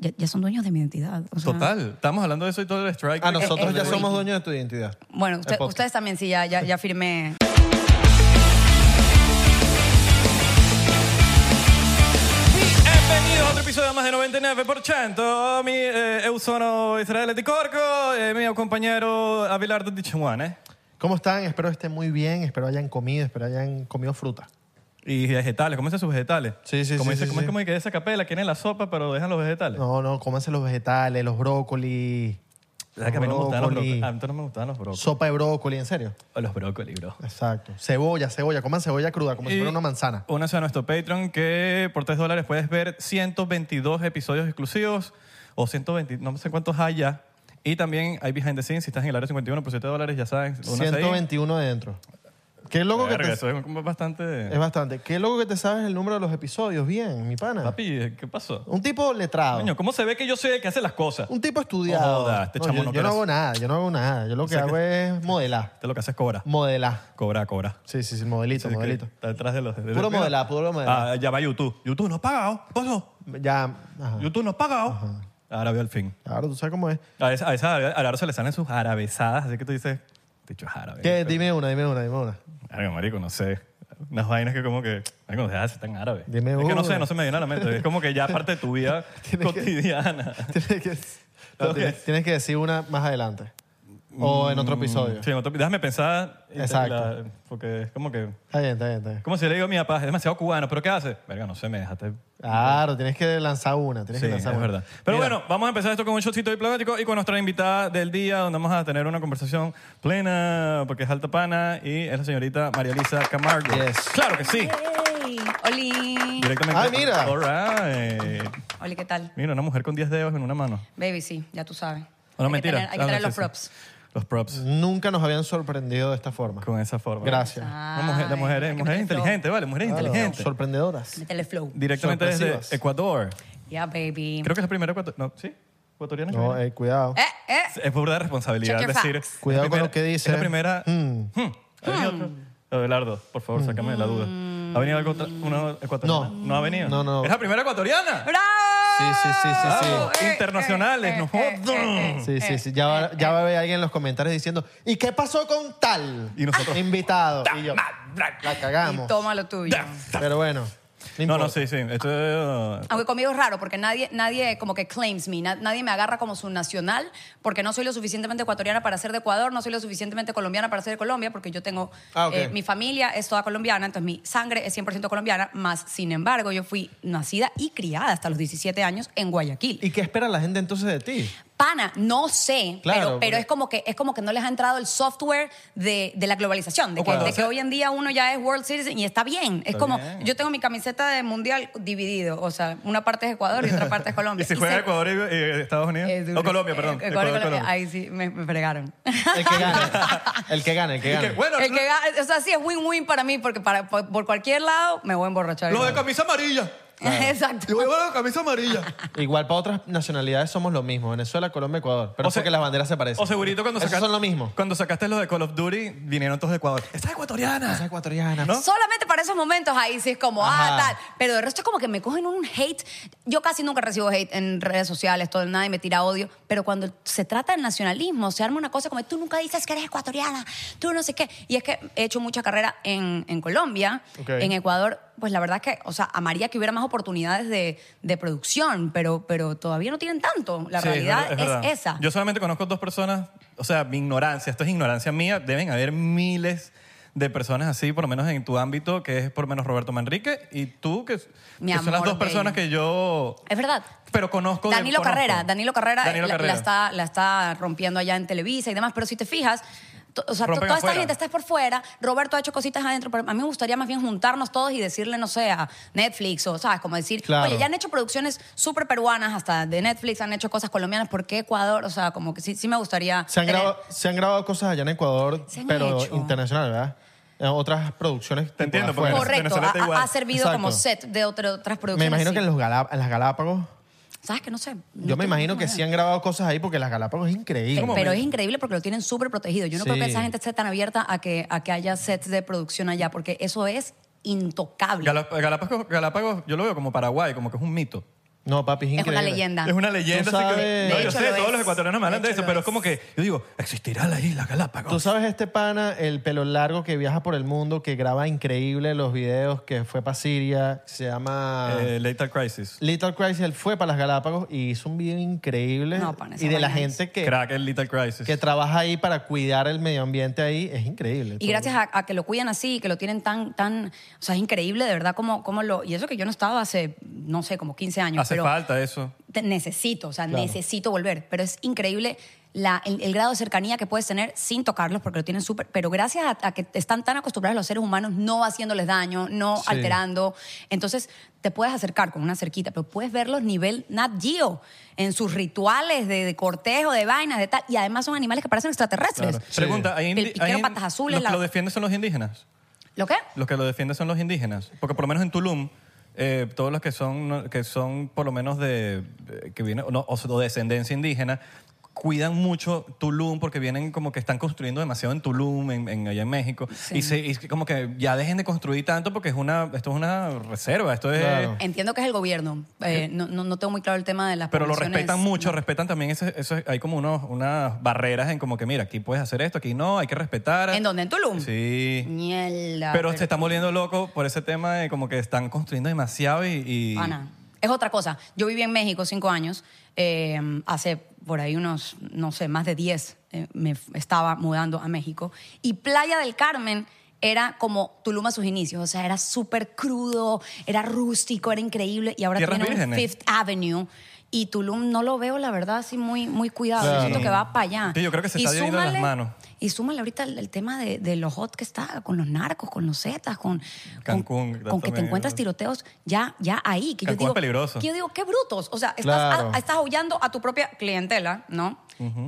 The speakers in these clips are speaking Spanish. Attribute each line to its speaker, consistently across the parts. Speaker 1: ya, ya son dueños de mi identidad. o sea,
Speaker 2: Total, estamos hablando de eso y todo el strike. Eh,
Speaker 3: A Ah, nosotros
Speaker 1: es
Speaker 3: ya
Speaker 1: muy-
Speaker 3: somos dueños de tu identidad.
Speaker 1: Bueno, usted-
Speaker 3: Es poco.
Speaker 1: ustedes también sí, ya, ya, ya firmé.
Speaker 2: Bienvenidos a otro episodio más de 99%. Mi, eh, eu sono Israele Di Corco, eh, mio compañero Abelardo eh, Di Chimuane.
Speaker 3: ¿Cómo están? Espero estén muy bien. Espero hayan comido. Espero hayan comido fruta.
Speaker 2: Y vegetales, ¿cómo sus vegetales?
Speaker 3: Sí, sí,
Speaker 2: como
Speaker 3: sí,
Speaker 2: Dice,
Speaker 3: sí,
Speaker 2: ¿Cómo
Speaker 3: sí.
Speaker 2: es como que esa capela? ¿Quieren la sopa pero dejan los vegetales?
Speaker 3: No, no, cómanse los vegetales, los brócolis.
Speaker 2: ¿Sabes que a mí no me gustaban los
Speaker 3: brócoli,
Speaker 2: brócolis? A mí no me gustaban los brócolis.
Speaker 3: Sopa de brócoli, en serio.
Speaker 2: O los brócolis, bro.
Speaker 3: Exacto. Cebolla, cebolla. Coman cebolla cruda, como si
Speaker 2: Y-
Speaker 3: fuera una manzana.
Speaker 2: Únase a nuestro Patreon que por 3 dólares puedes ver 122 episodios exclusivos o 120, no sé cuántos hay ya. Y también hay behind the scenes, si estás en el área 51 por 7 dólares, ya saben. únase ahí.
Speaker 3: 121 de dentro. Qué loco que
Speaker 2: Verga,
Speaker 3: te...
Speaker 2: eso es como bastante...
Speaker 3: Es bastante. Qué loco que te sabes el número de los episodios. Bien, mi pana.
Speaker 2: Papi, ¿qué pasó?
Speaker 3: Un tipo letrado.
Speaker 2: Coño, ¿cómo se ve que yo soy el que hace las cosas?
Speaker 3: Un tipo estudiado.
Speaker 2: No jodas, este
Speaker 3: No,
Speaker 2: chamo
Speaker 3: yo,
Speaker 2: no
Speaker 3: yo no
Speaker 2: creas.
Speaker 3: hago nada, yo no hago nada. Yo lo que
Speaker 2: sea que-
Speaker 3: hago es modelar.
Speaker 2: Este lo que hace es cobra.
Speaker 3: Modelar.
Speaker 2: Cobra, cobra.
Speaker 3: Sí, sí, sí, modelito,
Speaker 2: Así que
Speaker 3: modelito.
Speaker 2: Está detrás de los... de- de-
Speaker 3: Puro
Speaker 2: mira.
Speaker 3: modelar, puro modelar.
Speaker 2: Ah, ya va YouTube. YouTube no ha pagado. Coño,
Speaker 3: Ya, ajá.
Speaker 2: YouTube no ha pagado. Ahora veo al fin.
Speaker 3: Claro, tú sabes cómo es.
Speaker 2: A esa, a esa, a Laro se le salen sus arabezadas, así que tú dices, dicho es árabe.
Speaker 3: ¿Qué? Dime una, dime una, dime una.
Speaker 2: Verga, marico, no sé. Unas vainas que como que, marico, no se hace tan árabe.
Speaker 3: Dime
Speaker 2: es que no sé,
Speaker 3: una.
Speaker 2: no se me viene a la mente. Es como que ya parte de tu vida cotidiana.
Speaker 3: Tienes que, no,
Speaker 2: Ok.
Speaker 3: tienes, tienes que decir una más adelante. O en otro episodio.
Speaker 2: Mm. Sí, otro- déjame pensar. y te-
Speaker 3: Exacto.
Speaker 2: la- porque es como que,
Speaker 3: Está bien, está bien, está bien.
Speaker 2: como si le digo a mi papá, es demasiado cubano, pero ¿qué hace? Verga, no sé, me dejaste.
Speaker 3: Claro, tienes que lanzar una, tienes
Speaker 2: Sí,
Speaker 3: que
Speaker 2: es
Speaker 3: lanzar una.
Speaker 2: verdad. Pero
Speaker 3: Mira,
Speaker 2: bueno, vamos a empezar esto con un shotcito diplomático y con nuestra invitada del día, donde vamos a tener una conversación plena, porque es alta pana, y es la señorita María Elisa Camargo.
Speaker 3: Yes.
Speaker 2: Claro que sí.
Speaker 1: Yay. Oli.
Speaker 2: Directamente.
Speaker 3: Ah, mira.
Speaker 2: All right.
Speaker 1: Oli, ¿qué tal?
Speaker 2: Mira, una mujer con 10 dedos en una mano.
Speaker 1: Baby, sí, ya tú sabes.
Speaker 2: No,
Speaker 1: hay
Speaker 2: mentira.
Speaker 1: Que tener, hay
Speaker 2: Ah,
Speaker 1: que
Speaker 2: no,
Speaker 1: tener
Speaker 2: sí,
Speaker 1: los
Speaker 2: sí.
Speaker 1: props.
Speaker 2: Los props.
Speaker 3: Nunca nos habían sorprendido de esta forma.
Speaker 2: Con esa forma.
Speaker 3: Mm. Gracias.
Speaker 2: Una mujer, la
Speaker 1: Ay, mira
Speaker 2: mujer, es
Speaker 1: que
Speaker 2: mujer
Speaker 1: me flow.
Speaker 2: inteligente, vale, mujer
Speaker 3: Claro,
Speaker 2: inteligente.
Speaker 3: Sorprendedoras.
Speaker 1: Métele flow.
Speaker 2: Directamente desde
Speaker 3: sorpresivas.
Speaker 2: Ecuador.
Speaker 1: Yeah, baby.
Speaker 2: Creo que es la primera ecuator... No, ¿sí? Ecuatoriana. que
Speaker 3: No,
Speaker 2: viene.
Speaker 3: eh, cuidado.
Speaker 1: Eh, eh.
Speaker 2: Es burda de responsabilidad.
Speaker 1: Check your
Speaker 2: decir,
Speaker 1: facts.
Speaker 3: Cuidado
Speaker 2: la
Speaker 3: con lo que
Speaker 2: Es la Hmm.
Speaker 3: dice.
Speaker 2: primera... Hmm. A ver, otro. Abelardo, por favor, sácame de la duda. ¿Ha venido algo otra- una ecuatoriana?
Speaker 3: No.
Speaker 2: No ha venido.
Speaker 3: No, no.
Speaker 2: Es la primera ecuatoriana.
Speaker 1: ¡Bravo!
Speaker 3: Sí, sí, sí, sí, sí.
Speaker 1: ¡Oh!
Speaker 2: Bravo, Eh, Internacionales, no jodan.
Speaker 3: Sí, sí, sí. Ya
Speaker 1: Eh,
Speaker 3: va, ya va a haber alguien en los comentarios diciendo, ¿y qué pasó con tal
Speaker 2: Y nosotros-
Speaker 3: invitado? Y yo, la
Speaker 1: Y
Speaker 3: cagamos.
Speaker 1: toma lo tuyo.
Speaker 3: Pero bueno, no
Speaker 2: No, no,
Speaker 3: importa.
Speaker 2: sí, sí. Esto, eh,
Speaker 1: Aunque conmigo es raro, porque nadie, nadie como que claims me, na- nadie me agarra como su nacional, porque no soy lo suficientemente ecuatoriana para ser de Ecuador, no soy lo suficientemente colombiana para ser de Colombia, porque yo tengo,
Speaker 3: Ah, ok.
Speaker 1: eh, mi familia es toda colombiana, entonces mi sangre es 100% colombiana, más sin embargo yo fui nacida y criada hasta los 17 años en Guayaquil.
Speaker 3: ¿Y qué espera la gente entonces de ti?
Speaker 1: Pana, no sé, pero, pero
Speaker 3: Claro, porque-
Speaker 1: es, como que, es como que no les ha entrado el software de, de la globalización, de,
Speaker 2: O
Speaker 1: que,
Speaker 2: cuando
Speaker 1: de que
Speaker 2: hace-
Speaker 1: hoy en día uno ya es World Citizen y está bien. Es
Speaker 2: Está
Speaker 1: como,
Speaker 2: bien.
Speaker 1: yo tengo mi camiseta de Mundial dividido, o sea, una parte es Ecuador y otra parte es Colombia.
Speaker 2: ¿Y si
Speaker 1: Y
Speaker 2: juega
Speaker 1: se-
Speaker 2: Ecuador y, y Estados Unidos?
Speaker 1: es duro.
Speaker 2: O Colombia,
Speaker 1: Eh,
Speaker 2: perdón.
Speaker 1: Ecuador,
Speaker 2: Ecuador,
Speaker 1: Colombia.
Speaker 2: Colombia.
Speaker 1: Ahí sí, me, me fregaron.
Speaker 3: El que gane. El que gane, el que
Speaker 2: Y que,
Speaker 3: gane.
Speaker 2: bueno,
Speaker 1: El que ga- o sea, sí es win-win para mí, porque para, por, por cualquier lado me voy a emborrachar.
Speaker 2: lo de camisa amarilla.
Speaker 1: Exacto.
Speaker 2: Yo voy a llevar la camisa amarilla.
Speaker 3: Igual para otras nacionalidades somos lo mismo. Venezuela, Colombia, Ecuador.
Speaker 2: O
Speaker 3: Pero es porque
Speaker 2: se-
Speaker 3: las banderas se parecen.
Speaker 2: O segurito cuando
Speaker 3: Esos
Speaker 2: sacaste...
Speaker 3: son lo mismo.
Speaker 2: Cuando sacaste lo de Call of Duty, vinieron todos de Ecuador. ¡Esta es ecuatoriana!
Speaker 3: Esa ecuatoriana.
Speaker 2: ¿No?
Speaker 1: Solamente para esos momentos ahí sí es como, ah,
Speaker 3: Ajá.
Speaker 1: tal. Pero de resto es como que me cogen un hate. Yo casi nunca recibo hate en redes sociales, todo, nadie me tira odio. Pero cuando se trata de nacionalismo, se arma una cosa como, tú nunca dices que eres ecuatoriana, tú no sé qué. Y es que he hecho mucha carrera en, en Colombia,
Speaker 3: Ok.
Speaker 1: en Ecuador. Pues la verdad es que, o sea, amaría que hubiera más oportunidades de, de producción, pero, pero todavía no tienen tanto. La
Speaker 2: Sí,
Speaker 1: realidad
Speaker 2: verdad,
Speaker 1: es,
Speaker 2: verdad.
Speaker 1: esa.
Speaker 2: Yo solamente conozco dos personas, o sea, mi ignorancia, esto es ignorancia mía, deben haber miles de personas así, por lo menos en tu ámbito, que es por lo menos Roberto Manrique y tú, que,
Speaker 1: Mi
Speaker 2: que son las
Speaker 1: amor,
Speaker 2: dos personas
Speaker 1: bello.
Speaker 2: que yo...
Speaker 1: es verdad.
Speaker 2: Pero conozco... de-
Speaker 1: Danilo
Speaker 2: conozco.
Speaker 1: Carrera, Danilo Carrera,
Speaker 2: Danilo
Speaker 1: la, la
Speaker 2: Carrera.
Speaker 1: está, la está rompiendo allá en Televisa y demás, pero si te fijas, to- o sea, to-
Speaker 2: Rompen
Speaker 1: toda
Speaker 2: afuera.
Speaker 1: esta gente está por fuera, Roberto ha hecho cositas adentro, pero a mí me gustaría más bien juntarnos todos y decirle, no sé, a Netflix o, ¿sabes? Como decir,
Speaker 3: Claro.
Speaker 1: oye, ya han hecho producciones súper peruanas, hasta de Netflix han hecho cosas colombianas, ¿por qué Ecuador? O sea, como que sí, sí me gustaría...
Speaker 3: Se han,
Speaker 1: tener-
Speaker 3: grabado, se han grabado cosas allá en Ecuador,
Speaker 1: Se han
Speaker 3: pero
Speaker 1: hecho.
Speaker 3: internacional, ¿verdad? En otras producciones. tipo
Speaker 2: entiendo, porque
Speaker 3: afuera.
Speaker 1: Correcto,
Speaker 2: Venezuela- Venezuela está
Speaker 1: ha-
Speaker 2: igual.
Speaker 1: ha, ha servido
Speaker 3: Exacto.
Speaker 1: como set de otro- otras producciones.
Speaker 3: Me imagino
Speaker 1: sí.
Speaker 3: que en, los Galá- en las Galápagos,
Speaker 1: ¿Sabes que No sé. no
Speaker 3: yo me
Speaker 1: tengo
Speaker 3: imagino
Speaker 1: ni
Speaker 3: que
Speaker 1: idea.
Speaker 3: sí han grabado cosas ahí porque las Galápagos es increíble.
Speaker 1: Pe-
Speaker 2: un
Speaker 1: Pero
Speaker 2: momento.
Speaker 1: es increíble porque lo tienen súper protegido. Yo no creo que
Speaker 3: Sí.
Speaker 1: esa gente esté tan abierta a que, a que haya sets de producción allá, porque eso es intocable.
Speaker 2: Galap- Galápagos, Galápagos, yo lo veo como Paraguay, como que es un mito.
Speaker 3: No, papi, es
Speaker 1: es
Speaker 3: increíble.
Speaker 1: una leyenda.
Speaker 2: Es una leyenda.
Speaker 3: Tú
Speaker 2: así que-
Speaker 3: sabes-
Speaker 2: no,
Speaker 1: De
Speaker 2: yo
Speaker 1: hecho
Speaker 2: sé,
Speaker 1: lo
Speaker 2: todos
Speaker 1: es.
Speaker 2: los ecuatorianos me hablan
Speaker 1: De
Speaker 2: de
Speaker 1: hecho
Speaker 2: eso,
Speaker 1: lo
Speaker 2: pero
Speaker 1: es.
Speaker 2: es como que yo digo, ¿existirá la isla Galápagos?
Speaker 3: Tú sabes este pana, el pelo largo que viaja por el mundo, que graba increíble los videos, que fue para Siria, se llama...
Speaker 2: Eh, Lethal Crisis.
Speaker 3: Little Christ, él fue para las Galápagos y hizo un video increíble.
Speaker 1: No, pana, esa
Speaker 3: y de la
Speaker 1: vaina es-
Speaker 3: gente que,
Speaker 2: Crack, el Lethal Crisis.
Speaker 3: que trabaja ahí para cuidar el medio ambiente ahí, es increíble.
Speaker 1: Y gracias a, a que lo cuidan así, que lo tienen tan, tan, o sea, es increíble, de verdad, como, como lo, y eso que yo no estaba hace, no sé, como 15 años,
Speaker 2: Hace
Speaker 1: pero
Speaker 2: falta eso.
Speaker 1: te- necesito, o sea, necesito volver, pero es increíble la, el, el grado de cercanía que puedes tener sin tocarlos, porque lo tienen súper, pero gracias a, a que están tan acostumbrados los seres humanos, no haciéndoles daño, no
Speaker 3: Sí.
Speaker 1: alterando, entonces te puedes acercar con una cerquita, pero puedes verlos nivel Nat Geo, en sus rituales de, de cortejo, de vainas, de tal, y además son animales que parecen extraterrestres.
Speaker 2: Claro. Pregunta, ¿hay
Speaker 1: El
Speaker 2: indi-
Speaker 1: piquero
Speaker 2: hay-
Speaker 1: patas azules,
Speaker 2: ¿los
Speaker 1: la-
Speaker 2: que lo defienden son los indígenas?
Speaker 1: ¿Lo qué?
Speaker 2: Los que lo defienden son los indígenas. Porque por lo menos en Tulum, eh, todos los que son, que son por lo menos de, eh, que vienen, no, o sea, de descendencia indígena, cuidan mucho Tulum porque vienen como que están construyendo demasiado en Tulum, en, en- allá en México. Y, se, y como que ya dejen de construir tanto porque es una, esto es una reserva, esto es...
Speaker 3: Claro.
Speaker 1: Entiendo que es el gobierno. Eh, no, no, no tengo muy claro el tema de las
Speaker 2: Pero lo
Speaker 1: poblaciones.
Speaker 2: respetan mucho, respetan también, ese, eso- hay como unos, unas barreras en como que, mira, aquí puedes hacer esto, aquí no, hay que respetar.
Speaker 1: ¿En dónde? ¿En Tulum?
Speaker 2: Sí.
Speaker 1: Mierda.
Speaker 2: Pero se está volviendo loco por ese tema de como que están construyendo demasiado y... y-
Speaker 1: Ana, es otra cosa. Yo viví en México cinco años, eh, hace por ahí unos, no sé, más de diez, eh, me f- estaba mudando a México. Y Playa del Carmen era como Tulum a sus inicios, o sea, era súper crudo, era rústico, era increíble. Y ahora
Speaker 2: Tierras
Speaker 1: tiene un
Speaker 2: vírgenes.
Speaker 1: Fifth Avenue. Y Tulum no lo veo, la verdad, así muy, muy cuidado. Yo
Speaker 3: Claro.
Speaker 1: siento que va para allá.
Speaker 2: Sí, yo creo que se
Speaker 1: Y
Speaker 2: está yendo de las
Speaker 1: súmale-
Speaker 2: manos.
Speaker 1: Y súmale ahorita el, el tema de, de lo hot que está con los narcos, con los zetas, con
Speaker 2: Cancún,
Speaker 1: con, con que te
Speaker 2: también.
Speaker 1: encuentras tiroteos ya, ya ahí. Que yo
Speaker 2: Cancún es
Speaker 1: digo,
Speaker 2: peligroso.
Speaker 1: Que yo digo, qué brutos. O sea, estás,
Speaker 3: Claro.
Speaker 1: a- estás aullando a tu propia clientela, ¿no?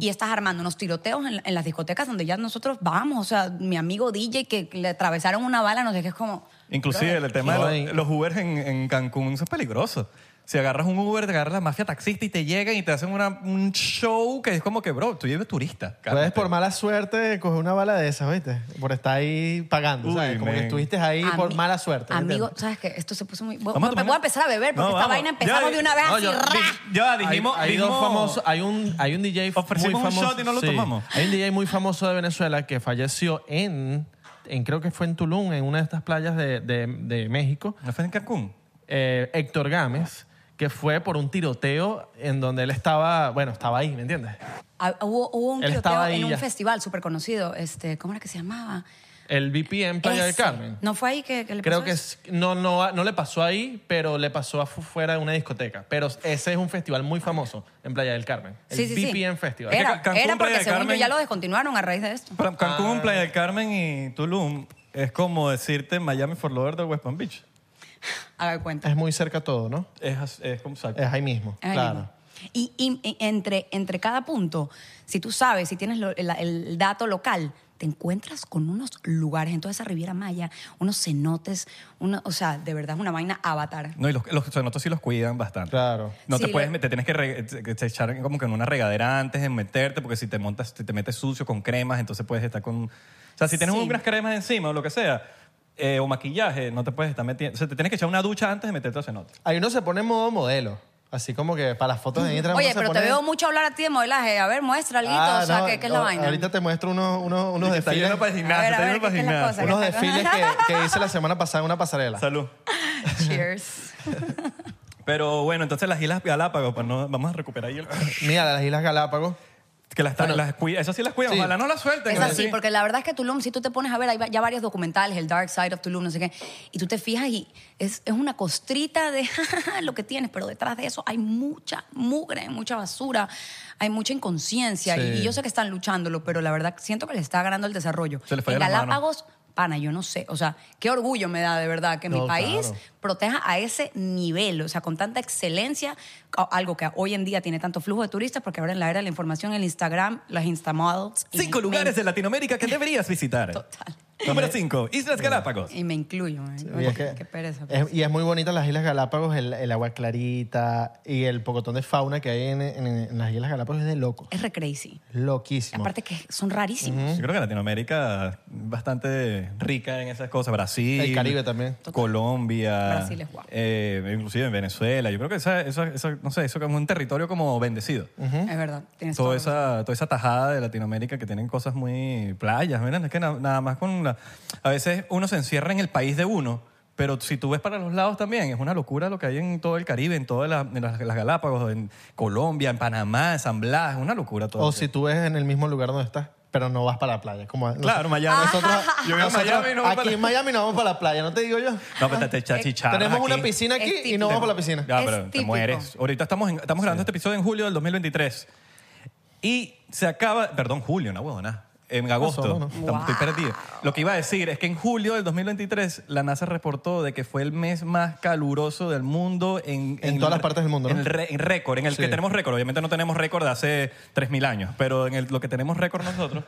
Speaker 1: Y estás armando unos tiroteos en, en las discotecas donde ya nosotros vamos. O sea, mi amigo DJ que le atravesaron una bala, no sé qué, es como...
Speaker 2: Inclusive
Speaker 1: brother,
Speaker 2: el tema
Speaker 3: No,
Speaker 2: de
Speaker 3: y-
Speaker 2: los, los Ubers en, en Cancún eso es peligroso. Si agarras un Uber, te agarras la mafia taxista y te llegan y te hacen una- un show que es como que, bro, tú lleves turista.
Speaker 3: Puedes
Speaker 2: cálmate.
Speaker 3: por mala suerte coger una bala de esas, ¿viste? Por estar ahí pagando,
Speaker 2: Uy,
Speaker 3: ¿sabes? Como que
Speaker 2: men.
Speaker 3: estuviste ahí por
Speaker 1: Ami-
Speaker 3: mala suerte. ¿me
Speaker 1: Amigo,
Speaker 3: entiendes?
Speaker 1: ¿sabes qué? Esto se puso muy. Voy,
Speaker 2: Vamos a
Speaker 1: voy
Speaker 2: tomar-
Speaker 1: a empezar a beber porque esta
Speaker 2: No, vamos.
Speaker 1: vaina empezamos
Speaker 2: Ya,
Speaker 1: de una vez
Speaker 2: no,
Speaker 1: así.
Speaker 2: yo-
Speaker 1: ra.
Speaker 2: di- Ya, dijimos.
Speaker 3: hay, hay
Speaker 2: dijimos-
Speaker 3: dos famosos, hay un, hay un DJ
Speaker 2: Ofrecimos
Speaker 3: muy
Speaker 2: un
Speaker 3: famoso.
Speaker 2: shot y no lo
Speaker 3: sí.
Speaker 2: tomamos.
Speaker 3: Hay un DJ muy famoso de Venezuela que falleció en, en creo que fue en Tulum, en una de estas playas de, de- de México.
Speaker 2: ¿No fue en Cancún?
Speaker 3: eh, Héctor Gámez, que fue por un tiroteo en donde él estaba, bueno, estaba ahí, ¿me entiendes?
Speaker 1: Ah, Hubo, hubo un
Speaker 3: Él
Speaker 1: tiroteo
Speaker 3: estaba ahí
Speaker 1: en un
Speaker 3: ya.
Speaker 1: festival súper conocido. Este, ¿Cómo era que se llamaba?
Speaker 3: El VPN Playa del
Speaker 1: Ese.
Speaker 3: Carmen.
Speaker 1: ¿No fue ahí que, que le
Speaker 3: Creo
Speaker 1: pasó
Speaker 3: que
Speaker 1: eso?
Speaker 3: es- no, no, no le pasó ahí, pero le pasó afu- fuera de una discoteca. Pero ese es un festival muy famoso en Playa del Carmen. El
Speaker 1: Sí, Eh. sí, sí.
Speaker 3: VPN Festival.
Speaker 2: Es que
Speaker 1: Era,
Speaker 2: Ca- Cancún,
Speaker 1: era porque
Speaker 2: Playa del
Speaker 1: según yo
Speaker 2: Carmen-
Speaker 1: ya lo descontinuaron a raíz de esto.
Speaker 2: Para
Speaker 3: Ah.
Speaker 2: Cancún, Playa del Carmen y Tulum es como decirte Miami, Fort Lauderdale, West Palm Beach.
Speaker 1: Haga de cuenta.
Speaker 3: Es muy cerca todo, ¿no?
Speaker 2: Es, as- es como exacto.
Speaker 3: Es ahí mismo,
Speaker 1: Es ahí
Speaker 3: claro.
Speaker 1: mismo. Y, y- y entre, entre cada punto, si tú sabes, si tienes lo- el, el dato local, te encuentras con unos lugares en toda esa Riviera Maya, unos cenotes, una, o sea, de verdad es una vaina avatar.
Speaker 2: No, y los, los cenotes sí los cuidan bastante.
Speaker 3: Claro.
Speaker 2: No
Speaker 1: Sí,
Speaker 2: te puedes
Speaker 1: le-
Speaker 2: meter, tienes que re- eh, te- te echar como que en una regadera antes de meterte, porque si te montas, te, te metes sucio con cremas, entonces puedes estar con. O sea, si tienes
Speaker 1: Sí.
Speaker 2: unas cremas encima o lo que sea, eh, o maquillaje, no te puedes estar metiendo. O sea, te tienes que echar una ducha antes de meterte al cenote.
Speaker 3: Ahí uno se pone en modo modelo. Así como que para las fotos de Instagram.
Speaker 1: Oye,
Speaker 3: uno se
Speaker 1: pero te
Speaker 3: pone-
Speaker 1: veo mucho hablar a ti de modelaje. A ver, muestra algo,
Speaker 3: Ah,
Speaker 1: o sea,
Speaker 3: no,
Speaker 1: ¿qué, qué es la
Speaker 3: a-
Speaker 1: vaina?
Speaker 3: Ahorita te muestro unos, unos, unos
Speaker 2: Está
Speaker 3: desfiles.
Speaker 2: yendo para el
Speaker 1: A
Speaker 2: gimnasio,
Speaker 1: ver, a
Speaker 2: está
Speaker 1: ver,
Speaker 2: yendo para
Speaker 1: ¿qué
Speaker 2: el
Speaker 1: es la
Speaker 2: gimnasio.
Speaker 1: cosa?
Speaker 3: Unos desfiles que, que hice la semana pasada en una pasarela.
Speaker 2: Salud.
Speaker 1: Cheers.
Speaker 2: Pero bueno, entonces las Islas Galápagos, pues no, vamos a recuperar ahí. el-
Speaker 3: Mira, las Islas Galápagos.
Speaker 2: que las, las cuida- esas sí las cuidan,
Speaker 3: Sí.
Speaker 2: ojalá no las suelten.
Speaker 1: Es
Speaker 2: ¿no?
Speaker 1: así,
Speaker 2: Sí.
Speaker 1: porque la verdad es que Tulum, si tú te pones a ver, hay va- ya varios documentales, el Dark Side of Tulum, no sé qué, y tú te fijas y es, es una costrita de lo que tienes, pero detrás de eso hay mucha mugre, mucha basura, hay mucha inconsciencia,
Speaker 3: Sí.
Speaker 1: y, y yo sé que están luchándolo, pero la verdad siento que les está ganando el desarrollo.
Speaker 2: Se les falla
Speaker 1: en
Speaker 2: la mano.
Speaker 1: Galápagos, pana, yo no sé, o sea, qué orgullo me da de verdad que
Speaker 3: No,
Speaker 1: mi país
Speaker 3: claro.
Speaker 1: proteja a ese nivel, o sea, con tanta excelencia, a- algo que hoy en día tiene tanto flujo de turistas, porque ahora en la era de la información, el Instagram, las Instamodels. y
Speaker 2: Cinco
Speaker 1: me
Speaker 2: lugares de Latinoamérica que deberías visitar.
Speaker 1: Total.
Speaker 2: Número cinco, Islas Galápagos.
Speaker 1: Y me incluyo. ¿eh?
Speaker 3: Y
Speaker 1: Oye,
Speaker 3: es que-
Speaker 1: qué pereza. pues.
Speaker 3: es- y es muy bonita las Islas Galápagos, el, el agua clarita y el pocotón de fauna que hay en, en- en las Islas Galápagos es de loco.
Speaker 1: es re crazy.
Speaker 3: Loquísimo.
Speaker 1: Aparte que son rarísimos.
Speaker 2: Yo creo que Latinoamérica es bastante rica en esas cosas. Brasil.
Speaker 3: El Caribe también.
Speaker 2: Colombia.
Speaker 1: Brasil es guau.
Speaker 2: eh, inclusive en Venezuela. Yo creo que esa, esa- esa- no sé, eso como un territorio como bendecido.
Speaker 1: Es verdad. Tienes
Speaker 2: Toda
Speaker 1: todo
Speaker 2: esa, toda esa tajada de Latinoamérica que tienen cosas muy playas. Miren, es que na- nada más con la... A veces uno se encierra en el país de uno, pero si tú ves para los lados también, es una locura lo que hay en todo el Caribe, en todas las, en las- las Galápagos, en Colombia, en Panamá, en San Blas, es una locura todo.
Speaker 3: o si tú ves en el mismo lugar donde estás, pero no vas para la playa. Como
Speaker 2: Claro, Miami.
Speaker 1: Ah.
Speaker 3: Nosotros,
Speaker 2: Yo voy a
Speaker 3: nosotros
Speaker 2: Miami y no voy
Speaker 3: aquí
Speaker 2: para la-
Speaker 3: en Miami no vamos para la playa, ¿no te digo yo?
Speaker 2: No, pero te echas chicharras
Speaker 3: Tenemos una
Speaker 2: aquí.
Speaker 3: piscina aquí
Speaker 1: Es
Speaker 3: y no vamos para la piscina.
Speaker 2: Ya,
Speaker 1: Es
Speaker 2: pero te
Speaker 1: típico.
Speaker 2: mueres. Ahorita estamos, en- estamos grabando este episodio en julio del 2023. Y se acaba. Perdón, julio, no huevona. En agosto.
Speaker 3: no, no.
Speaker 2: Estamos- Estoy perdido. Lo que iba a decir es que en julio del 2023 la NASA reportó de que fue el mes más caluroso del mundo en...
Speaker 3: En todas las partes del mundo, ¿no?
Speaker 2: En, el re- en récord, en el
Speaker 3: Sí.
Speaker 2: que tenemos récord. Obviamente no tenemos récord de hace 3.000 años, pero en el- lo que tenemos récord nosotros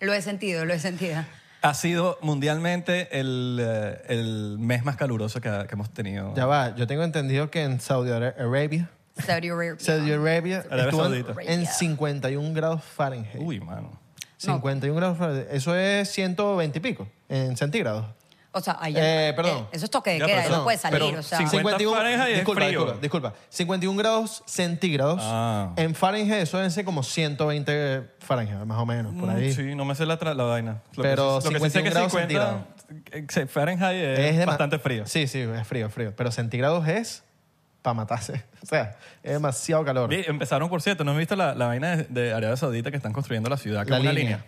Speaker 1: Lo he sentido, lo he sentido.
Speaker 2: ha sido mundialmente el, eh, el mes más caluroso que, ha- que hemos tenido.
Speaker 3: Ya va, yo tengo entendido que en Saudi Ara- Arabia,
Speaker 1: Saudi Arabia.
Speaker 3: Saudi Arabia
Speaker 2: Arabia
Speaker 3: estuvo en-
Speaker 2: Saudita.
Speaker 3: en 51 grados Fahrenheit.
Speaker 2: Uy, mano.
Speaker 3: 51 grados Fahrenheit. Eso es 120 y pico en centígrados.
Speaker 1: O sea, allá.
Speaker 3: Eh, perdón.
Speaker 1: eso es toque de
Speaker 2: Ya,
Speaker 1: queda,
Speaker 2: pero
Speaker 1: no
Speaker 2: eso-
Speaker 1: puedes salir.
Speaker 2: pero
Speaker 1: o sea,
Speaker 2: sin- 50 Fahrenheit es
Speaker 3: disculpa,
Speaker 2: frío.
Speaker 3: disculpa, disculpa. 51 grados centígrados.
Speaker 2: Ah.
Speaker 3: En Fahrenheit eso deben ser como 120 Fahrenheit, más o menos, por
Speaker 2: Mm,
Speaker 3: ahí.
Speaker 2: Sí, no me sé la, tra- la vaina. Lo
Speaker 3: Pero
Speaker 2: que sí- lo que sí sé
Speaker 3: 51
Speaker 2: que
Speaker 3: grados
Speaker 2: 50 eh, Fahrenheit es,
Speaker 3: de ma-
Speaker 2: bastante frío.
Speaker 3: Sí, sí, es frío, frío. Pero centígrados es para matarse. O sea, es demasiado calor.
Speaker 2: Vi- Empezaron, por cierto, ¿no has visto la, la vaina de, de Arabia Saudita que están construyendo la ciudad? Que
Speaker 3: La
Speaker 2: es una
Speaker 3: línea.
Speaker 2: línea.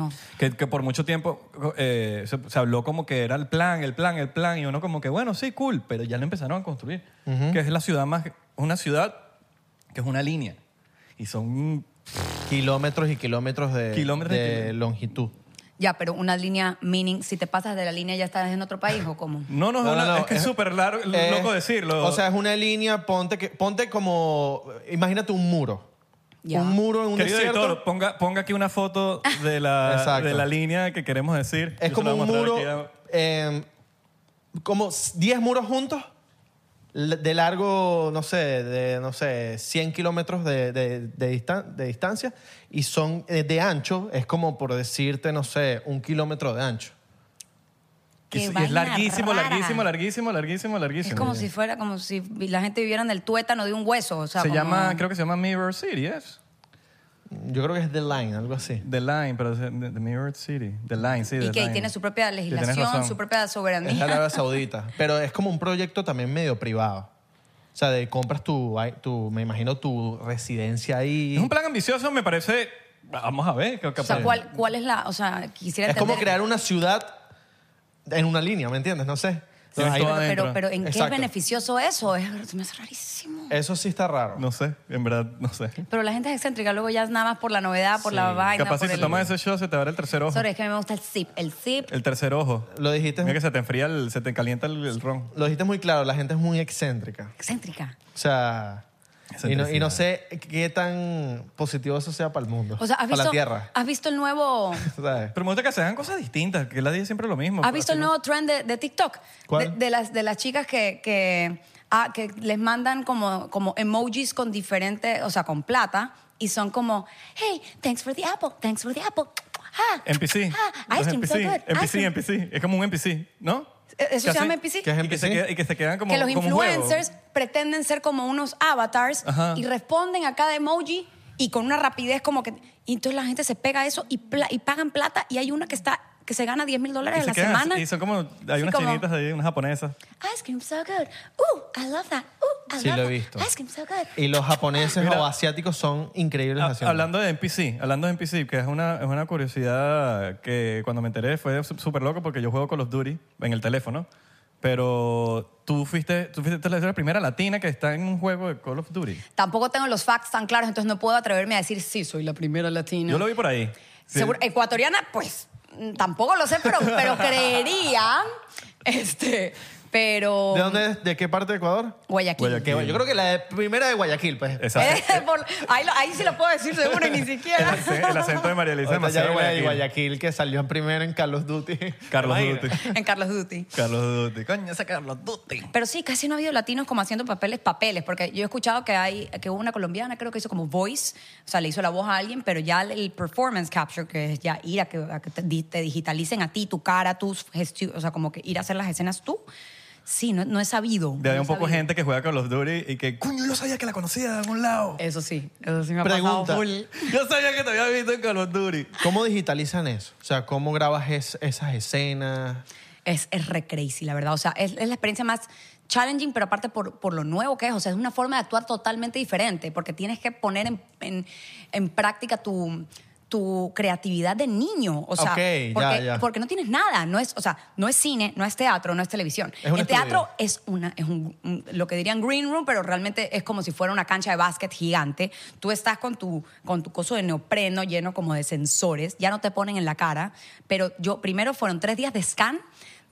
Speaker 1: no.
Speaker 2: Que, que por mucho tiempo eh, se, se habló como que era el plan, el plan, el plan, y uno como que, bueno, sí, cool, pero ya lo empezaron a construir. Que es la ciudad más, una ciudad que es una línea. Y son
Speaker 3: Kilómetros y kilómetros de,
Speaker 2: Kilómetros y
Speaker 3: de
Speaker 2: kilómetros.
Speaker 3: longitud.
Speaker 1: Ya, pero una línea, meaning, si te pasas de la línea ya estás en otro país o cómo.
Speaker 2: No, no, es
Speaker 3: No,
Speaker 2: una-
Speaker 3: no, no,
Speaker 2: es que es súper largo,
Speaker 3: es- eh,
Speaker 2: loco decirlo.
Speaker 3: O sea, es una línea, ponte, que, ponte como, imagínate un muro.
Speaker 1: Ya.
Speaker 3: Un muro en un
Speaker 2: Querido
Speaker 3: desierto.
Speaker 2: editor, ponga, ponga aquí una foto de la,
Speaker 3: Exacto.
Speaker 2: de la línea que queremos decir. Yo
Speaker 3: Es
Speaker 2: se
Speaker 3: como em,
Speaker 2: la voy
Speaker 3: un
Speaker 2: a mostrar aquí
Speaker 3: muro, eh, como s- 10 muros juntos l- de largo, no sé, de no sé, 100 kilómetros de, de- de distan- de distancia y son eh, de ancho, es como por decirte, no sé, un kilómetro de ancho.
Speaker 2: Y,
Speaker 1: Qué
Speaker 2: es- y es
Speaker 1: vaina
Speaker 2: larguísimo,
Speaker 1: rara.
Speaker 2: larguísimo, larguísimo, larguísimo, larguísimo.
Speaker 1: Es como si fuera, como si la gente viviera en el tuétano de un hueso. O sea,
Speaker 2: se
Speaker 1: como-
Speaker 2: llama, creo que se llama Mirror City, ¿es?
Speaker 3: Yo creo que es The Line, algo así.
Speaker 2: The Line, pero es The the Mirror City. The Line, sí.
Speaker 1: Y
Speaker 2: The
Speaker 1: que
Speaker 2: Line.
Speaker 1: tiene su propia
Speaker 2: Sí, tienes
Speaker 1: legislación,
Speaker 2: razón.
Speaker 1: su propia
Speaker 3: Es de
Speaker 1: soberanía.
Speaker 3: Arabia Saudita. Pero es como un proyecto también medio privado. O sea, de compras tu, tu me imagino, tu residencia ahí.
Speaker 2: Es un plan ambicioso, me parece. Vamos a ver. creo que
Speaker 1: O sea,
Speaker 2: capaz-
Speaker 1: ¿cuál, ¿cuál es la...? O sea, quisiera
Speaker 3: Es como
Speaker 1: entender-
Speaker 3: crear una ciudad en una línea, ¿me entiendes? No sé.
Speaker 2: Tienes
Speaker 3: Ahí-
Speaker 2: toda-
Speaker 1: Pero,
Speaker 2: adentro.
Speaker 1: pero ¿en qué es
Speaker 3: Exacto.
Speaker 1: beneficioso eso? Es, se me hace rarísimo.
Speaker 3: Eso sí está raro.
Speaker 2: No sé, en verdad, no sé.
Speaker 1: Pero la gente es excéntrica, luego ya es nada más por la novedad, por la vaina,
Speaker 2: Capaz
Speaker 1: por
Speaker 2: si te
Speaker 1: el-
Speaker 2: tomas ese shot se te abre el tercer ojo.
Speaker 1: Sorry, es que a mí me gusta el zip. El zip,
Speaker 2: El tercer ojo.
Speaker 3: Lo dijiste,
Speaker 2: Mira que se te enfría, el- se te calienta el, el ron.
Speaker 3: lo dijiste muy claro, la gente es muy excéntrica.
Speaker 1: excéntrica.
Speaker 3: O sea, y no, y no sé qué tan positivo eso sea para el mundo,
Speaker 1: O sea, ¿has
Speaker 3: para
Speaker 1: visto,
Speaker 3: la tierra.
Speaker 1: ¿has visto el nuevo...
Speaker 3: ¿sabes?
Speaker 2: Pero me gusta que se hagan cosas distintas, que la día siempre lo mismo.
Speaker 1: ¿Has visto el
Speaker 2: Así
Speaker 1: nuevo trend de, de TikTok?
Speaker 3: ¿Cuál?
Speaker 1: De, de las, de las chicas que, que, ah, que les mandan como, como emojis con diferente, o sea, con plata, y son como, hey, thanks for the apple, thanks for the apple. Ah,
Speaker 2: NPC.
Speaker 1: ah, ice
Speaker 2: Los
Speaker 1: cream, so
Speaker 2: NPC,
Speaker 1: good.
Speaker 2: NPC,
Speaker 1: ice cream.
Speaker 2: NPC. Es como un NPC, ¿no?
Speaker 1: Eh, ¿eso
Speaker 2: Que
Speaker 1: se llama
Speaker 2: hacen-
Speaker 1: NPC?
Speaker 3: ¿Qué es
Speaker 2: Y que, se
Speaker 3: NPC?
Speaker 2: queda- y que se quedan como
Speaker 1: que los
Speaker 2: como un juego.
Speaker 1: influencers pretenden ser como unos avatars
Speaker 2: Ajá.
Speaker 1: y responden a cada emoji y con una rapidez como que... Y entonces la gente se pega a eso y, pla- y pagan plata y hay una que está que se gana 10 mil dólares
Speaker 2: Y
Speaker 1: a
Speaker 2: se
Speaker 1: la
Speaker 2: quedan así,
Speaker 1: semana. Ah,
Speaker 2: y son como, hay
Speaker 1: Así
Speaker 2: unas
Speaker 1: como-
Speaker 2: chinitas ahí, unas japonesas.
Speaker 1: Ice cream so good. Ooh, I love that. Ooh, I
Speaker 3: Sí,
Speaker 1: love
Speaker 3: lo
Speaker 1: that.
Speaker 3: he
Speaker 1: Ah,
Speaker 3: visto.
Speaker 1: Ice cream so good.
Speaker 3: Y los japoneses
Speaker 2: Mira.
Speaker 3: o asiáticos son increíbles
Speaker 2: Ha-
Speaker 3: haciendo.
Speaker 2: hablando de NPC, hablando de NPC, que es una, es una curiosidad que cuando me enteré fue su- súper loco porque yo juego Call of Duty en el teléfono. Pero tú fuiste, tú fuiste tú eres la primera latina que está en un juego de Call of Duty.
Speaker 1: Tampoco tengo los facts tan claros, entonces no puedo atreverme a decir sí, soy la primera latina.
Speaker 2: Yo lo vi por ahí. Sí.
Speaker 1: Seguro- ecuatoriana, pues mm, tampoco lo sé, pero, pero creería. Este, pero.
Speaker 3: ¿De dónde es? ¿De qué parte de Ecuador?
Speaker 1: Guayaquil.
Speaker 3: Que, bueno, yo creo que la de- primera de Guayaquil, pues.
Speaker 2: Exacto.
Speaker 1: Eh, por- ahí, lo- ahí sí lo puedo decir seguro y ni
Speaker 2: El,
Speaker 1: siquiera.
Speaker 2: acen- el acento de María Elisa
Speaker 3: Ahorita ya
Speaker 2: demasiado
Speaker 3: llega la de
Speaker 2: Guayaquil.
Speaker 3: Guayaquil que salió en primero en Carlos Duty.
Speaker 2: Carlos
Speaker 3: Imagina.
Speaker 2: Duty.
Speaker 1: En Carlos Duty.
Speaker 2: Carlos Duty. Coño, ese Carlos Duty.
Speaker 1: Pero sí, casi no ha habido latinos como haciendo papeles, papeles, porque yo he escuchado que hay que hubo una colombiana, creo que hizo como voice, o sea, le hizo la voz a alguien, pero ya el- el performance capture, que es ya ir a que, a que te, di- te digitalicen a ti, tu cara, tus gestiones, o sea, como que ir a hacer las escenas tú, sí, no, no he sabido.
Speaker 2: De ahí
Speaker 1: no
Speaker 2: un
Speaker 1: he
Speaker 2: poco
Speaker 1: sabido.
Speaker 2: gente que juega Call of Duty y que, coño, yo sabía que la conocía de algún lado.
Speaker 1: Eso sí, eso sí me ha
Speaker 3: Pregunta.
Speaker 1: pasado Eh, full.
Speaker 2: Yo sabía que te había visto en Call of Duty.
Speaker 3: ¿Cómo digitalizan eso? O sea, ¿cómo grabas es- esas escenas?
Speaker 1: Es, es re crazy, la verdad. O sea, es, es la experiencia más challenging, pero aparte por, por lo nuevo que es. O sea, es una forma de actuar totalmente diferente, porque tienes que poner en, en- en práctica tu, tu creatividad de niño. O sea,
Speaker 3: Ok, ya,
Speaker 1: porque,
Speaker 3: ya.
Speaker 1: porque no tienes nada. No es, o sea, no es cine, no es teatro, no es televisión.
Speaker 3: Es un
Speaker 1: el
Speaker 3: estudio.
Speaker 1: teatro es una es un- un- lo que dirían green room, pero realmente es como si fuera una cancha de básquet gigante. Tú estás con tu con tu coso de neopreno lleno como de sensores, ya no te ponen en la cara, pero yo primero fueron tres días de scan.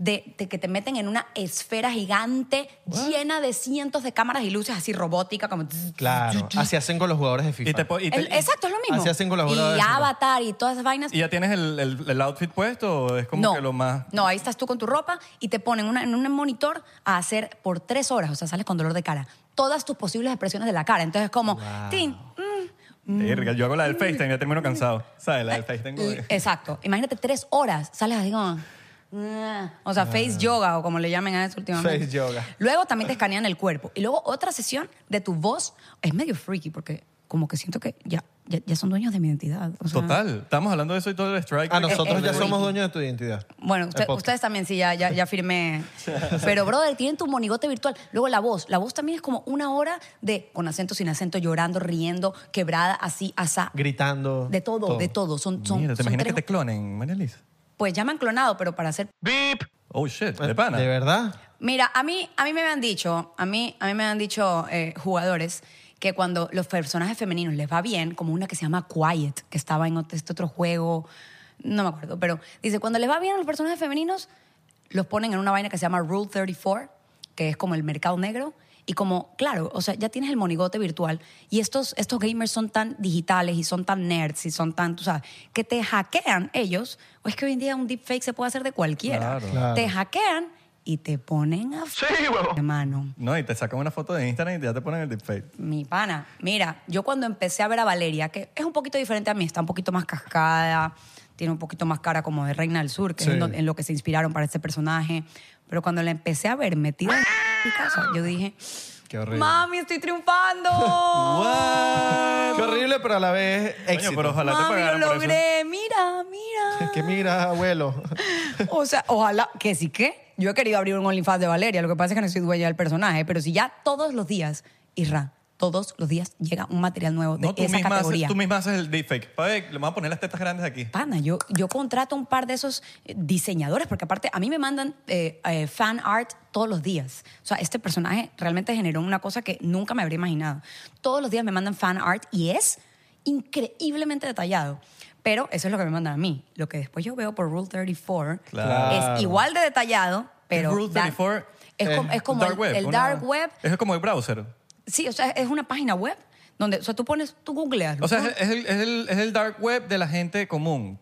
Speaker 1: De, de que te meten en una esfera gigante llena de cientos de cámaras y luces así robótica como tss,
Speaker 3: Claro. Así hacen con los jugadores de FIFA.
Speaker 2: Y te, po- y te-
Speaker 1: el- exacto es lo mismo
Speaker 3: Así hacen con las bolas
Speaker 1: y
Speaker 3: de fútbol.
Speaker 1: avatar y todas esas vainas
Speaker 2: ¿Y ya tienes el, el- el outfit puesto o es como que lo más...?
Speaker 1: No, ahí estás tú con tu ropa y te ponen una- en un monitor a hacer por tres horas, o sea, sales con dolor de cara, todas tus posibles expresiones de la cara. Entonces es como, tin, mm, Eh, mm.
Speaker 2: Verga, yo hago la del FaceTime y ya termino cansado. ¿Sabes? La del FaceTime. como
Speaker 1: Y-
Speaker 2: que-
Speaker 1: mm, Exacto. Imagínate tres horas, sales así como... "Ah". O sea, face yoga o como le llamen a eso últimamente.
Speaker 3: Face yoga.
Speaker 1: Luego también te escanean el cuerpo. Y luego otra sesión de tu voz es medio freaky porque como que siento que ya, ya, ya son dueños de mi identidad. O sea,
Speaker 2: Total. Estamos hablando de eso y todo el strike.
Speaker 3: Ah, nosotros
Speaker 1: Eh,
Speaker 3: ya
Speaker 1: eh,
Speaker 3: somos dueños de tu identidad.
Speaker 1: Bueno,
Speaker 3: El
Speaker 1: usted-
Speaker 3: podcast.
Speaker 1: ustedes también sí, ya, ya, ya firmé. Pero, brother, tienen tu monigote virtual. Luego la voz. La voz también es como una hora de con acento, sin acento, llorando, riendo, quebrada, así, asá.
Speaker 3: Gritando.
Speaker 1: De todo, de todo. Son, son,
Speaker 2: Mira, ¿te
Speaker 1: son tres-
Speaker 2: imaginas que te clonen, María Elisa?
Speaker 1: Pues ya me han clonado, pero para hacer...
Speaker 2: Oh, shit, de pana.
Speaker 3: Eh, ¿De verdad?
Speaker 1: Mira, a mí, a mí me han dicho, a mí, a mí me han dicho eh, jugadores que cuando los personajes femeninos les va bien, como una que se llama Quiet, que estaba en ot- este otro juego, no me acuerdo, pero dice, cuando les va bien a los personajes femeninos, los ponen en una vaina que se llama Rule 34, que es como el mercado negro, y como, claro, o sea, ya tienes el monigote virtual, y estos, estos gamers son tan digitales y son tan nerds y son tan, tú sabes, que te hackean ellos, o es que hoy en día un deepfake se puede hacer de cualquiera,
Speaker 2: Claro.
Speaker 3: Claro.
Speaker 1: te hackean y y te ponen a... Sí, Hermano,
Speaker 2: No, y te sacan una foto de Instagram y ya te ponen el deepfake.
Speaker 1: mi pana. Mira, yo cuando empecé a ver a Valeria, que es un poquito diferente a mí, está un poquito más cascada, tiene un poquito más cara como de Reina del Sur, que
Speaker 3: Sí.
Speaker 1: es en, lo, en lo que se inspiraron para este personaje. Pero cuando la empecé a ver metida en mi casa, yo dije,
Speaker 3: Qué horrible.
Speaker 1: mami, estoy triunfando.
Speaker 3: Qué horrible, pero a la vez éxito.
Speaker 2: Coño, pero ojalá te
Speaker 1: Mami, lo
Speaker 2: pagaran por eso.
Speaker 1: logré. Mira, mira.
Speaker 3: Que mira, abuelo.
Speaker 1: O sea, ojalá que sí que. Yo he querido abrir un OnlyFans de Valeria, lo que pasa es que no soy dueña del personaje, pero si ya todos los días, Irra, todos los días llega un material nuevo de
Speaker 2: No, tú
Speaker 1: esa
Speaker 2: misma, haces,
Speaker 1: categoría.
Speaker 2: tú misma haces el deepfake. Pa' ver, le vamos a poner las tetas grandes aquí.
Speaker 1: Pana, yo, yo contrato un par de esos eh, diseñadores, porque aparte a mí me mandan eh, eh, fan art todos los días. O sea, este personaje realmente generó una cosa que nunca me habría imaginado. Todos los días me mandan fan art y es increíblemente detallado. Pero eso es lo que me mandan a mí. Lo que después yo veo por Rule 34
Speaker 2: Claro.
Speaker 1: es igual de detallado, pero...
Speaker 2: Rule Eh,
Speaker 1: da-
Speaker 2: 34
Speaker 1: es, como,
Speaker 3: es
Speaker 1: es como el- el,
Speaker 2: una-
Speaker 1: dark web.
Speaker 2: Es como el browser.
Speaker 1: Sí, o sea, es una página web donde, o sea, tú pones, tú googleas.
Speaker 2: O sea,
Speaker 1: ¿no?
Speaker 2: es, es el, es, el, es el dark web de la gente común.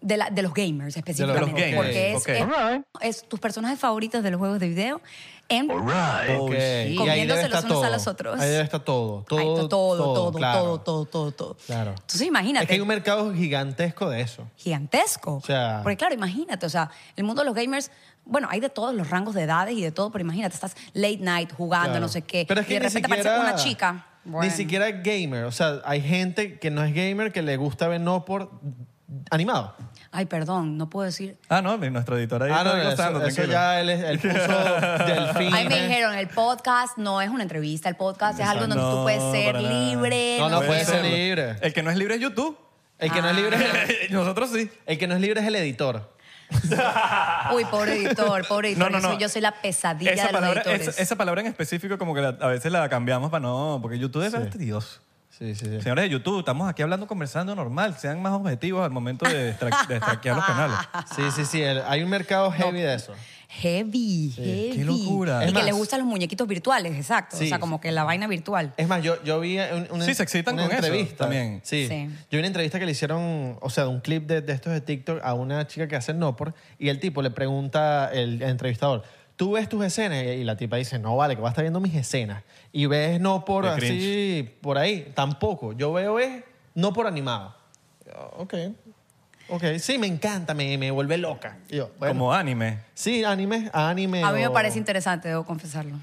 Speaker 1: De, la- de los gamers específicamente.
Speaker 2: gamers,
Speaker 1: porque es,
Speaker 2: ok.
Speaker 1: es- es tus personajes favoritos de los juegos de video en
Speaker 3: Ok.
Speaker 2: shit.
Speaker 3: Y ahí debe
Speaker 1: Comiéndose
Speaker 3: estar
Speaker 1: los unos a
Speaker 3: todo.
Speaker 1: los otros.
Speaker 3: Ahí debe estar todo. Todo,
Speaker 1: Ahí está todo, todo, todo,
Speaker 3: claro.
Speaker 1: todo, todo, todo,
Speaker 3: Claro.
Speaker 1: Entonces imagínate.
Speaker 3: Es que hay un mercado gigantesco de eso.
Speaker 1: gigantesco.
Speaker 3: sea-
Speaker 1: Porque claro, imagínate, o sea, el mundo de los gamers, bueno, hay de todos los rangos de edades y de todo, pero imagínate, estás late night jugando,
Speaker 3: Claro.
Speaker 1: no sé qué,
Speaker 3: Pero es que
Speaker 1: y de
Speaker 3: ni
Speaker 1: repente
Speaker 3: siquiera-
Speaker 1: aparece una chica. Bueno.
Speaker 3: Ni siquiera gamer. O sea, hay gente que no es gamer que le gusta ver no por animado.
Speaker 1: Ay, perdón, no puedo decir.
Speaker 2: Ah, no, mi- nuestro editor ahí
Speaker 3: Ah,
Speaker 2: está
Speaker 3: no, eso,
Speaker 2: gozando,
Speaker 3: eso
Speaker 2: tranquilo.
Speaker 3: ya él, es- él puso delfín.
Speaker 1: Ay, me dijeron, el podcast no es una entrevista, el podcast es algo donde tú puedes ser
Speaker 2: para nada.
Speaker 1: libre.
Speaker 3: No, no puede
Speaker 1: puedes-
Speaker 3: ser libre.
Speaker 2: El que no es libre es YouTube.
Speaker 3: El
Speaker 1: "Ah".
Speaker 3: que no es libre es
Speaker 2: Nosotros sí.
Speaker 3: el, el que no es libre es el editor.
Speaker 1: Uy, pobre editor, pobre editor.
Speaker 2: No, no,
Speaker 1: yo soy-
Speaker 2: no.
Speaker 1: Yo soy la pesadilla
Speaker 2: Esa
Speaker 1: de los
Speaker 2: palabra,
Speaker 1: editores.
Speaker 2: esa, esa palabra en específico como que la- a veces la cambiamos para no, porque YouTube es Dios.
Speaker 3: Sí, sí, sí.
Speaker 2: Señores de YouTube, estamos aquí hablando, conversando normal. Sean más objetivos al momento de, stra- de stalkear los canales.
Speaker 3: Sí, sí, sí. el- hay un mercado heavy de eso.
Speaker 1: Heavy, heavy.
Speaker 2: Qué locura.
Speaker 1: Y
Speaker 3: Es
Speaker 1: que
Speaker 3: más-
Speaker 1: les gustan los muñequitos virtuales, exacto.
Speaker 3: Sí,
Speaker 1: o sea, como
Speaker 3: sí.
Speaker 1: que la vaina virtual.
Speaker 3: Es más, yo, yo vi un- una,
Speaker 2: Sí, se excitan
Speaker 3: una
Speaker 2: con eso
Speaker 3: entrevista
Speaker 2: también.
Speaker 3: Sí.
Speaker 1: Sí.
Speaker 3: Yo vi una entrevista que le hicieron, o sea, de un clip de, de estos de TikTok a una chica que hace por y el tipo le pregunta, el, entrevistador, ¿tú ves tus escenas? Y, y la tipa dice, no, vale, que vas a estar viendo mis escenas. Y ves no por
Speaker 2: Qué
Speaker 3: así, por ahí. Tampoco. Yo veo es no por animado. Y yo, Ok. Ok, sí, me encanta, me, me vuelve loca. Y yo, bueno,
Speaker 2: Como anime.
Speaker 3: Sí, anime, anime.
Speaker 1: A mí me
Speaker 3: o-
Speaker 1: parece interesante, debo confesarlo.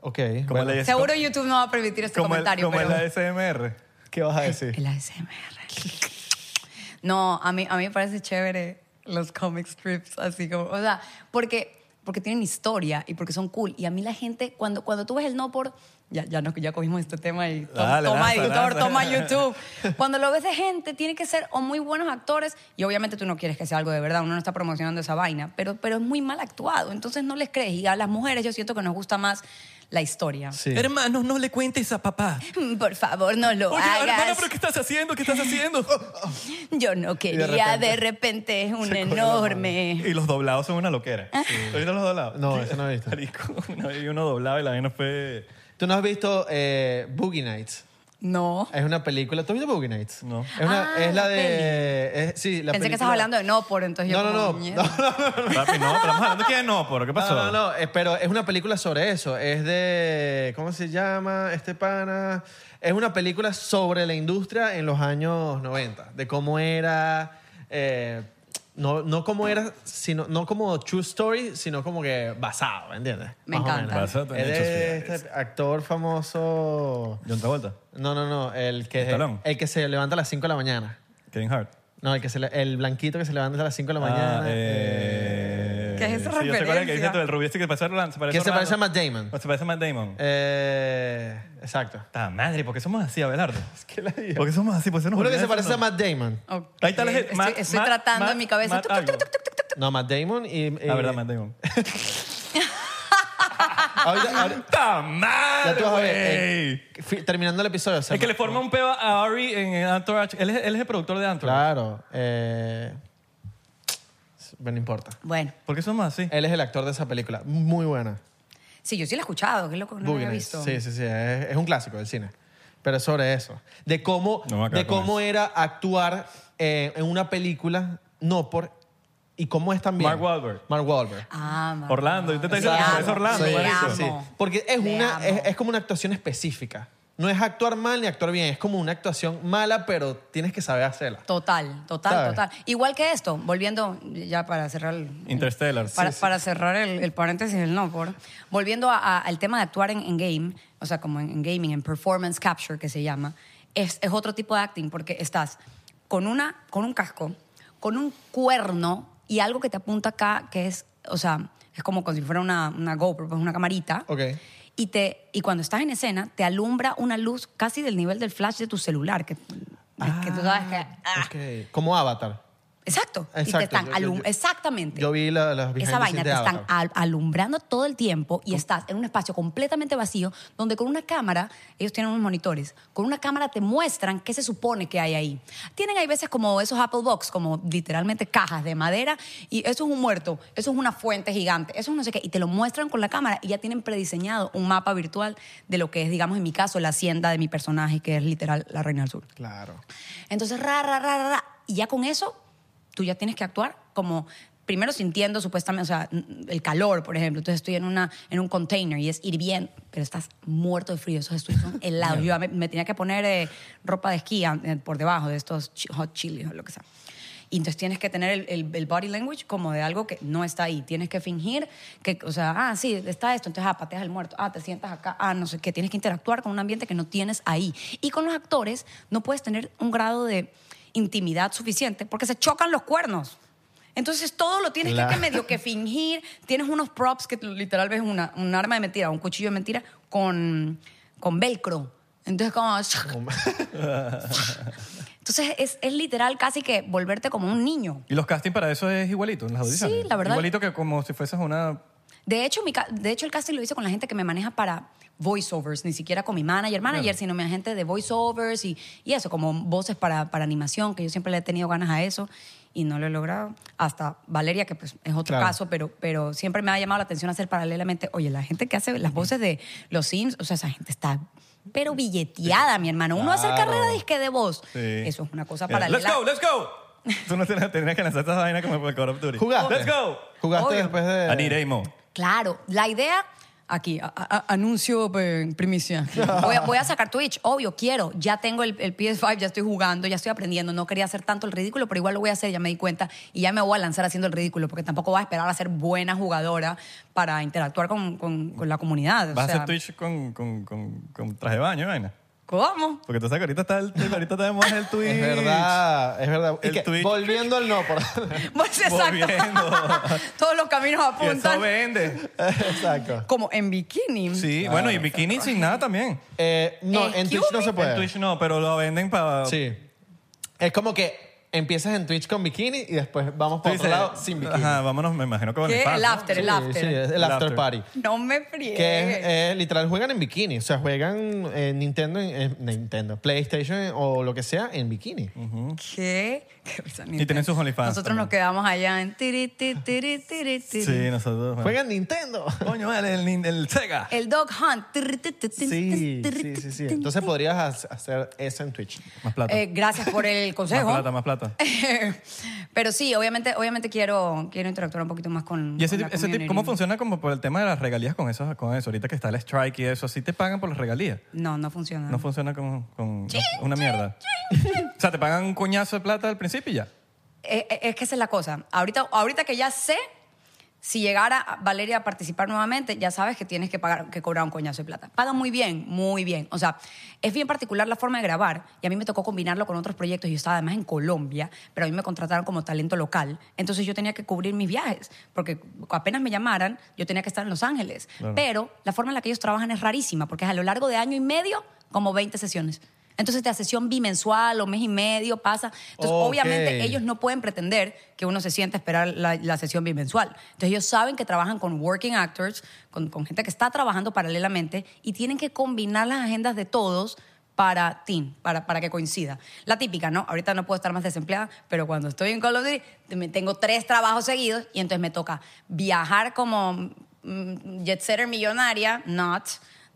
Speaker 3: Ok.
Speaker 2: Como
Speaker 3: bueno.
Speaker 2: la-
Speaker 1: Seguro YouTube no va a permitir este
Speaker 2: como el,
Speaker 1: comentario,
Speaker 2: como
Speaker 1: pero...
Speaker 2: el ASMR.
Speaker 3: ¿Qué vas a decir?
Speaker 1: El ASMR. No, a mí, a mí me parece chévere los comic strips, así como, o sea, porque, porque tienen historia y porque son cool. Y a mí la gente, cuando, cuando tú ves el no por, ya, ya, no, ya cogimos este tema y to-
Speaker 2: Dale,
Speaker 1: toma
Speaker 2: lanza,
Speaker 1: editor,
Speaker 2: lanza.
Speaker 1: toma YouTube. Cuando lo ves de gente, tiene que ser o muy buenos actores y obviamente tú no quieres que sea algo de verdad, uno no está promocionando esa vaina, pero, pero es muy mal actuado, entonces no les crees. Y a las mujeres yo siento que nos gusta más la historia.
Speaker 3: Sí.
Speaker 2: Hermanos, no le cuentes a papá.
Speaker 1: Por favor, no lo
Speaker 2: Oye,
Speaker 1: hagas.
Speaker 2: hermano, pero ¿qué estás haciendo? ¿Qué estás haciendo?
Speaker 1: Yo no quería, de repente, es un enorme.
Speaker 2: y los doblados son una loquera.
Speaker 1: Ah.
Speaker 2: ¿Has visto los doblados?
Speaker 3: No, ese no lo he visto.
Speaker 2: Marico, una vez vi uno doblado y la vaina fue...
Speaker 3: ¿Tú no has visto eh, Boogie Nights?
Speaker 1: No.
Speaker 3: Es una película. ¿Tú has visto Boogie Nights?
Speaker 2: No.
Speaker 3: Es, una-
Speaker 1: Ah,
Speaker 3: es la
Speaker 1: la
Speaker 3: de. es- sí, la
Speaker 1: Pensé que
Speaker 3: película-
Speaker 1: estás hablando de no por, entonces
Speaker 3: No,
Speaker 1: yo.
Speaker 3: no,
Speaker 1: como,
Speaker 3: no.
Speaker 1: "Mierda".
Speaker 3: No, no,
Speaker 2: Papi, no, pero estamos hablando que no, pero ¿qué pasó?
Speaker 3: no, no, no, eh, Pero es una película sobre eso. Es de. ¿Cómo se llama este pana? Es una película sobre la industria en los años 90. De cómo era. eh, no, no cómo era, sino, no como true story, sino como que basado, ¿me entiendes?
Speaker 1: Me
Speaker 3: Más o
Speaker 1: encanta.
Speaker 3: menos.
Speaker 2: Basado en
Speaker 3: Es de
Speaker 2: hechos reales.
Speaker 3: este actor famoso.
Speaker 2: John Travolta,
Speaker 3: No, no, no. El que,
Speaker 2: ¿Estalón?
Speaker 3: el que se levanta a las 5 de la mañana.
Speaker 2: Kevin Hart.
Speaker 3: No, el, que se le- el blanquito que se levanta a las 5 de la
Speaker 2: Ah,
Speaker 3: mañana.
Speaker 2: eh,
Speaker 1: ¿Qué es esa
Speaker 2: sí, yo sé cuál el que dice
Speaker 1: referencia?
Speaker 2: tú, el rubio este que parece Orlando, se parece
Speaker 3: Que se
Speaker 2: Orlando.
Speaker 3: parece a Matt Damon.
Speaker 2: O se parece a Matt Damon.
Speaker 3: Eh, exacto.
Speaker 2: Ta madre, ¿por qué somos así, Abelardo?
Speaker 3: ¿Qué la
Speaker 2: ¿Por qué somos así? ¿Por qué se nos
Speaker 3: Uno que
Speaker 2: olvida
Speaker 3: se
Speaker 2: eso,
Speaker 3: parece
Speaker 2: no?
Speaker 3: a Matt Damon.
Speaker 1: Ok.
Speaker 2: Ahí está la gente.
Speaker 1: Estoy,
Speaker 2: Matt-
Speaker 1: estoy
Speaker 2: Matt-
Speaker 1: tratando en
Speaker 2: Matt-
Speaker 1: mi cabeza.
Speaker 2: Matt
Speaker 1: Tuc, tuc, tuc,
Speaker 2: algo.
Speaker 1: tuc, tuc, tuc, tuc.
Speaker 3: No, Matt Damon y... y-
Speaker 2: Ah, verdad, Matt Damon.
Speaker 3: Ah, Ahorita- ahorita-
Speaker 2: ¡Ta
Speaker 3: ya
Speaker 2: madre,
Speaker 3: tú vas a ver.
Speaker 2: güey!
Speaker 3: eh, fi- terminando el episodio. se
Speaker 2: El que
Speaker 3: me-
Speaker 2: le forma un peo a Ari en Entourage. Él es, él es el productor de Entourage.
Speaker 3: Claro. eh, bueno, no importa.
Speaker 1: Bueno,
Speaker 2: ¿Por qué somos así?
Speaker 3: Él es el actor de esa película. Muy buena.
Speaker 1: sí, yo sí la he escuchado, qué loco, no la
Speaker 3: Boogie
Speaker 1: había
Speaker 3: Nights.
Speaker 1: visto.
Speaker 3: Sí, sí, sí. Es, es un clásico del cine. Pero es sobre eso. De cómo,
Speaker 2: No me acabo
Speaker 3: de
Speaker 2: con
Speaker 3: cómo era actuar eh, en una película, no por. Y, y cómo es también.
Speaker 2: Mark Wahlberg.
Speaker 3: Mark Wahlberg.
Speaker 1: Ah, mamá.
Speaker 2: Orlando, yo te estoy
Speaker 1: Te
Speaker 2: diciendo,
Speaker 1: amo,
Speaker 2: es Orlando,
Speaker 1: te
Speaker 2: marico.
Speaker 1: amo.
Speaker 2: Sí.
Speaker 3: Porque es,
Speaker 1: Te
Speaker 3: una,
Speaker 1: amo.
Speaker 3: es, es como una actuación específica. No es actuar mal ni actuar bien, es como una actuación mala, pero tienes que saber hacerla.
Speaker 1: Total, total,
Speaker 3: ¿Sabes?
Speaker 1: total. Igual que esto, volviendo ya para cerrar el...
Speaker 2: Interstellar, sí,
Speaker 1: Para,
Speaker 2: sí.
Speaker 1: para cerrar el, el paréntesis del no por. Volviendo a- a- al tema de actuar en, en game, o sea, como en, en gaming, en performance capture que se llama, es, es otro tipo de acting porque estás con, una, con un casco, con un cuerno y algo que te apunta acá que es, o sea, es como como si fuera una, una GoPro, pues una camarita.
Speaker 3: Ok.
Speaker 1: Y, te, y cuando estás en escena, te alumbra una luz casi del nivel del flash de tu celular, que, que tú sabes que... ah,
Speaker 3: Ok. Como Avatar.
Speaker 1: Exacto. Y te
Speaker 3: Exacto,
Speaker 1: están
Speaker 3: yo- yo-
Speaker 1: alum-
Speaker 3: yo-
Speaker 1: exactamente.
Speaker 3: Yo vi la- las behind
Speaker 1: Esa vaina
Speaker 3: the
Speaker 1: pues,
Speaker 3: scenes
Speaker 1: te
Speaker 3: de
Speaker 1: están
Speaker 3: Avatar.
Speaker 1: al- alumbrando todo el tiempo y estás en un espacio completamente vacío donde con una cámara, ellos tienen unos monitores, con una cámara te muestran qué se supone que hay ahí. Tienen hay veces como esos Apple Box, como literalmente cajas de madera y eso es un muerto, eso es una fuente gigante, eso es no sé qué, y te lo muestran con la cámara y ya tienen prediseñado un mapa virtual de lo que es, digamos, en mi caso, la hacienda de mi personaje, que es literal la Reina del Sur.
Speaker 3: Claro.
Speaker 1: Entonces, ra, ra, ra, ra, ra. Y ya con eso, tú ya tienes que actuar como primero sintiendo supuestamente, o sea, n- el calor, por ejemplo. Entonces estoy en, una, en un container y es hirviendo, pero estás muerto de frío. Esos estudios son helados. Yo me, me tenía que poner eh, ropa de esquí ah, eh, por debajo de estos chi- hot chilies o lo que sea. Y entonces tienes que tener el, el- el body language como de algo que no está ahí. Tienes que fingir que, o sea, ah, sí, está esto, entonces ah, pateas el muerto, ah, te sientas acá, ah, no sé qué. Tienes que interactuar con un ambiente que no tienes ahí. Y con los actores no puedes tener un grado de intimidad suficiente porque se chocan los cuernos. Entonces todo lo tienes
Speaker 3: Claro.
Speaker 1: que, que medio que fingir. Tienes unos props que literal ves una, un arma de mentira, un cuchillo de mentira con, con velcro. Entonces como... Entonces es, es literal casi que volverte como un niño.
Speaker 2: Y los castings para eso es igualito, en las audiciones.
Speaker 1: Sí, la verdad.
Speaker 2: Igualito que como si fueses una...
Speaker 1: De hecho, mi ca- de hecho, el casting lo hice con la gente que me maneja para voiceovers, ni siquiera con mi manager, manager, sino mi agente de voiceovers y, y eso, como voces para, para animación, que yo siempre le he tenido ganas a eso y no lo he logrado. Hasta Valeria, que pues es otro
Speaker 3: Claro.
Speaker 1: caso, pero, pero siempre me ha llamado la atención hacer paralelamente, oye, la gente que hace las voces de los Sims, o sea, esa gente está pero billeteada, mi hermano. Uno hace
Speaker 3: Claro.
Speaker 1: carrera disque de voz.
Speaker 2: Sí.
Speaker 1: Eso es una cosa
Speaker 2: Mira,
Speaker 1: paralela.
Speaker 2: ¡Let's go, let's go! Tú no tenías tenías que lanzar esa vaina como por Call of Duty.
Speaker 3: ¿Jugaste?
Speaker 2: ¡Let's go!
Speaker 3: ¿Jugaste
Speaker 1: Obvio.
Speaker 3: después de...?
Speaker 2: Anir Amo.
Speaker 1: Claro, la idea aquí, a- a- anuncio eh, primicia. Voy a, voy a sacar Twitch, obvio, quiero. Ya tengo el, el PS5, ya estoy jugando, ya estoy aprendiendo. No quería hacer tanto el ridículo, pero igual lo voy a hacer, ya me di cuenta. Y ya me voy a lanzar haciendo el ridículo, porque tampoco voy a esperar a ser buena jugadora para interactuar con, con- con la comunidad. o
Speaker 2: Vas a
Speaker 1: sea,
Speaker 2: hacer Twitch con, con, con, con traje de baño, vaina.
Speaker 1: ¿Cómo?
Speaker 2: Porque tú sabes que ahorita está el, ahorita está de moda el Twitch.
Speaker 3: Es verdad, es verdad. Y
Speaker 2: El
Speaker 3: que,
Speaker 2: Twitch.
Speaker 3: volviendo al no, por...
Speaker 1: Pues exacto.
Speaker 2: Volviendo.
Speaker 1: Todos los caminos
Speaker 2: Y eso
Speaker 1: apuntan
Speaker 2: vende.
Speaker 3: Exacto.
Speaker 1: como en bikini.
Speaker 2: Sí, bueno, y bikini sin nada también.
Speaker 3: Eh, no,
Speaker 1: Eh,
Speaker 3: en
Speaker 1: ¿qué
Speaker 3: Twitch no
Speaker 1: hubo?
Speaker 3: se puede.
Speaker 2: En Twitch no, pero lo venden para...
Speaker 3: Sí. Es como que empiezas en Twitch con bikini y después vamos
Speaker 2: Tú
Speaker 3: por otro
Speaker 2: dices,
Speaker 3: lado sin bikini.
Speaker 2: Ajá, vámonos, me imagino que con
Speaker 1: ¿Qué?
Speaker 2: OnlyFans,
Speaker 1: El
Speaker 2: ¿no?
Speaker 1: after,
Speaker 3: Sí,
Speaker 1: el after.
Speaker 3: sí, es el
Speaker 2: El
Speaker 3: after
Speaker 2: after.
Speaker 3: party.
Speaker 1: No me friegues.
Speaker 3: Que es, eh, literal juegan en bikini. O sea, juegan eh, Nintendo, en- en- Nintendo, PlayStation o lo que sea en bikini.
Speaker 1: ¿Qué? Qué risa,
Speaker 2: Y tienen sus OnlyFans
Speaker 1: Nosotros nos
Speaker 2: también.
Speaker 1: quedamos allá en tiri, tiri, tiri, tiri, tiri.
Speaker 2: Sí, nosotros... bueno.
Speaker 3: Juegan Nintendo.
Speaker 2: Coño, vale, el, el, Sega.
Speaker 1: El dog hunt. Tiri, tiri, tiri,
Speaker 3: Sí,
Speaker 1: tiri,
Speaker 3: sí, sí, sí.
Speaker 1: tiri,
Speaker 3: Entonces
Speaker 1: tiri.
Speaker 3: podrías ha- hacer eso en Twitch.
Speaker 2: Más plata.
Speaker 1: Eh, gracias por el
Speaker 2: más
Speaker 1: consejo.
Speaker 2: plata, más plata.
Speaker 1: Pero sí, obviamente, obviamente quiero, quiero interactuar un poquito más con.
Speaker 2: ¿Y ese,
Speaker 1: con la
Speaker 2: tip- ese tip,
Speaker 1: community.
Speaker 2: cómo funciona como por el tema de las regalías con eso, con eso? Ahorita que está el strike y eso, ¿sí te pagan por las regalías?
Speaker 1: No, no funciona.
Speaker 2: No funciona con, con una mierda. o sea, te pagan un coñazo de plata al principio y ya.
Speaker 1: Eh, eh, es que esa es la cosa. Ahorita, ahorita que ya sé, si llegara Valeria a participar nuevamente, ya sabes que tienes que pagar, que cobrar un coñazo de plata. Pagan muy bien, muy bien. O sea, es bien particular la forma de grabar y a mí me tocó combinarlo con otros proyectos. Yo estaba además en Colombia, pero a mí me contrataron como talento local. Entonces yo tenía que cubrir mis viajes, porque apenas me llamaran, yo tenía que estar en Los Ángeles. Pero la forma en la que ellos trabajan es rarísima, porque es a lo largo de año y medio, como 20 sesiones. Entonces te hace sesión bimensual o mes y medio, pasa. Entonces,
Speaker 3: Ok.
Speaker 1: obviamente, ellos no pueden pretender que uno se siente a esperar la, la sesión bimensual. Entonces, ellos saben que trabajan con working actors, con, con gente que está trabajando paralelamente y tienen que combinar las agendas de todos para team, para, para que coincida. La típica, ¿no? Ahorita no puedo estar más desempleada, pero cuando estoy en Call of Duty, me- tengo tres trabajos seguidos y entonces me toca viajar como mm, jet setter millonaria, not,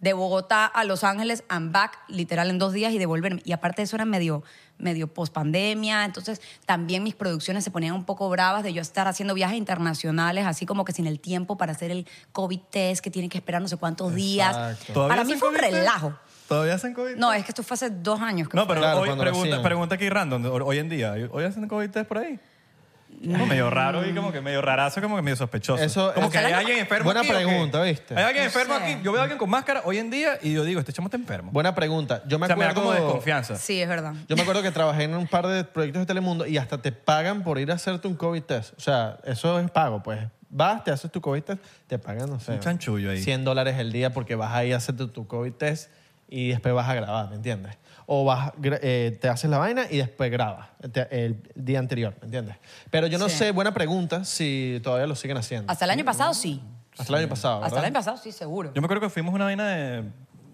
Speaker 1: de Bogotá a Los Ángeles, I'm back, literal en dos días y devolverme. Y aparte de eso era medio, medio pospandemia, entonces también mis producciones se ponían un poco bravas de yo estar haciendo viajes internacionales, así como que sin el tiempo para hacer el COVID test que tienen que esperar no sé cuántos días.
Speaker 3: Exacto.
Speaker 2: ¿Todavía
Speaker 1: Para mí
Speaker 2: hacen
Speaker 1: fue un
Speaker 2: COVID test?
Speaker 1: relajo.
Speaker 2: ¿Todavía hacen COVID?
Speaker 1: No, es que esto fue hace dos años. Que
Speaker 2: No,
Speaker 1: fue.
Speaker 2: pero
Speaker 3: Claro,
Speaker 2: hoy,
Speaker 3: cuando
Speaker 2: pregunta,
Speaker 3: recién.
Speaker 2: pregunta aquí random, hoy en día, ¿hoy hacen COVID test por ahí? Como medio raro y como que medio rarazo, como que medio sospechoso.
Speaker 3: Eso-
Speaker 2: como
Speaker 3: eso-
Speaker 2: que hay alguien enfermo
Speaker 3: Buena
Speaker 2: aquí, ¿o qué?
Speaker 3: pregunta, ¿viste?
Speaker 2: Hay alguien
Speaker 1: No
Speaker 2: enfermo
Speaker 1: sé.
Speaker 2: aquí. Yo veo a alguien con máscara hoy en día y yo digo, este chamo está enfermo.
Speaker 3: Buena pregunta. Yo me
Speaker 2: o sea, me da
Speaker 3: acuerdo.
Speaker 2: como desconfianza.
Speaker 1: Sí, es verdad.
Speaker 3: Yo me acuerdo que trabajé en un par de proyectos de Telemundo y hasta te pagan por ir a hacerte un COVID test. O sea, eso es pago, pues. Vas, te haces tu COVID test, te pagan, no sé.
Speaker 2: Un chanchullo ahí.
Speaker 3: 100 dólares el día porque vas ahí a hacerte tu COVID test y después vas a grabar, ¿me entiendes? O vas, gra- eh, te haces la vaina y después grabas te- el día anterior, ¿me entiendes? Pero yo no
Speaker 1: Sí.
Speaker 3: sé, buena pregunta, si todavía lo siguen haciendo.
Speaker 1: Hasta el año pasado sí.
Speaker 3: Hasta el año pasado.
Speaker 1: Hasta el
Speaker 3: ¿verdad?
Speaker 1: año pasado sí, seguro.
Speaker 2: Yo me acuerdo que fuimos a una vaina de,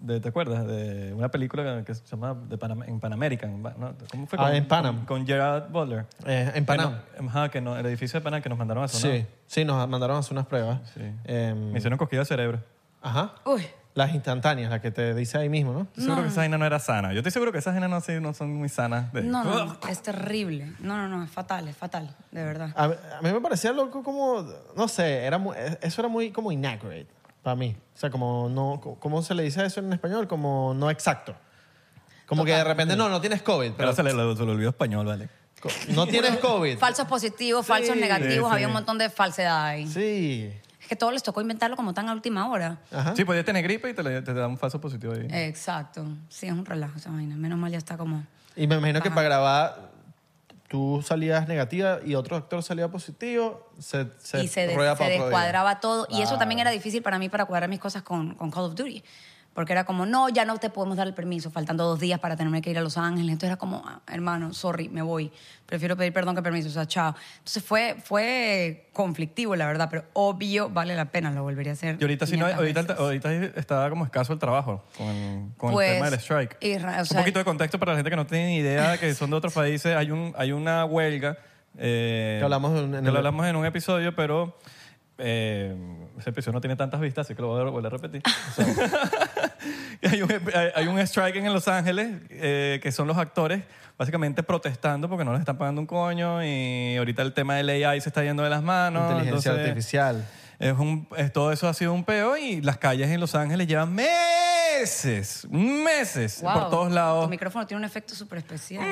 Speaker 2: de- ¿te acuerdas? De una película que se llama de Panam- en Panamerican. ¿no? ¿Cómo fue?
Speaker 3: Ah, en Panam.
Speaker 2: Con, con Gerard Butler.
Speaker 3: Eh, en Panamá.
Speaker 2: Que no- em, ajá, que no, el edificio de Panam que nos mandaron a sonar.
Speaker 3: Sí, sí, nos mandaron a hacer unas pruebas. Em,
Speaker 2: Me hicieron cosquilla de cerebro.
Speaker 3: ajá.
Speaker 1: Uy,
Speaker 3: Las instantáneas, las que te dice ahí mismo, ¿no?
Speaker 2: Estoy seguro que esa vaina no era sana. Yo estoy seguro que esas vainas no, sí, no son muy sanas. de-
Speaker 1: no, no, no, es terrible. No, no, no, es fatal, es fatal, de verdad.
Speaker 3: A, a mí me parecía loco como, no sé, era mu- e, eso era muy como inaccurate para mí. O sea, como no, co- ¿cómo se le dice a eso en español? Como no exacto. Como que de repente, no, no tienes COVID, pero
Speaker 2: Pero se le, se le olvidó español, ¿vale?
Speaker 3: co- no tienes COVID.
Speaker 1: Falsos positivos, falsos
Speaker 3: Sí,
Speaker 1: negativos,
Speaker 2: sí.
Speaker 1: había un montón de falsedad ahí.
Speaker 3: Sí.
Speaker 1: Es que todo les tocó inventarlo como tan a última hora.
Speaker 3: Ajá.
Speaker 2: Sí, podías tener gripe y te, le- te da un falso positivo ahí.
Speaker 1: Exacto. Sí, es un relajo esa vaina. Menos mal ya está como...
Speaker 3: Y me imagino que para grabar tú salías negativa y otro actor salía positivo, se, se,
Speaker 1: y se, des-
Speaker 3: rueda
Speaker 1: se
Speaker 3: para otro día.
Speaker 1: descuadraba todo. Y eso también
Speaker 3: Claro.
Speaker 1: era difícil para mí para cuadrar mis cosas con, con Call of Duty. Porque era como, no, ya no te podemos dar el permiso, faltando dos días para tenerme que ir a Los Ángeles. Entonces era como, "Ah, hermano, sorry, me voy. Prefiero pedir perdón que permiso, o sea, chao. Entonces fue, fue conflictivo, la verdad, pero obvio vale la pena, lo volvería a hacer.
Speaker 2: Y ahorita, sí no, hay-
Speaker 1: 500
Speaker 2: ahorita,
Speaker 1: veces.
Speaker 2: ahorita está como escaso el trabajo con el, con el
Speaker 1: Pues,
Speaker 2: tema del strike.
Speaker 1: y ra- o
Speaker 2: un
Speaker 1: sea-
Speaker 2: poquito de contexto para la gente que no tiene ni idea de que son de otros países. Hay, un, hay una huelga. eh,
Speaker 3: Que hablamos en-
Speaker 2: que
Speaker 3: en
Speaker 2: lo
Speaker 3: el-
Speaker 2: hablamos en un episodio, pero eh, ese episodio no tiene tantas vistas, así que lo voy a volver a repetir. O sea, hay, un, hay- hay un strike en Los Ángeles eh, que son los actores básicamente protestando porque no les están pagando un coño y ahorita el tema del AI se está yendo de las manos.
Speaker 3: Inteligencia
Speaker 2: entonces-
Speaker 3: artificial.
Speaker 2: es un- es- todo eso ha sido un peo y las calles en Los Ángeles llevan meses, meses
Speaker 1: Wow,
Speaker 2: por todos lados.
Speaker 1: Tu micrófono tiene un efecto súper especial.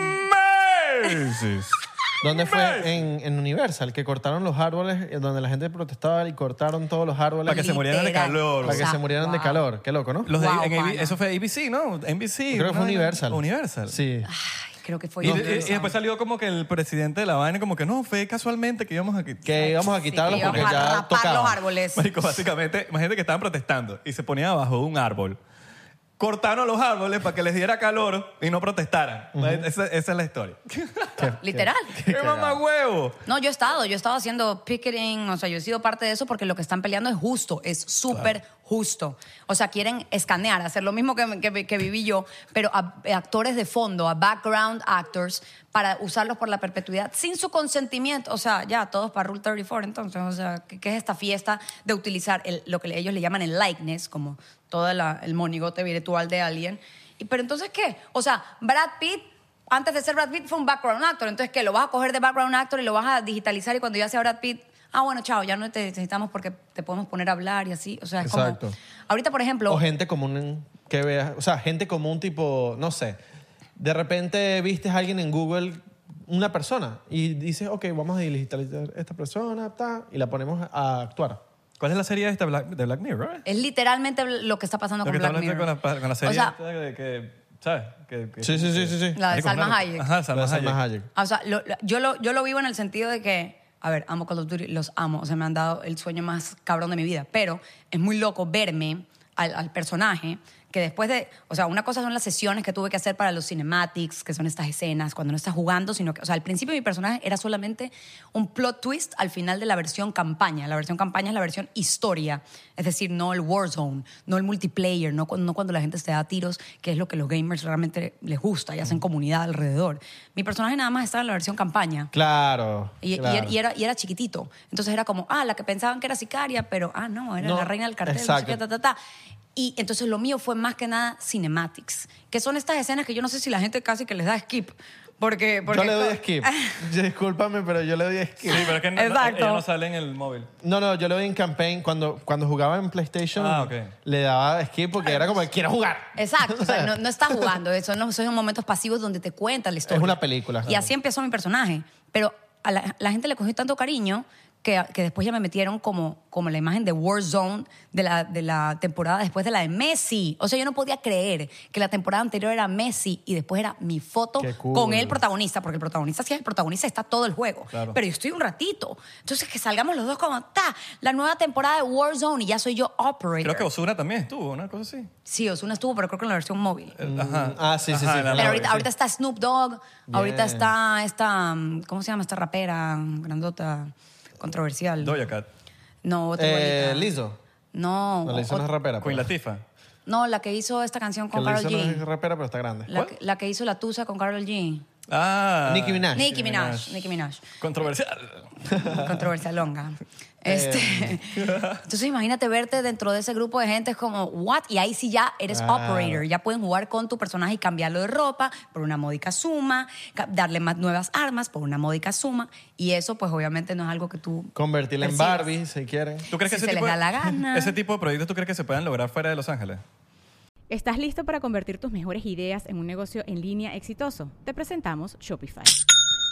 Speaker 2: Meses.
Speaker 3: ¿Dónde fue? En, en Universal, que cortaron los árboles, eh, donde la gente protestaba y cortaron todos los árboles.
Speaker 2: Para que se murieran de
Speaker 1: Literal.
Speaker 2: calor.
Speaker 3: Para que
Speaker 1: O sea,
Speaker 3: se murieran de
Speaker 1: wow.
Speaker 3: calor. Qué loco, ¿no?
Speaker 2: Los de-
Speaker 1: Wow,
Speaker 2: en AB
Speaker 1: pana.
Speaker 2: eso fue ABC, ¿no? NBC.
Speaker 3: Creo que fue
Speaker 2: ¿no?
Speaker 3: Universal.
Speaker 2: Universal.
Speaker 3: Sí.
Speaker 1: Ay, creo que fue...
Speaker 2: Y, y- y
Speaker 1: Universal.
Speaker 2: después salió como que el presidente de la vaina, como que no, fue casualmente que íbamos aquí.
Speaker 3: Que íbamos a
Speaker 1: Sí,
Speaker 3: quitarlos
Speaker 1: íbamos
Speaker 3: porque
Speaker 1: a
Speaker 3: ya
Speaker 1: rapar los
Speaker 3: tocaba.
Speaker 1: árboles.
Speaker 2: Marico, básicamente, imagínate que estaban protestando y se ponían abajo de un árbol. Cortaron los árboles para que les diera calor y no protestaran. esa, esa es la historia.
Speaker 1: Literal.
Speaker 2: ¡Qué mamá huevo!
Speaker 1: No, yo he estado, yo he estado haciendo picketing, o sea, yo he sido parte de eso porque lo que están peleando es justo, es súper justo. O sea, quieren escanear, hacer lo mismo que, que- que viví yo, pero a, a actores de fondo, a background actors, para usarlos por la perpetuidad sin su consentimiento. O sea, ya, todos para Rule 34, entonces, o sea, ¿qué, qué es esta fiesta de utilizar el- lo que ellos le llaman el likeness, como todo la- el monigote virtual de alguien? Y, pero entonces, ¿qué? O sea, Brad Pitt antes de ser Brad Pitt fue un background actor. Entonces, ¿qué? Lo vas a coger de background actor y lo vas a digitalizar y cuando ya sea Brad Pitt, ah, bueno, chao, ya no te necesitamos porque te podemos poner a hablar y así. O sea, es
Speaker 3: Exacto.
Speaker 1: como... Ahorita, por ejemplo...
Speaker 3: O gente común en- que veas. O sea, gente común tipo, no sé. De repente viste a alguien en Google, una persona, y dices, ok, vamos a digitalizar esta persona, ta, y la ponemos a actuar.
Speaker 2: ¿Cuál es la serie esta de Black, de Black Mirror? eh?
Speaker 1: Es literalmente lo que está pasando
Speaker 2: Lo
Speaker 1: con
Speaker 2: que
Speaker 1: Black
Speaker 2: estamos hablando
Speaker 1: Mirror.
Speaker 2: con la, con la serie
Speaker 1: o sea,
Speaker 2: esta de que, ¿sabes? Que- que-
Speaker 3: Sí, sí, sí, sí. sí.
Speaker 1: La de
Speaker 2: Marico,
Speaker 1: Salma
Speaker 2: una-
Speaker 1: Hayek.
Speaker 2: Ajá, Salma
Speaker 3: Lo de Salma
Speaker 2: Hayek.
Speaker 3: Hayek.
Speaker 1: Ah, O sea, lo- lo- yo, lo, yo lo vivo en el sentido de que, a ver, amo Call of Duty, los amo, o sea, me han dado el sueño más cabrón de mi vida, pero es muy loco verme al, al personaje que después de, o sea, una cosa son las sesiones que tuve que hacer para los cinematics, que son estas escenas, cuando no estás jugando, sino que, o sea, al principio mi personaje era solamente un plot twist al final de la versión campaña. La versión campaña es la versión historia, es decir, no el Warzone, no el multiplayer, no, cu- no cuando la gente se da tiros, que es lo que los gamers realmente les gusta y hacen comunidad alrededor. Mi personaje nada más estaba en la versión campaña.
Speaker 3: Claro.
Speaker 1: Y, y-
Speaker 3: claro.
Speaker 1: y era, y era chiquitito. Entonces era como, ah, la que pensaban que era sicaria, pero ah, no, era
Speaker 3: No,
Speaker 1: la reina del cartel. no sé
Speaker 3: exacto.
Speaker 1: qué, ta, ta, ta. Y entonces lo mío fue más que nada cinematics, que son estas escenas que yo no sé si la gente casi que les da skip, Porque, porque
Speaker 3: yo le doy skip. Discúlpame, pero yo le doy skip.
Speaker 2: Sí, pero es que no,
Speaker 1: Exacto.
Speaker 2: ella no sale en el móvil.
Speaker 3: No, no, yo le doy en campaign. Cuando, cuando jugaba en PlayStation,
Speaker 2: Ah, ok.
Speaker 3: le daba skip porque era como, quiero jugar.
Speaker 1: Exacto, o sea, no, no estás jugando, eso no, son momentos pasivos donde te cuentan la historia.
Speaker 3: una película,
Speaker 1: Y
Speaker 3: claro.
Speaker 1: así empezó mi personaje, pero a la, la gente le cogió tanto cariño que, que después ya me metieron como, como la imagen de Warzone de la, de la temporada después de la de Messi. O sea, yo no podía creer que la temporada anterior era Messi y después era mi foto
Speaker 3: Qué cool.
Speaker 1: con el protagonista, porque el protagonista sí es el protagonista, está todo el juego.
Speaker 2: Claro.
Speaker 1: Pero yo estoy un ratito. Entonces, que salgamos los dos como, ta, la nueva temporada de Warzone y ya soy yo operator.
Speaker 2: Creo que Osuna también estuvo, una cosa así.
Speaker 1: Sí, Ozuna estuvo, pero creo que en la versión móvil.
Speaker 2: El- Ajá.
Speaker 3: ah, sí, sí,
Speaker 2: Ajá,
Speaker 3: sí.
Speaker 2: en
Speaker 1: Pero
Speaker 2: la móvil,
Speaker 1: ahorita,
Speaker 2: sí.
Speaker 1: ahorita está Snoop Dogg, ahorita
Speaker 3: Yeah.
Speaker 1: está esta, um, ¿cómo se llama esta rapera grandota, controversial?
Speaker 2: Doja Cat.
Speaker 1: No, otra
Speaker 3: Eh,
Speaker 1: igualita.
Speaker 3: Lizzo.
Speaker 1: No,
Speaker 3: No, Lizzo
Speaker 1: o-
Speaker 3: no es rapera.
Speaker 2: Queen
Speaker 3: pero-
Speaker 2: Latifah.
Speaker 1: no, la que hizo esta canción
Speaker 3: Que
Speaker 1: con Karol
Speaker 3: Lizzo no es
Speaker 1: G.
Speaker 3: rapera, pero está grande.
Speaker 1: La, que- la que hizo La Tusa con Karol G.
Speaker 2: Ah.
Speaker 3: Nicki Minaj.
Speaker 1: Nicki Minaj, Nicki Minaj.
Speaker 2: Controversial.
Speaker 1: Controversialonga. Este, entonces imagínate verte dentro de ese grupo de gente es como, what? Y ahí sí ya eres
Speaker 3: Claro.
Speaker 1: operator, ya pueden jugar con tu personaje y cambiarlo de ropa por una módica suma, ca- darle más nuevas armas por una módica suma, y eso pues obviamente no es algo que tú...
Speaker 3: Convertirla en
Speaker 1: Percibes.
Speaker 3: Barbie, si quieren.
Speaker 2: ¿Tú crees
Speaker 1: Si
Speaker 2: que ese
Speaker 1: se les
Speaker 2: tipo de-
Speaker 1: da la gana.
Speaker 2: Ese tipo de proyectos, ¿tú crees que se pueden lograr fuera de Los Ángeles?
Speaker 4: ¿Estás listo para convertir tus mejores ideas en un negocio en línea exitoso? Te presentamos Shopify.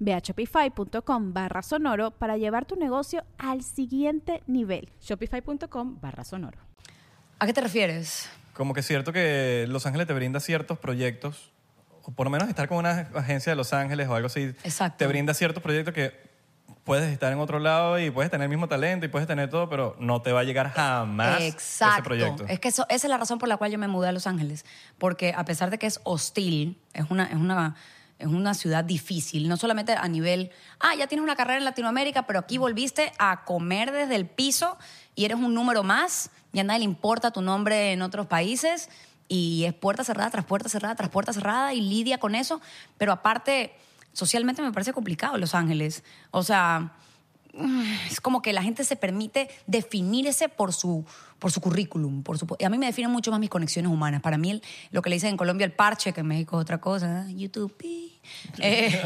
Speaker 5: Ve a shopify.com barra sonoro para llevar tu negocio al siguiente nivel.
Speaker 4: Shopify.com barra sonoro.
Speaker 1: ¿A qué te refieres?
Speaker 2: Como que es cierto que Los Ángeles te brinda ciertos proyectos, o por lo menos estar con una agencia de Los Ángeles o algo así,
Speaker 1: Exacto.
Speaker 2: te brinda ciertos proyectos que puedes estar en otro lado y puedes tener el mismo talento y puedes tener todo, pero no te va a llegar jamás
Speaker 1: Exacto.
Speaker 2: ese proyecto.
Speaker 1: Es que eso, esa es la razón por la cual yo me mudé a Los Ángeles. Porque a pesar de que es hostil, es una, es una, es una ciudad difícil. No solamente a nivel, ah, ya tienes una carrera en Latinoamérica, pero aquí volviste a comer desde el piso y eres un número más y a nadie le importa tu nombre en otros países. Y es puerta cerrada tras puerta cerrada tras puerta cerrada y lidia con eso. Pero aparte, socialmente me parece complicado Los Ángeles. O sea, es como que la gente se permite definirse por su, por su currículum. Por su, y a mí me definen mucho más mis conexiones humanas. Para mí, el- lo que le dicen en Colombia el parche, que en México es otra cosa, ¿eh? YouTube. pi. Eh,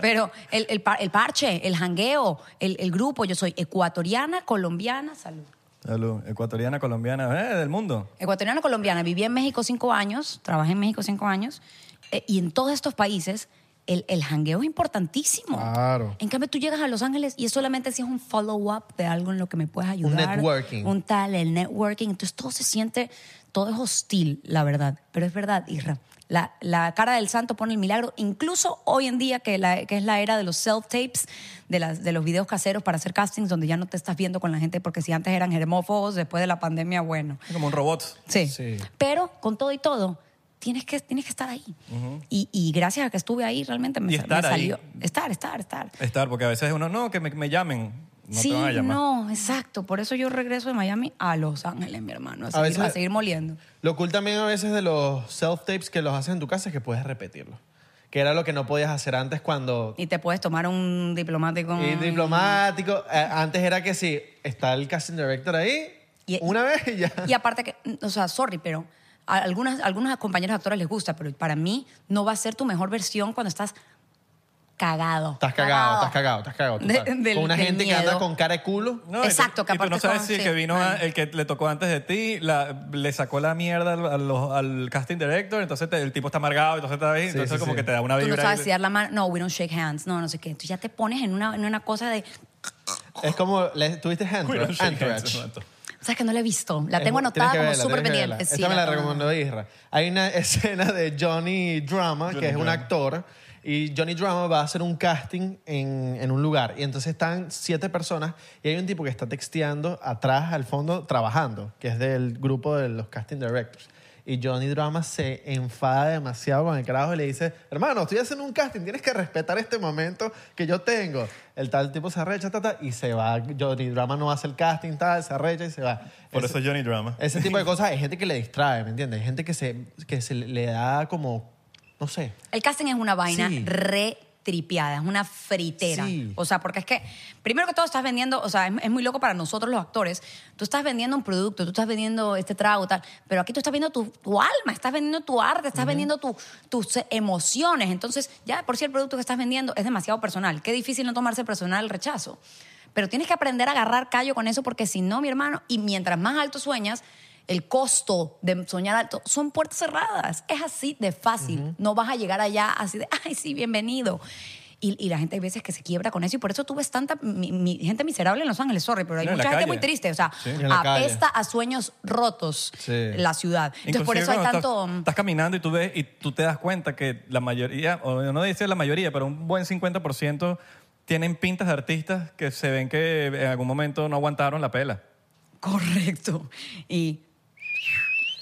Speaker 1: pero el, el par- el parche, el jangueo, el, el grupo, yo soy ecuatoriana, colombiana, salud.
Speaker 2: Salud. Ecuatoriana, colombiana, eh, del mundo.
Speaker 1: Ecuatoriana, colombiana, viví en México cinco años, trabajé en México cinco años, eh, y en todos estos países el, el jangueo es importantísimo.
Speaker 3: Claro.
Speaker 1: En cambio, tú llegas a Los Ángeles y es solamente si es un follow-up de algo en lo que me puedes ayudar.
Speaker 3: networking.
Speaker 1: Un tal, el networking. Entonces todo se siente, todo es hostil, la verdad. Pero es verdad, Isra. La, la cara del santo pone el milagro, incluso hoy en día, que, la- que es la era de los self-tapes, de, las- de los videos caseros para hacer castings, donde ya no te estás viendo con la gente, porque si antes eran germófobos, después de la pandemia, bueno.
Speaker 2: Es como un robot.
Speaker 1: Sí.
Speaker 3: Sí.
Speaker 1: Pero con todo y todo, tienes que, tienes que estar ahí. y, y gracias a que estuve ahí, realmente me,
Speaker 2: Y
Speaker 1: sa- me
Speaker 2: estar ahí.
Speaker 1: salió. Estar, estar, estar.
Speaker 2: Estar, porque a veces uno, no, que me, me llamen. No
Speaker 1: sí,
Speaker 2: te van a llamar.
Speaker 1: no, exacto. Por eso yo regreso de Miami a Los Ángeles, mi hermano, a,
Speaker 3: A
Speaker 1: seguir,
Speaker 3: veces-
Speaker 1: a seguir moliendo.
Speaker 3: Lo cool también a veces de los self-tapes que los haces en tu casa es que puedes repetirlos. Que era lo que no podías hacer antes cuando...
Speaker 1: Y te puedes tomar un diplomático.
Speaker 3: Y diplomático. eh, antes era que si está el casting director ahí,
Speaker 1: Y-
Speaker 3: una vez y ya.
Speaker 1: Y aparte que, o sea, sorry, pero a algunas, algunos compañeros actores les gusta, pero para mí no va a ser tu mejor versión cuando estás cagado.
Speaker 3: Estás cagado, estás cagado, estás cagado.
Speaker 1: De-
Speaker 3: total.
Speaker 1: del-
Speaker 3: con una
Speaker 1: del
Speaker 3: gente que anda
Speaker 1: miedo.
Speaker 3: con cara de culo.
Speaker 2: No, y tú-
Speaker 1: Exacto, que
Speaker 2: y tú
Speaker 1: aparte
Speaker 2: no sabes
Speaker 1: son-
Speaker 2: si el
Speaker 1: sí,
Speaker 2: que vino,
Speaker 1: man.
Speaker 2: a- el que le tocó antes de ti, la- le sacó la mierda al, a los- al casting director, entonces te- el tipo está amargado, entonces está ahí, entonces
Speaker 3: sí,
Speaker 2: como
Speaker 3: sí.
Speaker 2: que te da una
Speaker 1: Tú
Speaker 2: vibra.
Speaker 1: no sabes
Speaker 2: ahí.
Speaker 1: si dar la mano. No, we don't shake hands. No, no sé qué. Tú ya te pones en una, en una cosa de.
Speaker 3: Es como, le- tuviste
Speaker 2: Cuidado,
Speaker 3: Entourage.
Speaker 2: shake hands,
Speaker 3: Entourage.
Speaker 2: exacto.
Speaker 1: ¿Sabes que no la he visto? La
Speaker 3: Es
Speaker 1: tengo
Speaker 3: bu-
Speaker 1: anotada
Speaker 3: tienes que
Speaker 1: como
Speaker 3: verla,
Speaker 1: súper
Speaker 3: tienes que
Speaker 1: pendiente.
Speaker 3: verla.
Speaker 1: Sí,
Speaker 3: Esta me la
Speaker 1: tengo anotada.
Speaker 3: recomendó Isra. Hay una escena de Johnny Drama, que es un actor, y Johnny Drama va a hacer un casting en, en un lugar. Y entonces están siete personas y hay un tipo que está texteando atrás, al fondo, trabajando, que es del grupo de los casting directors. Y Johnny Drama se enfada demasiado con el carajo y le dice, hermano, estoy haciendo un casting, tienes que respetar este momento que yo tengo. El tal tipo se arrecha, ta, ta, y se va. Johnny Drama no hace el casting, tal, se arrecha y se va.
Speaker 2: Por
Speaker 3: Ese-
Speaker 2: eso Johnny Drama.
Speaker 3: ese tipo de cosas hay gente que le distrae, ¿me entiendes? Hay gente que se, que se le da como, no sé.
Speaker 1: El casting es una vaina
Speaker 3: Sí.
Speaker 1: re tripiada, es una fritera.
Speaker 3: Sí.
Speaker 1: O sea, porque es que, primero que todo, estás vendiendo, o sea, es, es muy loco para nosotros los actores. Tú estás vendiendo un producto, tú estás vendiendo este trago, tal, pero aquí tú estás vendiendo tu, tu alma, estás vendiendo tu arte, estás vendiendo tu- tus eh, emociones. Entonces, ya de por si el producto que estás vendiendo es demasiado personal. Qué difícil no tomarse personal el rechazo. Pero tienes que aprender a agarrar callo con eso porque si no, mi hermano, y mientras más alto sueñas, el costo de soñar alto son puertas cerradas. Es así de fácil. No vas a llegar allá así de, ay, sí, bienvenido. Y, y la gente hay veces que se quiebra con eso y por eso tú ves tanta mi- mi- gente miserable en Los Ángeles, sorry, pero hay
Speaker 2: No, en la
Speaker 1: mucha gente
Speaker 2: calle.
Speaker 1: muy triste. O sea,
Speaker 2: Sí.
Speaker 3: En la calle.
Speaker 1: apesta a sueños rotos
Speaker 3: Sí.
Speaker 1: la ciudad. Entonces, por
Speaker 2: Inclusive
Speaker 1: eso hay
Speaker 2: cuando estás-
Speaker 1: tanto...
Speaker 2: Estás, caminando y tú ves y tú te das cuenta que la mayoría, o no dice la mayoría, pero un buen 50% tienen pintas de artistas que se ven que en algún momento no aguantaron la pela.
Speaker 1: Correcto. Y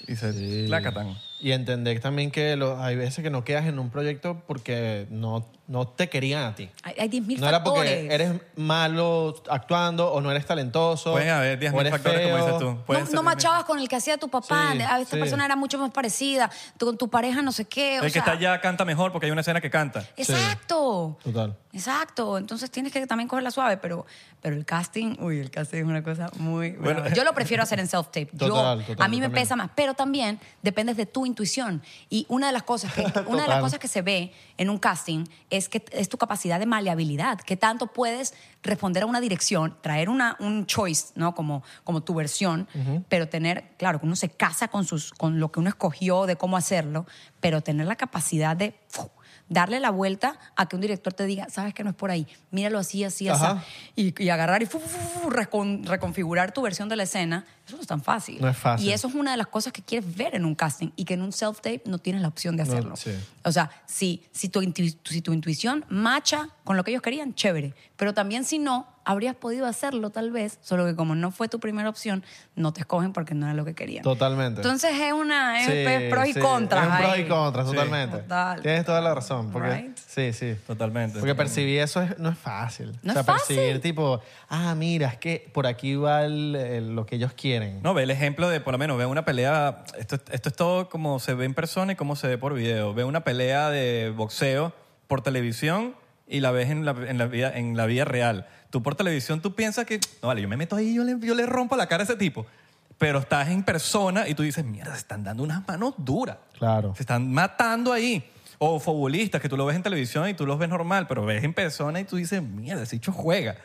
Speaker 2: Y se lacatan.
Speaker 3: Y entender también que lo- hay veces que no quedas en un proyecto porque no, no te querían a ti.
Speaker 1: hay, hay 10.000
Speaker 3: No era
Speaker 1: factores.
Speaker 3: porque eres malo actuando o no eres talentoso.
Speaker 2: Pueden haber
Speaker 3: o
Speaker 2: 10.000
Speaker 3: eres
Speaker 2: factores, como dices
Speaker 3: feo.
Speaker 2: tú. Pueden
Speaker 1: No,
Speaker 2: ser
Speaker 1: no
Speaker 2: 10.000.
Speaker 1: machabas con el que hacía tu papá.
Speaker 3: Sí,
Speaker 1: a esta
Speaker 3: sí.
Speaker 1: persona era mucho más parecida. Tú con tu pareja no sé qué. o
Speaker 2: El que
Speaker 1: sea,
Speaker 2: está allá canta mejor porque hay una escena que canta.
Speaker 1: Exacto.
Speaker 3: Total.
Speaker 1: Exacto. Entonces tienes que también cogerla suave, pero, pero el casting, uy, el casting es una cosa muy.
Speaker 2: Bueno.
Speaker 1: brava. yo lo prefiero hacer en self-tape. Yo-
Speaker 3: Total, total,
Speaker 1: a mí
Speaker 3: yo
Speaker 1: me
Speaker 3: también.
Speaker 1: pesa más, pero también dependes de tu intuición. Y una de las cosas que, una de las
Speaker 3: Total.
Speaker 1: cosas que se ve en un casting es que es tu capacidad de maleabilidad, que tanto puedes responder a una dirección, traer una, un choice, ¿no? Como, como tu versión, pero tener, claro, que uno se casa con, sus, con lo que uno escogió de cómo hacerlo, pero tener la capacidad de ¡fu! darle la vuelta a que un director te diga, sabes que no es por ahí, míralo así, así, así,
Speaker 3: Ajá.
Speaker 1: y, y agarrar y ¡fu, fu, fu, fu! recon- reconfigurar tu versión de la escena, eso no es tan fácil.
Speaker 3: No es fácil.
Speaker 1: Y eso es una de las cosas que quieres ver en un casting y que en un self-tape no tienes la opción de hacerlo.
Speaker 3: sí.
Speaker 1: O sea, si, si, tu intu- si tu intuición macha con lo que ellos querían, chévere. Pero también si no, habrías podido hacerlo tal vez, solo que como no fue tu primera opción, no te escogen porque no era lo que querían.
Speaker 3: Totalmente.
Speaker 1: Entonces es una es
Speaker 3: Sí,
Speaker 1: pe- pros y
Speaker 3: sí,
Speaker 1: contras.
Speaker 3: Es un pros
Speaker 1: ahí.
Speaker 3: y contras,
Speaker 2: Sí.
Speaker 3: totalmente.
Speaker 1: Total.
Speaker 3: Tienes toda la razón. Porque,
Speaker 1: Right.
Speaker 3: Sí, sí.
Speaker 2: Totalmente.
Speaker 3: Porque percibir eso es- no es fácil.
Speaker 1: No
Speaker 3: o sea,
Speaker 1: es fácil.
Speaker 3: percibir tipo, ah, mira, es que por aquí va el- el- lo que ellos quieren.
Speaker 2: No, ve el ejemplo de, por lo menos, ve una pelea. Esto, esto es todo como se ve en persona y como se ve por video. Ve una pelea de boxeo por televisión y la ves en la, en la, vida, en la vida real. Tú por televisión, tú piensas que, no, vale, yo me meto ahí y yo le, yo le rompo la cara a ese tipo. Pero estás en persona y tú dices, mierda, se están dando unas manos duras.
Speaker 3: Claro.
Speaker 2: Se están matando ahí. O futbolistas que tú lo ves en televisión y tú los ves normal, pero ves en persona y tú dices, mierda, ese dicho juega.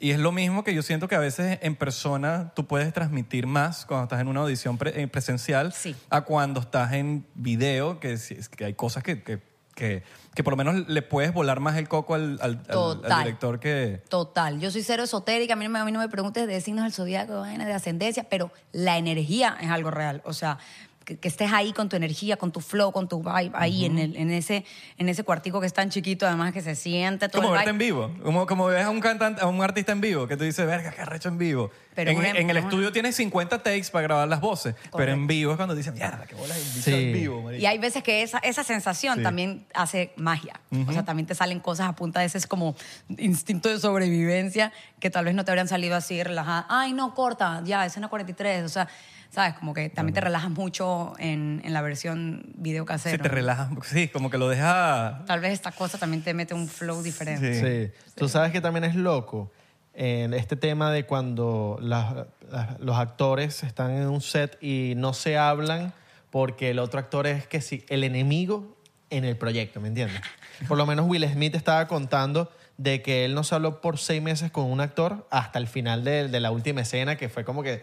Speaker 2: Y es lo mismo que yo siento que a veces en persona tú puedes transmitir más cuando estás en una audición pre- eh, presencial
Speaker 1: Sí.
Speaker 2: a cuando estás en video, que, si- es que hay cosas que, que, que- que por lo menos le puedes volar más el coco al, al- al- al
Speaker 1: Total.
Speaker 2: director que...
Speaker 1: Total, yo soy cero esotérica, a mí no me, a mí no me preguntes de signos del zodiaco, vaina de ascendencia, pero la energía es algo real. O sea, que, que estés ahí con tu energía, con tu flow, con tu vibe, ahí en, el, en, ese, en ese cuartico que es tan chiquito, además que se siente todo
Speaker 2: Como
Speaker 1: el
Speaker 2: verte en
Speaker 1: vibe.
Speaker 2: vivo, como, como ves a un, cantante, a un artista en vivo, que tú dices, verga, qué arrecho en vivo.
Speaker 1: Pero
Speaker 2: en,
Speaker 1: una-
Speaker 2: en
Speaker 1: una-
Speaker 2: el estudio tienes 50 takes para grabar las voces, pero en vivo es cuando dicen, mierda, qué bolas el bicho
Speaker 3: Sí.
Speaker 2: en vivo, marico".
Speaker 1: Y hay veces que esa, esa sensación también hace magia. O sea, también te salen cosas a punta de ese es como instinto de sobrevivencia que tal vez no te habrían salido así relajada. Ay, no, corta, ya, escena 43. O sea, sabes, como que también te relajas mucho en, en la versión video
Speaker 2: Si
Speaker 1: casero.
Speaker 2: te relajas, sí, como que lo deja...
Speaker 1: Tal vez esta cosa también te mete un flow diferente.
Speaker 2: Sí.
Speaker 3: Sí. Tú sabes que también es loco en este tema de cuando las- las- los actores están en un set y no se hablan porque el otro actor es que sí, el enemigo en el proyecto, ¿me entiendes? Por lo menos Will Smith estaba contando de que él no se habló por seis meses con un actor hasta el final de, de la última escena, que fue como que,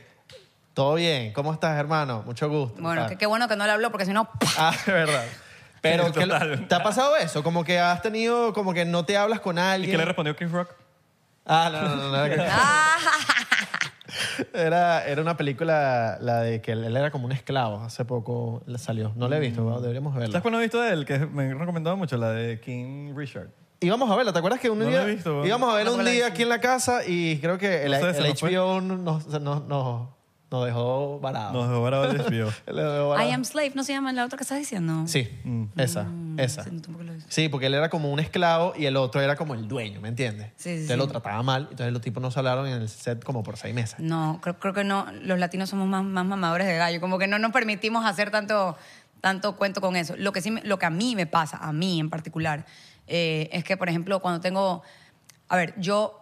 Speaker 3: todo bien, ¿cómo estás, hermano? Mucho gusto.
Speaker 1: Bueno,
Speaker 3: Tal.
Speaker 1: que- qué bueno que no le habló porque si no, ¡pah!
Speaker 3: Ah, es verdad. Pero, que lo-
Speaker 2: Total.
Speaker 3: ¿te ha pasado eso? Como que has tenido, como que no te hablas con
Speaker 2: ¿Y
Speaker 3: alguien.
Speaker 2: qué le respondió Chris Rock?
Speaker 3: Ah, no, no, no. no. Era, era una película, la de que él era como un esclavo. Hace poco le salió. No la he visto, ¿no? deberíamos verla.
Speaker 2: ¿Sabes Mm. cuál no he visto de él? Que me han recomendado mucho, la de King Richard.
Speaker 3: Íbamos a verla, ¿te acuerdas que un
Speaker 2: No la
Speaker 3: día
Speaker 2: he visto, weón.
Speaker 3: íbamos a verla
Speaker 1: Tampoco
Speaker 3: un
Speaker 1: la he
Speaker 3: día
Speaker 1: visto.
Speaker 3: aquí en la casa y creo que el,
Speaker 2: No sé, se
Speaker 3: el
Speaker 2: nos fue.
Speaker 3: HBO nos, nos, nos, nos dejó varado.
Speaker 2: Nos dejó bravo el HBO.
Speaker 3: Le dejó varado.
Speaker 1: I am slave, ¿no se llama la otra que estás diciendo?
Speaker 3: Sí,
Speaker 2: Mm.
Speaker 3: esa, esa.
Speaker 1: Sí, no, tampoco lo he visto.
Speaker 3: Sí, porque él era como un esclavo y el otro era como el dueño, ¿me entiendes?
Speaker 1: Sí, sí,
Speaker 3: entonces
Speaker 1: sí. Mm.
Speaker 3: lo trataba mal, entonces los tipos no se hablaron en el set como por seis meses.
Speaker 1: No, creo, creo que no. Los latinos somos más, más mamadores de gallo. Como que no nos permitimos hacer tanto, tanto cuento con eso. Lo que, sí, me- lo que a mí me pasa, a mí en particular, eh, es que, por ejemplo, cuando tengo. A ver, yo.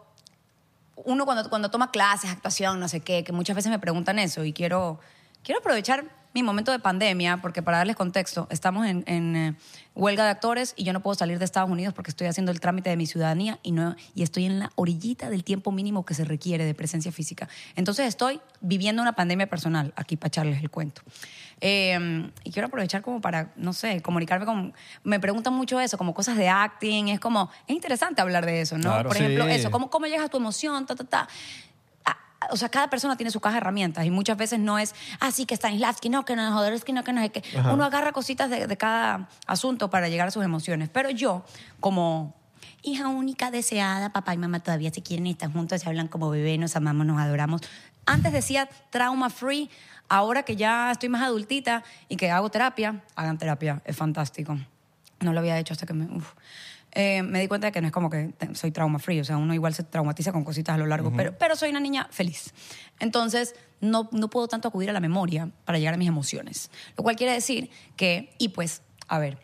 Speaker 1: Uno cuando, cuando toma clases, actuación, no sé qué, que muchas veces me preguntan eso y quiero, quiero aprovechar mi momento de pandemia, porque para darles contexto, estamos en, en, eh, huelga de actores y yo no puedo salir de Estados Unidos porque estoy haciendo el trámite de mi ciudadanía y, no, y estoy en la orillita del tiempo mínimo que se requiere de presencia física. Entonces estoy viviendo una pandemia personal, aquí para echarles el cuento. Eh, y quiero aprovechar como para, no sé, comunicarme con... Me preguntan mucho eso, como cosas de acting, es como, es interesante hablar de eso, ¿no?
Speaker 2: Claro,
Speaker 1: Por ejemplo,
Speaker 3: sí.
Speaker 1: eso, ¿cómo, cómo llegas a tu emoción, ta, ta, ta. Ah, ah, O sea, cada persona tiene su caja de herramientas y muchas veces no es así que Stanislavski, no, que no, Jodorowsky, no, que no sé qué. Uno agarra cositas de, de cada asunto para llegar a sus emociones. Pero yo, como hija única deseada, papá y mamá todavía se quieren y están juntos, se hablan como bebé, nos amamos, nos adoramos. Antes decía trauma free, ahora que ya estoy más adultita y que hago terapia, hagan terapia, es fantástico. No lo había hecho hasta que me... uf. Eh, me di cuenta de que no es como que te- soy trauma free, o sea, uno igual se traumatiza con cositas a lo largo, pero, pero soy una niña feliz. Entonces, no, no puedo tanto acudir a la memoria para llegar a mis emociones. Lo cual quiere decir que, y pues, a ver,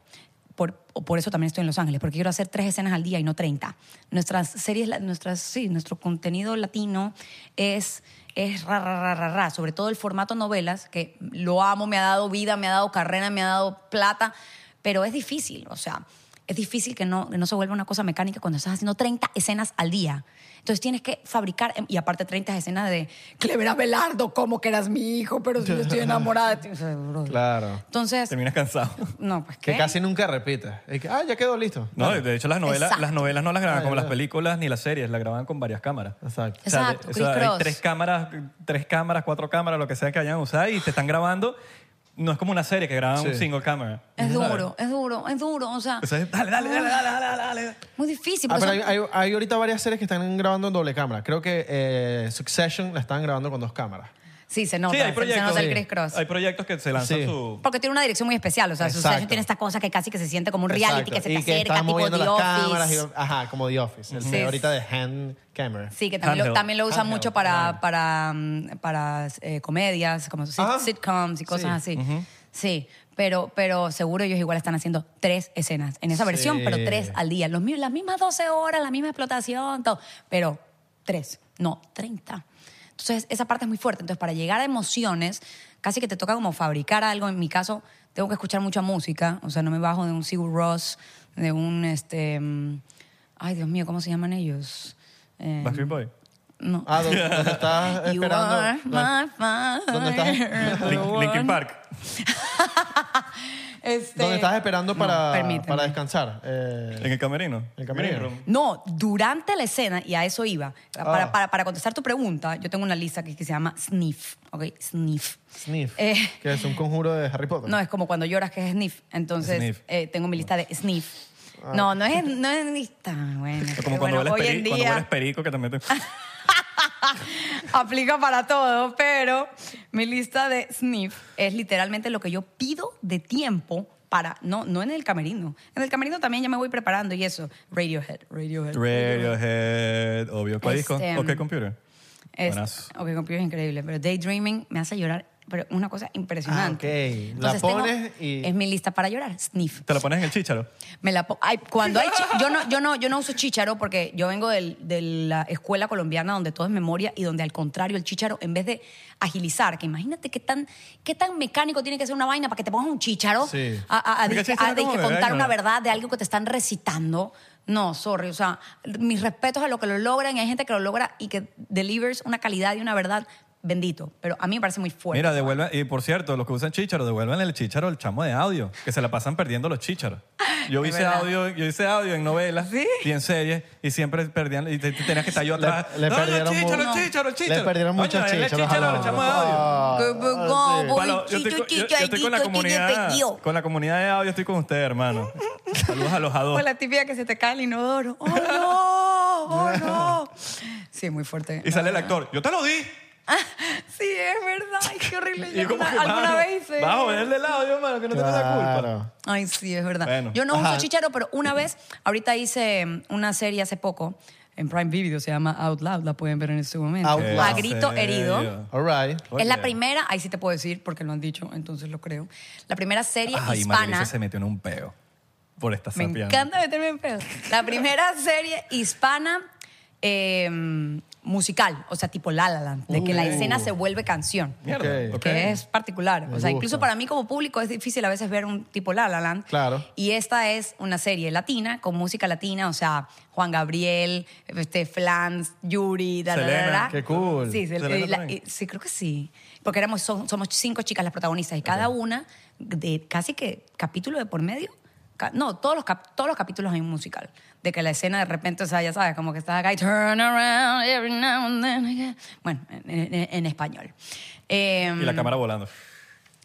Speaker 1: por, o por eso también estoy en Los Ángeles, porque quiero hacer tres escenas al día y no 30. Nuestras series, la- nuestras, sí, nuestro contenido latino es, es ra, ra, ra, ra, ra, sobre todo el formato novelas, que lo amo, me ha dado vida, me ha dado carrera, me ha dado plata, pero es difícil, o sea, es difícil que no, que no se vuelva una cosa mecánica cuando estás haciendo 30 escenas al día. Entonces tienes que fabricar, em, y aparte 30 escenas de Clevera Belardo, como que eras mi hijo, pero si yo estoy enamorada de ti. O sea, bro.
Speaker 3: Claro.
Speaker 1: Entonces,
Speaker 2: Terminas cansado.
Speaker 1: no, pues
Speaker 3: Que
Speaker 1: ¿qué?
Speaker 3: casi nunca repite. Es que, ah, ya quedó listo.
Speaker 2: No, de hecho las novelas,
Speaker 1: Exacto.
Speaker 2: las novelas no las graban
Speaker 3: Ah,
Speaker 2: como las
Speaker 3: ya.
Speaker 2: películas ni las series, las graban con varias cámaras.
Speaker 3: Exacto.
Speaker 2: O sea, de-
Speaker 1: Exacto,
Speaker 2: o sea,
Speaker 1: Chris
Speaker 2: hay
Speaker 1: Cross.
Speaker 2: tres cámaras, tres cámaras, cuatro cámaras, lo que sea que hayan usado y te están grabando. No es como una serie que graban
Speaker 3: Sí.
Speaker 2: un single camera.
Speaker 1: Es
Speaker 2: ¿sabes?
Speaker 1: duro, es duro, es duro. O sea,
Speaker 2: O sea, dale, dale, dale, dale, dale, dale, dale.
Speaker 1: muy difícil.
Speaker 3: Ah,
Speaker 1: porque
Speaker 3: pero hay,
Speaker 1: pues son-
Speaker 3: hay- hay ahorita varias series que están grabando en doble cámara. Creo que eh, Succession la están grabando con dos cámaras.
Speaker 1: sí, se nota.
Speaker 2: Sí, hay
Speaker 1: se- se
Speaker 2: proyectos.
Speaker 1: nota el
Speaker 2: sí.
Speaker 1: Chris Cross.
Speaker 2: Hay proyectos que se lanzan
Speaker 3: Sí.
Speaker 2: su.
Speaker 1: Porque tiene una dirección muy especial. O sea,
Speaker 3: Exacto.
Speaker 1: Succession tiene esta cosa que casi que se siente como un reality
Speaker 3: Exacto.
Speaker 1: que se te
Speaker 3: y que
Speaker 1: acerca,
Speaker 3: están
Speaker 1: tipo
Speaker 3: moviendo
Speaker 1: The
Speaker 3: las cámaras. y-
Speaker 1: Office.
Speaker 3: ajá, como The Office. El
Speaker 1: Sí.
Speaker 3: de ahorita de hand camera.
Speaker 1: Sí, que también lo,
Speaker 2: Handheld.
Speaker 1: también lo usan
Speaker 3: Handheld,
Speaker 1: mucho para, para, mm, para eh, comedias, como sit-
Speaker 3: Ajá.
Speaker 1: sitcoms y cosas
Speaker 3: Ah. Sí.
Speaker 1: así. Sí, pero, pero seguro ellos igual están haciendo tres escenas en esa versión, pero tres al día. Los, mi- las mismas 12 horas, la misma explotación, todo. Pero tres, no, 30. Entonces, esa parte es muy fuerte. Entonces, para llegar a emociones, casi que te toca como fabricar algo. En mi caso, tengo que escuchar mucha música. O sea, no me bajo de un Sigur Ross, de un, este... mm, Ay, Dios mío, ¿cómo se llaman ellos? Eh,
Speaker 2: Backstreet Boy.
Speaker 1: no.
Speaker 3: Ah, donde, donde estás
Speaker 1: You
Speaker 3: Ah, esperando.
Speaker 1: are
Speaker 3: la-
Speaker 1: my fire.
Speaker 3: ¿Dónde estás?
Speaker 2: Link- Linkin Park.
Speaker 1: Este-
Speaker 3: donde estás esperando para,
Speaker 1: No, permíteme.
Speaker 3: para descansar. Eh,
Speaker 2: En el camerino.
Speaker 3: el camerino.
Speaker 2: Green room.
Speaker 1: No, durante la escena, y a eso iba,
Speaker 3: Ah.
Speaker 1: para, para, para contestar tu pregunta, yo tengo una lista que, que se llama Sniff, ¿ok? Sniff.
Speaker 3: Sniff.
Speaker 1: Eh,
Speaker 3: que es un conjuro de Harry Potter.
Speaker 1: No, es como cuando lloras que es Sniff, entonces
Speaker 2: Sniff. Ah.
Speaker 1: eh, tengo mi lista de Sniff. No, no es, no es lista. Bueno,
Speaker 2: Es
Speaker 1: pero
Speaker 2: como cuando,
Speaker 1: bueno,
Speaker 2: hueles
Speaker 1: hoy en
Speaker 2: peri- cuando
Speaker 1: día-
Speaker 2: hueles perico, que también te...
Speaker 1: aplica para todo, pero mi lista de sniff es literalmente lo que yo pido de tiempo para no no en el camerino. En el camerino también ya me voy preparando y eso. Radiohead, Radiohead.
Speaker 2: Radiohead, obvio. ¿Cuál disco?
Speaker 1: Este,
Speaker 2: Ok, Computer.
Speaker 1: Es,
Speaker 2: Buenazo.
Speaker 1: ok, Computer es increíble, pero Daydreaming me hace llorar, pero una cosa impresionante.
Speaker 3: Ah, ok. La
Speaker 1: Entonces tengo-
Speaker 3: pones y-
Speaker 1: es mi lista para llorar, sniff.
Speaker 2: ¿Te lo pones en el chícharo?
Speaker 1: Me la po- Ay, cuando hay chi- yo no yo no yo no uso chícharo porque yo vengo del- de la escuela colombiana donde todo es memoria y donde al contrario el chícharo en vez de agilizar, que imagínate qué tan qué tan mecánico tiene que ser una vaina para que te pongas un chícharo
Speaker 3: Sí.
Speaker 1: a, a- a
Speaker 2: Porque el
Speaker 1: dizque- a
Speaker 2: chícharo es como
Speaker 1: dizque
Speaker 2: de
Speaker 1: contar
Speaker 2: vaina.
Speaker 1: una verdad de algo que te están recitando. No, sorry, o sea, mis respetos a lo que lo logran, y hay gente que lo logra y que delivers una calidad y una verdad bendito, pero a mí me parece muy fuerte.
Speaker 2: Mira, devuelvan... Y por cierto, los que usan chícharo, devuelvan el chícharo al chamo de audio, que se la pasan perdiendo los chícharos. Yo
Speaker 1: Es
Speaker 2: hice
Speaker 1: verdad.
Speaker 2: audio, yo hice audio en novelas y en series y siempre perdían y te- te tenías que estar yo atrás.
Speaker 3: le
Speaker 2: Ah, no,
Speaker 3: perdieron
Speaker 2: los chícharos,
Speaker 3: mu-
Speaker 2: los chícharos, los chícharos.
Speaker 3: Le perdieron
Speaker 2: Coño,
Speaker 3: muchos
Speaker 2: denle
Speaker 3: chichos.
Speaker 2: chícharos, le echamos audio.
Speaker 1: Voy,
Speaker 2: Ah, Palo, yo estoy,
Speaker 1: chicho,
Speaker 2: con- yo-
Speaker 1: chicho,
Speaker 2: yo estoy con la
Speaker 1: chicho, chicho,
Speaker 2: comunidad
Speaker 1: chicho.
Speaker 2: con la comunidad de audio estoy con usted hermano saludos a los a
Speaker 1: O
Speaker 2: dos
Speaker 1: la típica que se te cae el inodoro. ¡Oh, no! ¡Oh, no! Sí, muy fuerte.
Speaker 2: y sale el actor yo te lo di
Speaker 1: Ah, sí, es verdad. Ay, qué horrible.
Speaker 2: y
Speaker 1: Yo
Speaker 2: yo como
Speaker 1: alguna,
Speaker 2: que
Speaker 1: alguna
Speaker 2: mano,
Speaker 1: vez hice-
Speaker 2: bajo eh? verle el audio hermano que no tengo la culpa
Speaker 1: Ay, sí, es verdad.
Speaker 2: Bueno.
Speaker 1: Yo no
Speaker 3: Ajá.
Speaker 1: uso chicharo, pero una vez, ahorita hice mm, una serie hace poco, en Prime Video, se llama Out Loud, la pueden ver en este momento.
Speaker 3: Out
Speaker 1: A
Speaker 3: Loud.
Speaker 1: grito
Speaker 2: Eh, ¿En serio?
Speaker 1: herido.
Speaker 3: All right.
Speaker 2: Oye.
Speaker 1: Es la primera, ahí sí te puedo decir, porque lo han dicho, entonces lo creo. La primera serie
Speaker 2: ay
Speaker 1: hispana.
Speaker 2: Marilisa se metió en un peo por esta
Speaker 1: Me
Speaker 2: sapiando.
Speaker 1: encanta meterme en pedo. La primera serie hispana eh, musical, o sea, tipo La La Land, de que la
Speaker 2: Uh.
Speaker 1: escena se vuelve canción.
Speaker 2: Mierda,
Speaker 3: Ok.
Speaker 2: ok.
Speaker 1: Que es particular.
Speaker 3: Me
Speaker 1: o sea,
Speaker 3: gusta.
Speaker 1: incluso para mí como público es difícil a veces ver un tipo La La Land.
Speaker 3: Claro.
Speaker 1: Y esta es una serie latina, con música latina, o sea, Juan Gabriel, este, Flans, Yuri, da, da, da, da,
Speaker 2: Selena,
Speaker 1: da.
Speaker 3: qué cool.
Speaker 1: Sí, se-
Speaker 2: Selena
Speaker 1: eh, la-
Speaker 2: también.
Speaker 1: eh, sí, creo que sí. Porque éramos, son- somos cinco chicas las protagonistas y cada una de casi que capítulo de por medio. ca- No, todos los, cap- todos los capítulos hay un musical. De que la escena de repente, o sea, ya sabes, como que estás acá y turn around every now and then again. Bueno, en, en- en español. Em,
Speaker 2: y la cámara volando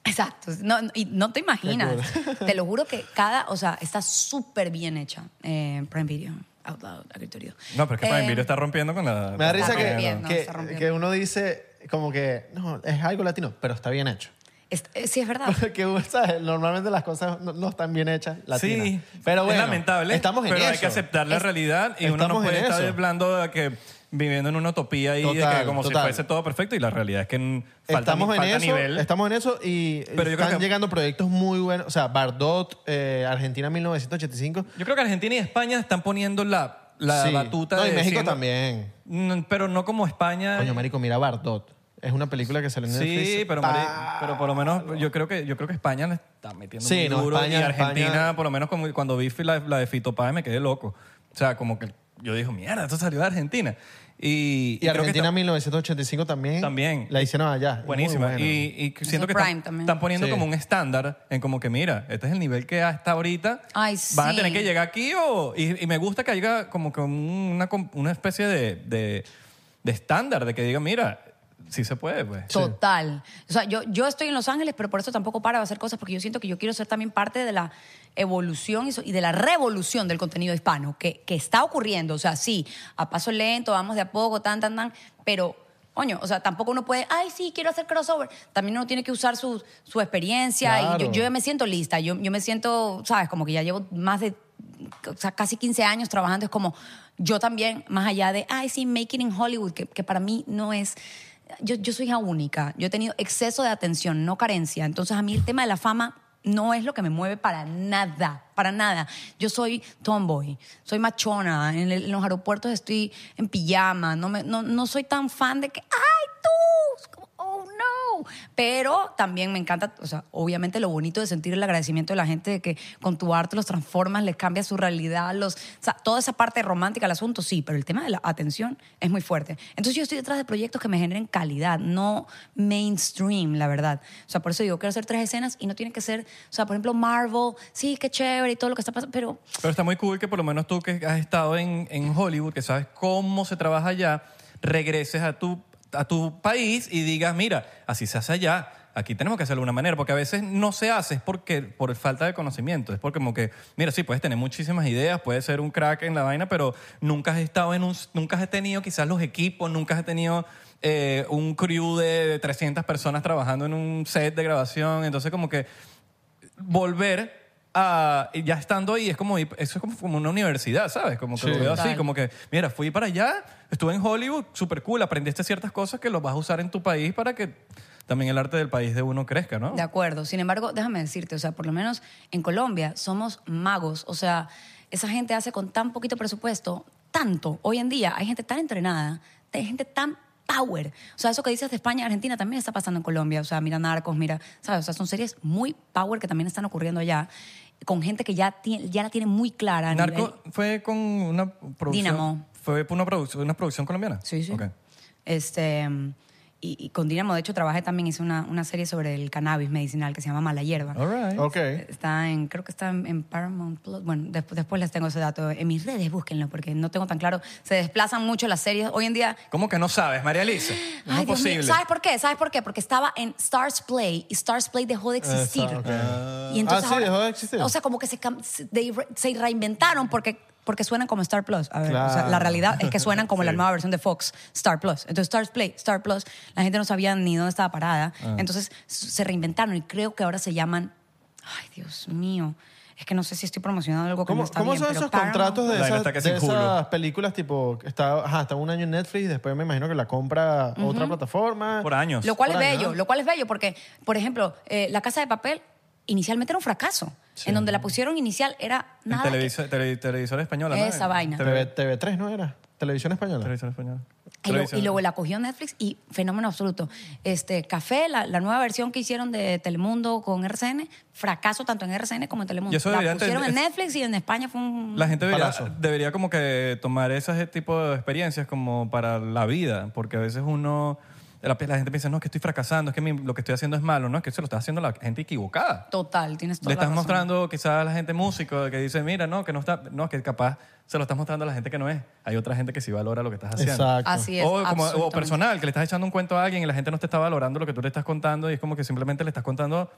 Speaker 1: Exacto. No, no- y no te imaginas. Te lo juro que cada, o sea, está súper bien hecha. Eh, Prime Video, Out Loud, a grito herido.
Speaker 2: no pero es que para
Speaker 1: Eh,
Speaker 2: Emilio está rompiendo con la
Speaker 3: Me da risa
Speaker 1: Está
Speaker 3: que,
Speaker 1: rompiendo,
Speaker 3: que,
Speaker 1: está rompiendo.
Speaker 3: que uno dice como que no, es algo latino, pero está bien hecho.
Speaker 1: es- eh, sí, es verdad.
Speaker 3: Porque ¿sabes? normalmente las cosas no, no están bien hechas latinas.
Speaker 2: Sí,
Speaker 3: pero bueno,
Speaker 2: es lamentable,
Speaker 3: Estamos en
Speaker 2: pero hay
Speaker 3: eso.
Speaker 2: que aceptar la realidad y uno no
Speaker 3: Estamos en
Speaker 2: puede estar
Speaker 3: eso.
Speaker 2: hablando de que viviendo en una utopía y de
Speaker 3: Total,
Speaker 2: que como
Speaker 3: total.
Speaker 2: si fuese todo perfecto y la realidad es que n- falta,
Speaker 3: Estamos en
Speaker 2: falta
Speaker 3: eso,
Speaker 2: nivel.
Speaker 3: estamos en eso y
Speaker 2: Pero yo
Speaker 3: están
Speaker 2: creo que-
Speaker 3: llegando proyectos muy buenos. O sea, Bardot, eh, Argentina 1985.
Speaker 2: Yo creo que Argentina y España están poniendo la, la
Speaker 3: Sí.
Speaker 2: batuta
Speaker 3: No, y
Speaker 2: de
Speaker 3: México
Speaker 2: decir-
Speaker 3: también.
Speaker 2: Mm, Pero no como España.
Speaker 3: Coño, marico, mira Bardot. Es una película que salió en Netflix. Ah,
Speaker 2: Sí, pero,
Speaker 3: Pa-
Speaker 2: mari- pero por lo menos yo creo que yo creo que España le está metiendo
Speaker 3: Sí,
Speaker 2: muy
Speaker 3: no,
Speaker 2: duro
Speaker 3: España-
Speaker 2: y Argentina
Speaker 3: España-
Speaker 2: por lo menos como cuando vi la, la de Fito Páez me quedé loco. O sea, como que yo dije, "Mierda, esto salió de Argentina." Y,
Speaker 3: Y
Speaker 2: creo que
Speaker 3: Argentina
Speaker 2: está-
Speaker 3: 1985 también.
Speaker 2: También.
Speaker 3: La hicieron allá. Es
Speaker 2: Buenísima.
Speaker 3: muy buena.
Speaker 2: Y, y siento
Speaker 1: es
Speaker 2: que están,
Speaker 1: Prime también.
Speaker 2: están poniendo
Speaker 3: Sí.
Speaker 2: como un estándar en como que, mira, este es el nivel que hasta ahorita
Speaker 1: Ay,
Speaker 2: van a
Speaker 1: sí.
Speaker 2: tener que llegar aquí o... Y, y me gusta que haya como que un- una, com- una especie de, de, de estándar, de que diga, mira, sí se puede, pues.
Speaker 1: Total. O sea, yo, yo estoy en Los Ángeles, pero por eso tampoco paro de hacer cosas, porque yo siento que yo quiero ser también parte de la evolución y, so- y de la revolución del contenido hispano, que, que está ocurriendo. O sea, sí, a paso lento, vamos de a poco, tan, tan, tan, pero... Coño, o sea, tampoco uno puede, ay, sí, quiero hacer crossover. También uno tiene que usar su, su experiencia. Y yo-
Speaker 3: Claro.
Speaker 1: yo, me siento lista, yo, yo me siento, ¿sabes? Como que ya llevo más de o sea, casi 15 años trabajando. Es como yo también, más allá de, ay, sí, Make It in Hollywood, que, que para mí no es. Yo, yo soy hija única, yo he tenido exceso de atención, no carencia. Entonces, a mí el tema de la fama no es lo que me mueve para nada, para nada. Yo soy tomboy, soy machona, en, el- en los aeropuertos estoy en pijama, no, me, no, no soy tan fan de que, ay, tú, Es como, oh no. Pero también me encanta, o sea, obviamente lo bonito de sentir el agradecimiento de la gente de que con tu arte los transformas, les cambias su realidad, los, o sea, toda esa parte romántica del asunto, sí, pero el tema de la atención es muy fuerte. Entonces yo estoy detrás de proyectos que me generen calidad, no mainstream, la verdad. O sea, por eso digo, quiero hacer tres escenas y no tiene que ser, o sea, por ejemplo, Marvel, sí, qué chévere y todo lo que está pasando, pero
Speaker 2: Pero está muy cool que por lo menos tú que has estado en, en Hollywood, que sabes cómo se trabaja allá, regreses a tu, a tu país y digas, mira, así se hace allá, aquí tenemos que hacerlo de una manera, porque a veces no se hace es porque, por falta de conocimiento, es porque como que, mira, sí, puedes tener muchísimas ideas, puedes ser un crack en la vaina, pero nunca has estado en un, nunca has tenido quizás los equipos, nunca has tenido eh, un crew de, de 300 personas trabajando en un set de grabación, entonces como que volver a ya estando ahí es como ir- eso es como, como una universidad sabes como que
Speaker 3: Sí.
Speaker 2: lo veo así
Speaker 1: Total.
Speaker 2: como que mira fui para allá estuve en Hollywood super cool aprendiste ciertas cosas que los vas a usar en tu país para que también el arte del país de uno crezca no
Speaker 1: De acuerdo. Sin embargo, déjame decirte, o sea, por lo menos en Colombia somos magos. O sea, esa gente hace con tan poquito presupuesto, tanto. Hoy en día hay gente tan entrenada, hay gente tan power. O sea, eso que dices de España, Argentina también está pasando en Colombia. O sea, mira Narcos, mira, ¿sabes? O sea, son series muy power que también están ocurriendo allá con gente que ya, tiene- ya la tiene muy clara. a nivel-
Speaker 2: Narco fue con una producción
Speaker 1: Dínamo.
Speaker 2: fue por una producción una producción colombiana
Speaker 1: Sí, sí.
Speaker 2: Ok.
Speaker 1: Este, mm, y, y con Dinamo, de hecho, trabajé también, hice una, una serie sobre el cannabis medicinal que se llama Mala Hierba.
Speaker 2: All right.
Speaker 3: Ok.
Speaker 1: Está en, creo que está en, en Paramount Plus. Bueno, desp- después les tengo ese dato en mis redes, búsquenlo, porque no tengo tan claro. Se desplazan mucho las series. Hoy en día.
Speaker 2: ¿Cómo que no sabes, María Elisa? No
Speaker 1: Ay, Dios mío.
Speaker 2: es posible.
Speaker 1: ¿Sabes por qué? ¿Sabes por qué? Porque estaba en Stars Play y Stars Play dejó de existir.
Speaker 3: Está, ok.
Speaker 1: Y entonces
Speaker 3: ah, sí,
Speaker 1: ahora-
Speaker 3: dejó de existir.
Speaker 1: O sea, como que se, cam- se- they re- se reinventaron porque, porque suenan como Star Plus. A ver, o sea,
Speaker 3: Claro.
Speaker 1: la realidad es que suenan como la nueva versión de Fox, Star Plus. Entonces, Star Play, Star Plus, la gente no sabía ni dónde estaba parada.
Speaker 3: Ah.
Speaker 1: Entonces, s- se reinventaron y creo que ahora se llaman. Ay, Dios mío. Es que no sé si estoy promocionando algo que
Speaker 3: ¿Cómo,
Speaker 1: no está
Speaker 3: cómo
Speaker 1: bien,
Speaker 3: son
Speaker 1: pero
Speaker 3: esos
Speaker 1: Paramount-
Speaker 3: contratos de,
Speaker 2: La vaina
Speaker 3: esas,
Speaker 2: está que
Speaker 3: de
Speaker 2: sin culo.
Speaker 3: esas películas? Tipo, está, ajá, está un año en Netflix, después me imagino que la compra otra plataforma.
Speaker 2: Por años.
Speaker 1: Lo cual es
Speaker 3: Por ahí,
Speaker 1: bello,
Speaker 3: ¿no?
Speaker 1: lo cual es bello porque, por ejemplo, eh, La Casa de Papel inicialmente era un fracaso. En donde la pusieron inicial era
Speaker 2: En
Speaker 1: nada. que-
Speaker 2: televisor, tele- televisor española. ¿no?
Speaker 1: Esa vaina.
Speaker 3: TV, TV3 no era. Televisión española.
Speaker 2: Televisor española.
Speaker 1: Y, lo-
Speaker 2: Televisión.
Speaker 1: y luego la cogió Netflix y fenómeno absoluto. Este, Café, la, la nueva versión que hicieron de Telemundo con RCN, fracaso tanto en RCN como en Telemundo.
Speaker 2: Y eso
Speaker 1: la
Speaker 2: debería
Speaker 1: pusieron en
Speaker 2: entender-
Speaker 1: Netflix y en España fue un...
Speaker 2: La gente debería,
Speaker 3: Palazo.
Speaker 2: debería como que tomar ese tipo de experiencias como para la vida, porque a veces uno, la, la gente piensa, no, es que estoy fracasando, es que mi- lo que estoy haciendo es malo, no, es que eso lo está haciendo la gente equivocada.
Speaker 1: Total, tienes toda
Speaker 2: Le
Speaker 1: la
Speaker 2: estás
Speaker 1: razón.
Speaker 2: mostrando quizás a la gente músico que dice, mira, no, que no está, no, que capaz se lo estás mostrando a la gente que no es. Hay otra gente que sí valora lo que estás haciendo.
Speaker 3: Exacto.
Speaker 1: Así es,
Speaker 2: O, como, o
Speaker 1: absolutamente.
Speaker 2: personal, que le estás echando un cuento a alguien y la gente no te está valorando lo que tú le estás contando y es como que simplemente le estás contando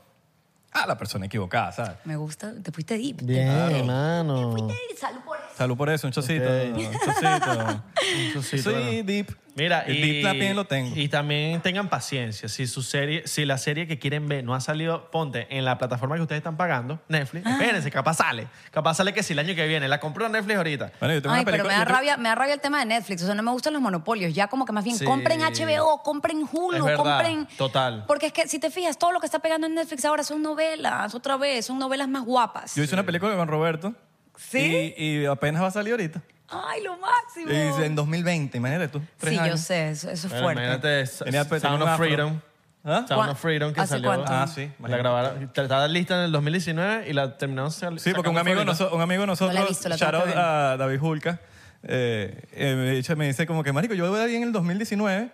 Speaker 2: a la persona equivocada, ¿sabes?
Speaker 1: Me gusta, te fuiste deep. te
Speaker 3: Bien,
Speaker 1: fuiste deep.
Speaker 3: hermano.
Speaker 1: Ey, Salud por eso.
Speaker 2: Salud por eso, un chocito.
Speaker 3: Ok.
Speaker 2: Un chocito.
Speaker 3: Entonces,
Speaker 2: Soy
Speaker 3: bueno.
Speaker 2: deep.
Speaker 3: Mira,
Speaker 2: El
Speaker 3: y,
Speaker 2: deep también lo tengo.
Speaker 3: y también tengan paciencia. Si su serie, si la serie que quieren ver no ha salido, ponte en la plataforma que ustedes están pagando, Netflix.
Speaker 1: Ah.
Speaker 3: Espérense, capaz sale. Capaz sale que si el año que viene la compró Netflix ahorita.
Speaker 2: Bueno, yo tengo
Speaker 1: Ay,
Speaker 2: una
Speaker 1: pero me
Speaker 2: película.
Speaker 1: da,
Speaker 2: yo tengo-
Speaker 1: rabia, me da rabia el tema de Netflix. O sea, no me gustan los monopolios. Ya como que más bien
Speaker 3: Sí.
Speaker 1: compren HBO, compren Hulu,
Speaker 3: Es verdad,
Speaker 1: compren...
Speaker 3: total.
Speaker 1: Porque es que, si te fijas, todo lo que está pegando en Netflix ahora son novelas, otra vez, son novelas más guapas.
Speaker 2: Yo hice una película con Roberto.
Speaker 1: ¿Sí?
Speaker 2: Y, y apenas va a salir ahorita.
Speaker 1: Ay, lo máximo.
Speaker 2: Y en 2020, imagínate tú. tres
Speaker 1: Sí, yo
Speaker 2: años.
Speaker 1: sé, eso, eso es
Speaker 3: Bueno,
Speaker 1: fuerte.
Speaker 3: imagínate
Speaker 2: Tenía-
Speaker 3: S-
Speaker 2: tenía un
Speaker 3: Sound of
Speaker 2: afro.
Speaker 3: Freedom.
Speaker 2: ¿Ah?
Speaker 3: Sound
Speaker 1: ¿Cuá-
Speaker 3: of Freedom que
Speaker 1: hace
Speaker 3: salió.
Speaker 1: cuánto?
Speaker 2: Ah, sí,
Speaker 3: La
Speaker 2: imagínate.
Speaker 3: grabaron. Estaba lista en el 2019 y la terminaron sal-
Speaker 2: Sí, porque un
Speaker 3: sacando
Speaker 2: amigo, de
Speaker 3: ahorita.
Speaker 2: noso- un amigo de nosotros,
Speaker 1: No la he visto, la
Speaker 2: shout
Speaker 1: tengo que
Speaker 2: out
Speaker 1: ver.
Speaker 2: a David Julca, eh, eh, me, dice, me dice como que, marico, yo la vi en el 2019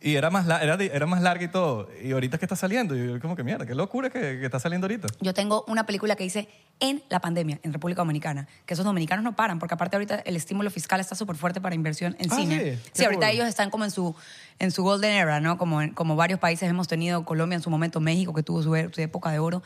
Speaker 2: y era más, la- era, de- era más larga y todo. Y ahorita es que está saliendo. Y yo como que, mierda, qué locura que, que está saliendo ahorita.
Speaker 1: Yo tengo una película que hice en la pandemia, en República Dominicana, que esos dominicanos no paran, porque aparte ahorita el estímulo fiscal está súper fuerte para inversión en
Speaker 3: Ah,
Speaker 1: cine.
Speaker 3: sí,
Speaker 1: Sí,
Speaker 3: qué
Speaker 1: ahorita
Speaker 3: cool.
Speaker 1: ellos están como en su, en su golden era, ¿no? Como, en- como varios países hemos tenido, Colombia en su momento, México, que tuvo su, e- su época de oro.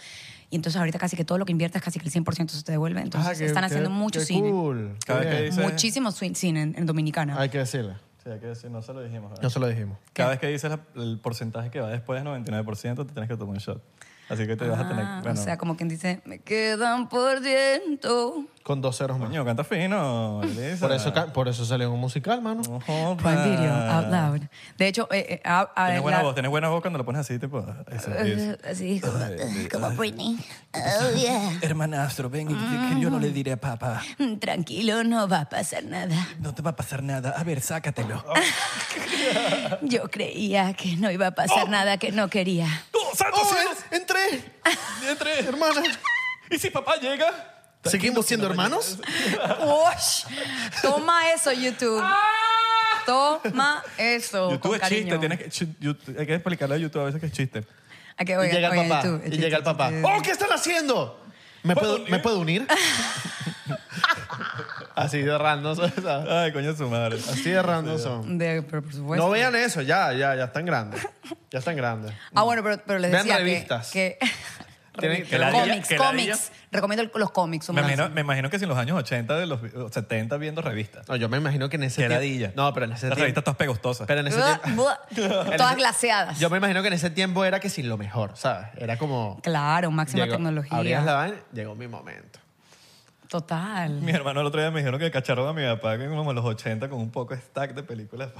Speaker 1: Y entonces ahorita casi que todo lo que inviertes, casi que el 100% se te devuelve. Entonces
Speaker 3: Ah, qué-
Speaker 1: están
Speaker 3: qué-
Speaker 1: haciendo mucho
Speaker 3: qué
Speaker 1: cine.
Speaker 3: cool.
Speaker 2: Cada vez
Speaker 3: Qué
Speaker 2: que
Speaker 3: bien.
Speaker 2: dice-
Speaker 1: Muchísimo swing- cine en, en Dominicana.
Speaker 3: Hay que decirle.
Speaker 2: Sí, hay que decir, no se lo dijimos. ¿verdad?
Speaker 3: No se lo dijimos.
Speaker 2: Cada vez que dices la- el porcentaje que va después del 99%, te tienes que tomar un shot. Así que te vas a tener...
Speaker 1: Ah,
Speaker 2: bueno,
Speaker 1: O sea, como quien dice, me quedan por ciento.
Speaker 3: Con dos ceros más.
Speaker 2: coño, canta fino, Elisa.
Speaker 3: Por eso, ca- por eso salió en un musical, mano.
Speaker 2: No jodas.
Speaker 1: Prime Video,
Speaker 3: Ah.
Speaker 1: out loud. De hecho, eh, eh, a- a-
Speaker 2: Tienes buena
Speaker 1: la-
Speaker 2: voz, tienes buena voz cuando lo pones así, tipo. eso,
Speaker 1: Eh,
Speaker 2: eso.
Speaker 1: Así, como,
Speaker 2: Ay,
Speaker 1: como
Speaker 2: ay.
Speaker 1: Britney. Oh, yeah.
Speaker 2: Hermanastro, ven, y di que yo no le diré a papá.
Speaker 1: Tranquilo, no va a pasar nada.
Speaker 2: No te va a pasar nada. A ver, sácatelo.
Speaker 1: Yo creía que no iba a pasar nada que no quería.
Speaker 2: ¡No, santo
Speaker 3: ¡Oh,
Speaker 2: cielo!
Speaker 3: en- entré!
Speaker 2: Entré.
Speaker 3: Hermana.
Speaker 2: ¿Y si papá llega?
Speaker 3: ¿Seguimos siendo hermanos?
Speaker 1: Ush. Toma eso, YouTube. Toma eso.
Speaker 2: YouTube
Speaker 1: Oh, con
Speaker 2: es chiste.
Speaker 1: cariño.
Speaker 2: Tienes que, chi- YouTube- hay que explicarle a YouTube a veces que es chiste.
Speaker 1: Hay que-
Speaker 3: y
Speaker 1: oiga,
Speaker 3: llega el
Speaker 1: oiga,
Speaker 3: papá.
Speaker 1: YouTube, este
Speaker 3: y
Speaker 1: YouTube,
Speaker 3: llega el papá.
Speaker 1: YouTube.
Speaker 3: ¡Oh, qué están haciendo! ¿Me
Speaker 2: ¿Puedo
Speaker 3: puedo,
Speaker 2: unir?
Speaker 3: ¿me puedo unir? Así de random. ¿sabes?
Speaker 2: Ay, coño, su madre.
Speaker 3: Así de random son.
Speaker 1: De- pero por supuesto.
Speaker 3: No vean eso, ya, ya, ya están grandes. Ya están grandes.
Speaker 1: Ah, bueno, pero, pero les
Speaker 3: Vean
Speaker 1: decía que-
Speaker 3: revistas.
Speaker 1: que...
Speaker 3: Tienen-
Speaker 2: Que la dilla-
Speaker 1: cómics,
Speaker 2: que la dilla-
Speaker 1: cómics. Recomiendo el- los cómics. son
Speaker 2: Me
Speaker 1: buenos.
Speaker 2: imagino, me imagino que si en los años 80, de los vi- 70, viendo revistas.
Speaker 3: No, yo me imagino que en ese
Speaker 2: Qué
Speaker 3: tiempo.
Speaker 2: ladilla.
Speaker 3: No, pero en ese
Speaker 2: Las
Speaker 3: tiempo.
Speaker 2: revistas todas pegostosas.
Speaker 3: Pero en ese
Speaker 1: Buah,
Speaker 3: tiempo.
Speaker 1: buah.
Speaker 3: En
Speaker 1: Todas
Speaker 3: ese-
Speaker 1: glaseadas.
Speaker 3: Yo me imagino que en ese tiempo era que sin lo mejor, ¿sabes? Era como.
Speaker 1: Claro, máxima
Speaker 3: llegó-
Speaker 1: tecnología.
Speaker 3: abrías la vaina, llegó mi momento.
Speaker 1: Total.
Speaker 2: Mi hermano el otro día me dijeron que cacharon a mi papá que como a los 80 con un poco de stack de películas.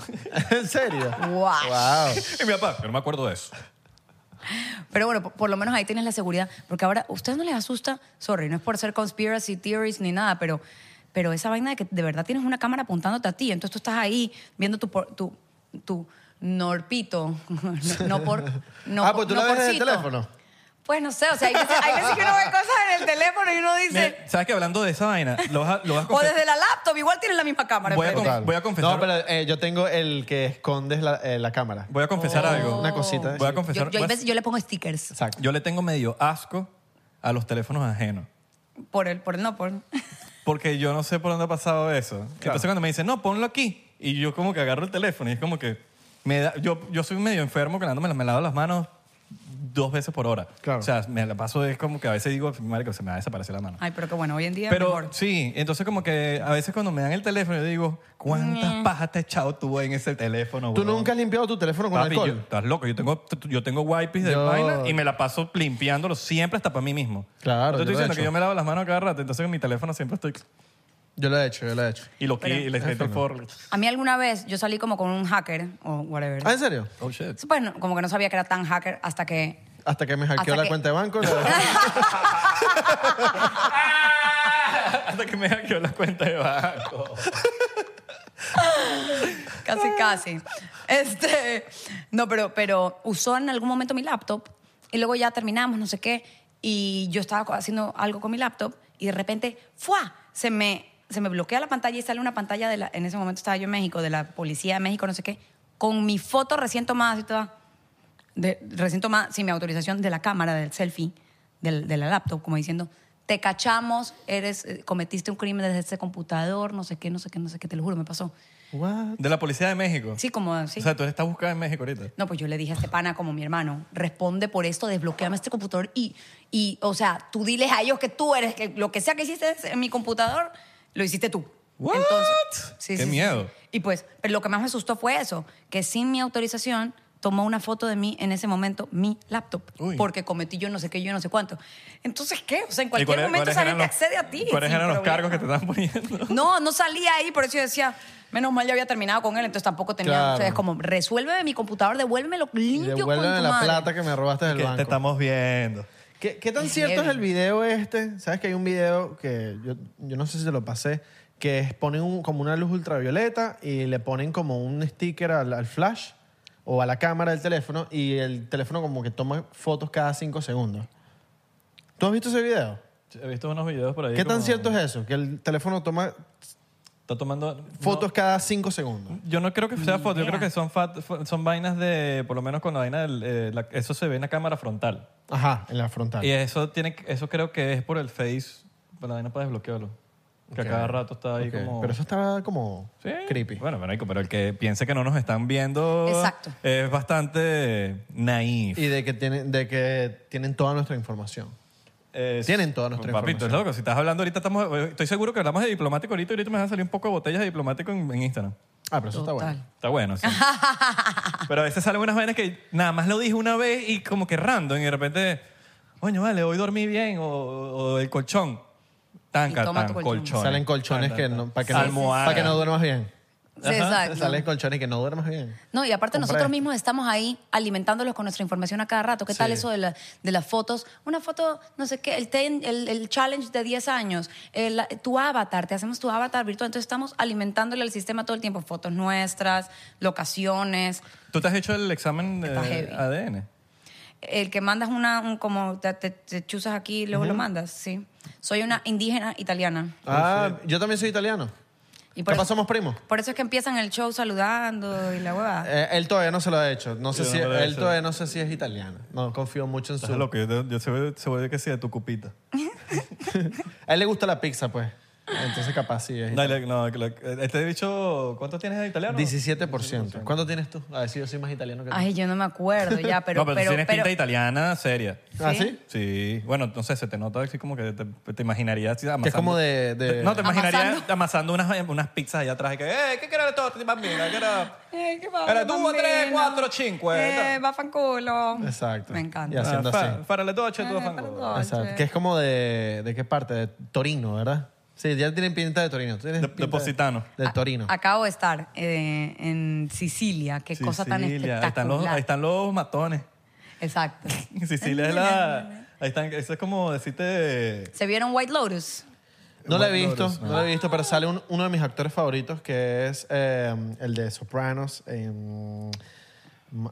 Speaker 3: ¿En serio?
Speaker 1: Guau.
Speaker 3: Wow.
Speaker 2: y mi papá, yo no me acuerdo de eso.
Speaker 1: Pero bueno, por, por lo menos ahí tienes la seguridad. Porque ahora, ¿a ¿ustedes no les asusta? Sorry, no es por ser conspiracy theories ni nada, pero, pero esa vaina de que de verdad tienes una cámara apuntándote a ti. Entonces tú estás ahí viendo tu, por- tu, tu norpito. No, no por. No,
Speaker 3: ah,
Speaker 1: por-
Speaker 3: pues tú
Speaker 1: no
Speaker 3: la ves en el
Speaker 1: porcito.
Speaker 3: teléfono.
Speaker 1: Pues no sé, o sea, hay veces, hay veces que uno ve cosas en el teléfono y uno dice.
Speaker 2: Mira, ¿Sabes que hablando de esa vaina? Lo vas a, lo vas a
Speaker 1: o
Speaker 2: confes-
Speaker 1: desde la laptop, Adobe igual tienen la misma cámara.
Speaker 2: Voy a,
Speaker 1: pero-
Speaker 2: con- voy a confesar,
Speaker 3: No, pero eh, yo tengo el que escondes la, eh, la cámara.
Speaker 2: voy a confesar algo.
Speaker 3: Una cosita. de-
Speaker 2: Voy a
Speaker 1: Yo-
Speaker 2: confesar.
Speaker 1: Oh. yo, hay
Speaker 2: voy a-
Speaker 1: veces yo le pongo stickers.
Speaker 3: Exacto.
Speaker 2: yo le tengo medio asco a los teléfonos ajenos.
Speaker 1: Por el, por el no, por.
Speaker 2: Porque yo no sé por dónde ha pasado eso. Entonces cuando me dicen, no, ponlo aquí. Y yo como que agarro el teléfono y es como que... Me da, yo, yo soy medio enfermo quedándome me lavo las manos dos veces por hora.
Speaker 3: Claro.
Speaker 2: O sea, me la paso, es como que a veces digo, madre, que se me va a desaparecer la mano.
Speaker 1: Ay, pero que bueno, hoy en día.
Speaker 2: Pero
Speaker 1: mejor.
Speaker 2: sí, entonces como que a veces cuando me dan el teléfono yo digo,
Speaker 1: Mm.
Speaker 2: ¿cuántas pajas te has echado tú en ese teléfono?
Speaker 3: ¿Tú
Speaker 2: huevón?
Speaker 3: nunca has limpiado tu teléfono con
Speaker 2: Papi, yo-
Speaker 3: alcohol?
Speaker 2: estás loco. Yo tengo, yo tengo wipes de
Speaker 3: Yo-
Speaker 2: vaina y me la paso limpiándolo siempre hasta para mí mismo. Yo
Speaker 3: Claro, yo lo
Speaker 2: estoy
Speaker 3: he
Speaker 2: diciendo que
Speaker 3: hecho.
Speaker 2: yo me lavo las manos cada rato, entonces con mi teléfono siempre estoy...
Speaker 3: Yo lo he hecho, yo lo he hecho.
Speaker 2: Y lo que y le escrito el forro.
Speaker 1: A mí alguna vez yo salí como con un hacker o whatever.
Speaker 3: ¿Ah, en serio?
Speaker 2: Oh, shit.
Speaker 1: Pues no, como que no sabía que era tan hacker hasta que.
Speaker 3: Hasta que me hackeó
Speaker 1: Hasta
Speaker 3: la
Speaker 1: que-
Speaker 3: cuenta de banco. la-
Speaker 2: Hasta que me hackeó la cuenta de banco.
Speaker 1: Casi, casi. Este, no, pero, pero usó en algún momento mi laptop y luego ya terminamos, no sé qué, y yo estaba co- haciendo algo con mi laptop y de repente, ¡fua! Se me, se me bloquea la pantalla y sale una pantalla de la, en ese momento estaba yo en México, de la Policía de México, no sé qué, con mi foto recién tomada, y toda, de, recién tomada, sin mi autorización, de la cámara, del selfie, del, de la laptop, como diciendo, te cachamos, eres, eh, cometiste un crimen desde este computador, no sé qué, no sé qué, no sé qué, te lo juro, me pasó.
Speaker 3: What?
Speaker 2: De la policía de México.
Speaker 1: Sí, como así.
Speaker 2: O sea, tú estás buscada en México ahorita.
Speaker 1: No, pues yo le dije a este pana como mi hermano, responde por esto, desbloqueame este computador y, y, o sea, tú diles a ellos que tú eres, que lo que sea que hiciste en mi computador, lo hiciste tú.
Speaker 2: What? Qué miedo.
Speaker 1: Y pues, pero lo que más me asustó fue eso, que sin mi autorización tomó una foto de mí en ese momento, mi laptop,
Speaker 2: Uy.
Speaker 1: porque cometí yo no sé qué, yo no sé cuánto. Entonces, ¿qué? O sea, en
Speaker 2: ¿Y
Speaker 1: cualquier
Speaker 2: cuáles-
Speaker 1: momento
Speaker 2: cuáles
Speaker 1: esa
Speaker 2: eran
Speaker 1: gente
Speaker 2: los-
Speaker 1: accede a ti.
Speaker 2: ¿Cuáles
Speaker 1: sin
Speaker 2: eran los
Speaker 1: problema.
Speaker 2: cargos que te estaban poniendo?
Speaker 1: No, no salía ahí, por eso yo decía, menos mal ya había terminado con él, entonces tampoco tenía,
Speaker 3: Claro.
Speaker 1: o sea, es como, resuélveme mi computador, devuélvemelo
Speaker 3: Y
Speaker 1: limpio con tu
Speaker 3: devuélveme la
Speaker 1: madre".
Speaker 3: plata que me robaste del
Speaker 2: Que
Speaker 3: banco.
Speaker 2: te estamos viendo.
Speaker 3: ¿Qué, qué tan cierto es
Speaker 1: heavy.
Speaker 3: el video este? ¿Sabes que hay un video que yo, yo no sé si te lo pasé? Que es- ponen un- como una luz ultravioleta y le ponen como un sticker al, al flash o a la cámara del teléfono y el teléfono como que toma fotos cada cinco segundos. ¿Tú has visto ese video?
Speaker 2: He visto unos videos por ahí.
Speaker 3: ¿Qué tan
Speaker 2: como-
Speaker 3: cierto es eso? Que el teléfono toma
Speaker 2: Está tomando...
Speaker 3: fotos cada cinco segundos.
Speaker 2: Yo no creo que sea foto, yo
Speaker 1: idea.
Speaker 2: creo que son, fat- fo- son vainas de, por lo menos con la vaina, del, eh, la- eso se ve en la cámara frontal.
Speaker 3: Ajá, en la frontal.
Speaker 2: Y eso tiene que- eso creo que es por el face, por la vaina para desbloquearlo. Que
Speaker 3: Ok.
Speaker 2: a cada rato está ahí
Speaker 3: Ok,
Speaker 2: como...
Speaker 3: Pero eso está como
Speaker 2: Sí.
Speaker 3: creepy.
Speaker 2: Bueno, marico, pero el que piense que no nos están viendo
Speaker 1: Exacto.
Speaker 2: es bastante naif.
Speaker 3: Y de que, tienen, de que tienen toda nuestra información.
Speaker 2: Es-
Speaker 3: Tienen toda nuestra
Speaker 2: Papito, es
Speaker 3: información.
Speaker 2: loco. Si estás hablando ahorita, estamos, eh, estoy seguro que hablamos de diplomático ahorita y ahorita me van a salir un poco de botellas de diplomático en, en Instagram.
Speaker 3: Ah, pero eso está
Speaker 1: Total.
Speaker 3: bueno.
Speaker 2: Está bueno, sí. Pero a veces salen unas vainas que nada más lo dije una vez y como que random y de repente, coño, vale, hoy dormí bien o, o el colchón. Tan,
Speaker 1: Y
Speaker 2: tan,
Speaker 1: toma tu colchón.
Speaker 2: colchones.
Speaker 3: Salen colchones que no, para que, no,
Speaker 2: Almohadas.
Speaker 3: para que no duermas bien.
Speaker 1: Sí, exacto.
Speaker 3: Salen colchones que no duermas bien.
Speaker 1: Ah, No, y aparte
Speaker 3: Compra
Speaker 1: nosotros
Speaker 3: esto.
Speaker 1: mismos estamos ahí alimentándolos con nuestra información a cada rato. ¿Qué tal
Speaker 2: Sí.
Speaker 1: eso de, la- de las fotos? Una foto, no sé qué, el, ten- el, el challenge de 10 años, el- tu avatar, te hacemos tu avatar virtual. Entonces estamos alimentándole al sistema todo el tiempo. Fotos nuestras, locaciones.
Speaker 2: ¿Tú te has hecho el examen de
Speaker 1: Está heavy.
Speaker 2: ADN?
Speaker 1: El que mandas una, un, como te, te- te chuzas aquí y luego lo mandas, sí. Soy una indígena italiana.
Speaker 3: Ah, yo también soy italiano.
Speaker 1: Y
Speaker 3: Capaz somos primos.
Speaker 1: Por eso es que empiezan el show saludando y la huevada.
Speaker 3: Eh, él todavía no se lo ha hecho. No sé
Speaker 2: Yo
Speaker 3: si,
Speaker 2: no lo he
Speaker 3: él
Speaker 2: hecho.
Speaker 3: todavía no sé si es italiano. No confío mucho en su.
Speaker 2: Estás loco, yo, te- yo seguro, seguro que sí, de tu cupita.
Speaker 3: A él le gusta la pizza, pues. Entonces capaz sí es. italiano.
Speaker 2: Dale, no, que lo- este bicho, ¿cuánto tienes de italiano?
Speaker 3: 17%. ¿Cuánto tienes tú? A ver si yo soy más italiano que tú.
Speaker 1: Ay, yo no me acuerdo ya, pero...
Speaker 2: no, pero, tú
Speaker 1: pero,
Speaker 2: tienes
Speaker 1: pero-
Speaker 2: pinta italiana seria.
Speaker 3: ¿Ah, sí?
Speaker 2: Sí, bueno, no sé, se te nota así como que te, te imaginarías así amasando.
Speaker 3: Que es como de- de-
Speaker 2: Te- No, te imaginarías
Speaker 1: Amasando.
Speaker 2: amasando, unas, unas pizzas allá atrás y que, ¡eh, qué quieres todo! Bambina, ¿qué era?
Speaker 1: Eh, ¿qué pasa,
Speaker 2: Era due, tre,
Speaker 1: bambino?
Speaker 2: quattro, cinque.
Speaker 1: Eh, vaffanculo.
Speaker 3: Exacto.
Speaker 1: Me
Speaker 3: Y
Speaker 1: encanta.
Speaker 3: así. haciendo
Speaker 2: Ah, fa- Para le doce,
Speaker 1: Eh,
Speaker 2: tu
Speaker 1: para le doce.
Speaker 2: fango.
Speaker 3: Exacto. Que es como de. ¿De qué parte? De Torino, ¿verdad? Sí, ya tienen pinta de Torino. Tú tienes
Speaker 2: De- de
Speaker 3: pinta
Speaker 2: Positano.
Speaker 3: De Torino.
Speaker 1: Acabo de estar eh, en Sicilia. Qué cosa tan
Speaker 2: Sicilia,
Speaker 1: espectacular.
Speaker 2: ahí están los, ahí están los matones.
Speaker 1: Exacto.
Speaker 2: Sicilia es la... Ahí están, eso es como decirte...
Speaker 1: ¿Se vieron White Lotus?
Speaker 3: No la he
Speaker 2: White
Speaker 3: visto,
Speaker 2: Lotus,
Speaker 3: no la he visto, pero sale un- uno de mis actores favoritos que es eh, el de Sopranos. em, ma-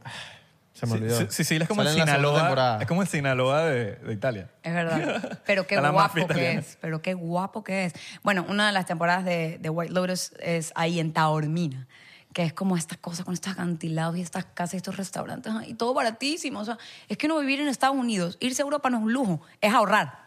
Speaker 3: Se me olvidó.
Speaker 2: Si- si- Sicilia es como el
Speaker 3: Sale en la segunda
Speaker 2: Sinaloa.
Speaker 3: temporada.
Speaker 2: Es como el Sinaloa de, de Italia.
Speaker 1: Es verdad. Pero qué
Speaker 2: A la
Speaker 1: guapo
Speaker 2: mafia
Speaker 1: que
Speaker 2: italiana.
Speaker 1: es. Pero qué guapo que es. Bueno, una de las temporadas de, de White Lotus es ahí en Taormina, que es como esta cosa con estos acantilados y estas casas y estos restaurantes ajá, y todo baratísimo. O sea, es que uno vivir en Estados Unidos, irse a Europa no es un lujo, es ahorrar.